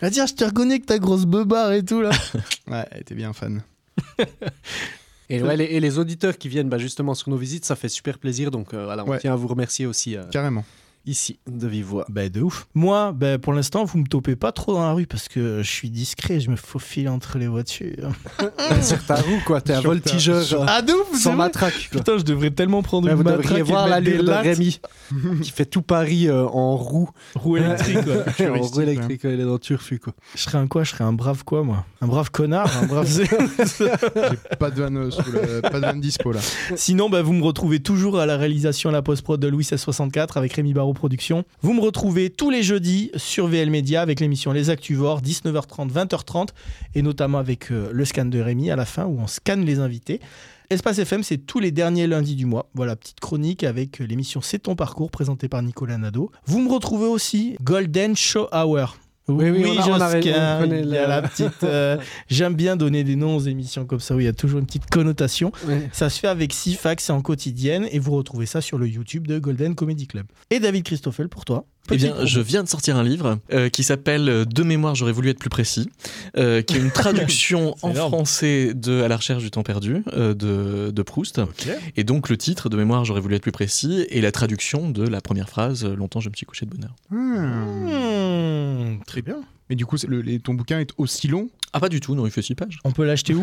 a dit, Ah, je te reconnais avec ta grosse beubare et tout là.
Ouais, t'es bien fan.
Et, ouais, les, et les auditeurs qui viennent bah, justement sur nos visites, ça fait super plaisir. Donc euh, voilà, on
Ouais.
tient à vous remercier aussi euh,
Carrément.
ici de vive voix.
Ben de ouf. Moi, ben pour l'instant, vous me topez pas trop dans la rue parce que je suis discret, je me faufile entre les voitures.
sur ta roue, quoi. T'es un
Sur ta-
voltigeur euh,
Ah de ouf,
sans matraque, quoi.
Putain, je devrais tellement prendre
Ouais,
une
vous
matraque
devriez
et
voir
mettre des
l'allure de
lattes.
Rémi qui fait tout Paris euh, en roue,
Roue électrique, quoi.
en roue électrique, ouais, il est dans le turfu quoi.
Je serais un quoi Je serais un brave quoi, moi Un brave connard, un brave...
Pas de vanne euh, sous le- pas de vanne dispo là.
Sinon, bah, vous me retrouvez toujours à la réalisation à la post-prod de Louis 1664 avec Rémi Barreau Productions. Vous me retrouvez tous les jeudis sur VL Média avec l'émission Les Actuvores, 19h30, 20h30, et notamment avec euh, le scan de Rémi à la fin où on scanne les invités. Espace FM, c'est tous les derniers lundis du mois. Voilà, petite chronique avec euh, l'émission C'est ton parcours présentée par Nicolas Nadeau. Vous me retrouvez aussi Golden Show Hour.
Oui, oui, on a- on a-
Josquin,
on connaît
il y a la
la-
petite. euh, J'aime bien donner des noms aux émissions comme ça où il y a toujours une petite connotation. Ça se fait avec six fax et en quotidienne et vous retrouvez ça sur le YouTube de Golden Comedy Club. Et David Christoffel pour toi.
Eh
Petit
bien,
promo.
je viens de sortir un livre euh, qui s'appelle euh, De mémoire, j'aurais voulu être plus précis, euh, qui est une traduction en
énorme.
français de À la recherche du temps perdu euh, de, de Proust. Et donc, le titre De mémoire, j'aurais voulu être plus précis, et la traduction de la première phrase euh, Longtemps, je me suis couché de bonheur.
Hmm, très bien.
Mais du coup, c'est le- les- ton bouquin est aussi long
Ah, pas du tout, non, il fait six pages.
On peut l'acheter où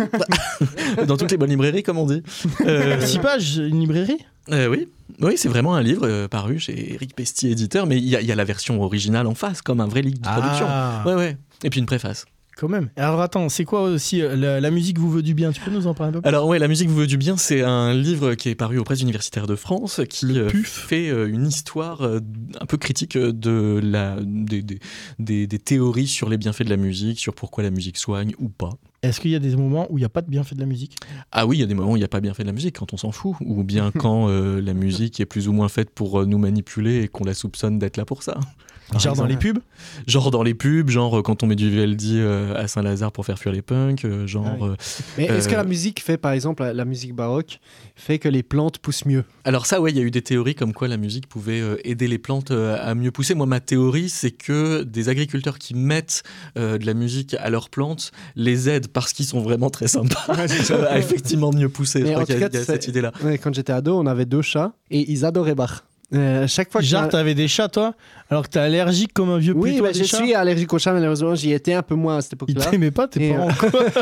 Dans toutes les bonnes librairies, comme on dit. Euh,
Euh, Six pages, une librairie
Euh, oui, oui c'est vraiment un livre euh, paru chez Eric Pestier, éditeur, mais il y, a- il y a la version originale en face, comme un vrai livre de traduction.
Ah,
Ouais, ouais. Et puis une préface.
Quand même. Alors attends, c'est quoi aussi euh, la, la musique vous veut du bien Tu peux nous en parler un peu plus
Alors ouais, La musique vous veut du bien, c'est un livre qui est paru aux presses universitaires de France, qui euh, fait euh, une histoire euh, un peu critique euh, de la, des, des- des- des théories sur les bienfaits de la musique, sur pourquoi la musique soigne ou pas.
Est-ce qu'il y a des moments où il n'y a pas de bienfait de la musique
Ah oui, il y a des moments où il n'y a pas bien fait de la musique, quand on s'en fout, ou bien quand euh, la musique est plus ou moins faite pour euh, nous manipuler et qu'on la soupçonne d'être là pour ça. Par
Genre dans
exemple.
les pubs
Genre dans les pubs, genre euh, quand on met du Vivaldi euh, à Saint-Lazare pour faire fuir les punks, euh, genre.
Ah
euh,
Mais est-ce
Euh,
que la musique fait, par exemple, la, la musique baroque fait que les plantes poussent mieux
Alors ça, ouais, il y a eu des théories comme quoi la musique pouvait euh, aider les plantes euh, à mieux pousser. Moi, ma théorie, c'est que des agriculteurs qui mettent euh, de la musique à leurs plantes les aident parce qu'ils sont vraiment très sympas euh, à effectivement mieux pousser.
Mais
Je
en
crois qu'il y a,
tout cas,
il y a
c'est-
cette idée-là.
Ouais, Quand j'étais ado, on avait deux chats et ils adoraient Bach. Euh, à chaque fois que
Genre, t'avais des chats, toi Alors que t'es allergique comme un vieux
oui,
putain
bah, je suis allergique aux chats, malheureusement, j'y étais un peu moins à cette
Il
époque-là.
t'aimait pas, tes
Et, euh,
parents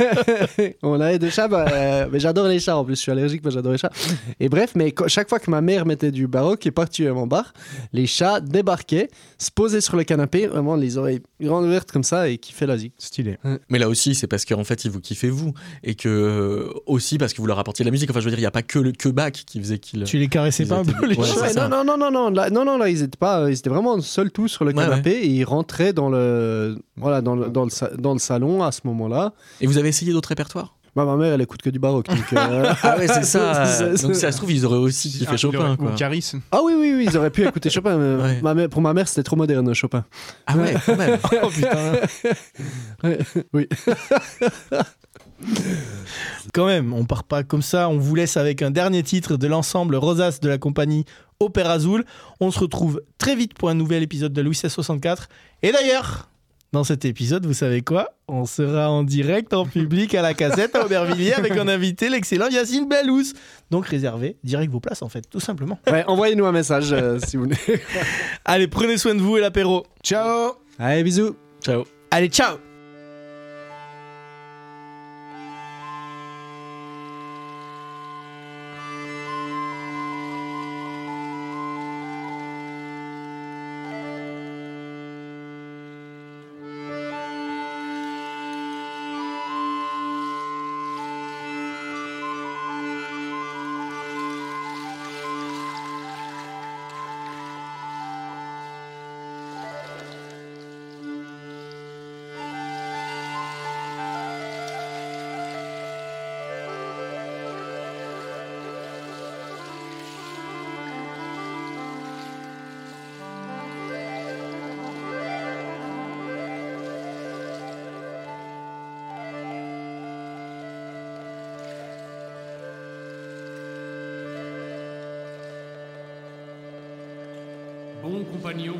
On avait deux chats, bah, euh, mais j'adore les chats en plus, je suis allergique, mais j'adore les chats. Et bref, mais quand- chaque fois que ma mère mettait du baroque et particulièrement bar, les chats débarquaient, se posaient sur le canapé, vraiment les oreilles grandes ouvertes comme ça et kiffaient la zik.
Stylé.
Mais là aussi, c'est parce qu'en fait, ils vous kiffez vous et que euh, aussi parce que vous leur apportiez de la musique. Enfin, je veux dire, il n'y a pas que le que Bach qui faisait qu'il.
Tu les caressais
Ils
pas un
étaient-
peu, les
Ouais,
chats
c'est ça.
non, non, non, non, non, là, non, non, là, ils étaient pas, euh, ils étaient vraiment seuls tous sur le
Ouais,
canapé et ils rentraient dans le, voilà, dans le, dans le, sa- dans le salon à ce moment-là.
Et vous avez essayé d'autres répertoires
Bah, ma mère, elle écoute que du baroque. donc, euh,
Ah ouais, c'est ça.
C'est- c'est-
Donc si ça se trouve, ils auraient aussi
Ah,
kiffé Chopin. Quoi.
Caris.
Ah oui, oui, oui, ils auraient pu écouter Chopin. mais
Ouais.
ma mère- pour ma mère, c'était trop moderne, Chopin.
Ah ouais, quand même.
Oh putain.
Ouais, oui.
Quand même, on part pas comme ça. On vous laisse avec un dernier titre de l'ensemble Rosas de la compagnie Opéra Azul. On se retrouve très vite pour un nouvel épisode de Louis 1664. Et d'ailleurs, dans cet épisode, vous savez quoi On sera en direct, en public, à la cassette, à Aubervilliers, avec un invité, l'excellent Yacine Bellous. Donc réservez direct vos places, en fait, tout simplement.
Ouais, envoyez-nous un message euh, si vous voulez.
Allez, prenez soin de vous et l'apéro.
Ciao
Allez, bisous.
Ciao.
Allez, ciao
Bon compagnon,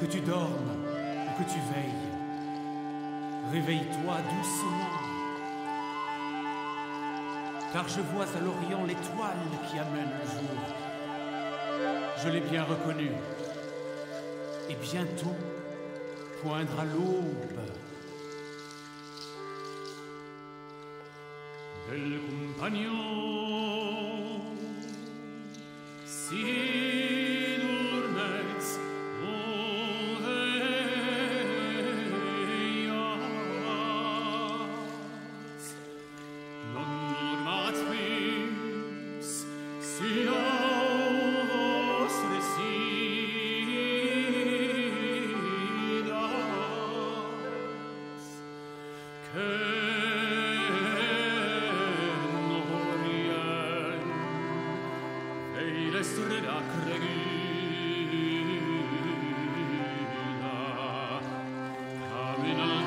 que tu dormes ou que tu veilles, réveille-toi doucement. Car je vois à l'Orient l'étoile qui amène le jour. Je l'ai bien reconnue. Et bientôt poindra l'aube. Bel compagnon, si dormex odeas, non dormat vis, si vos decidas, que morien ei les reda cregina, camina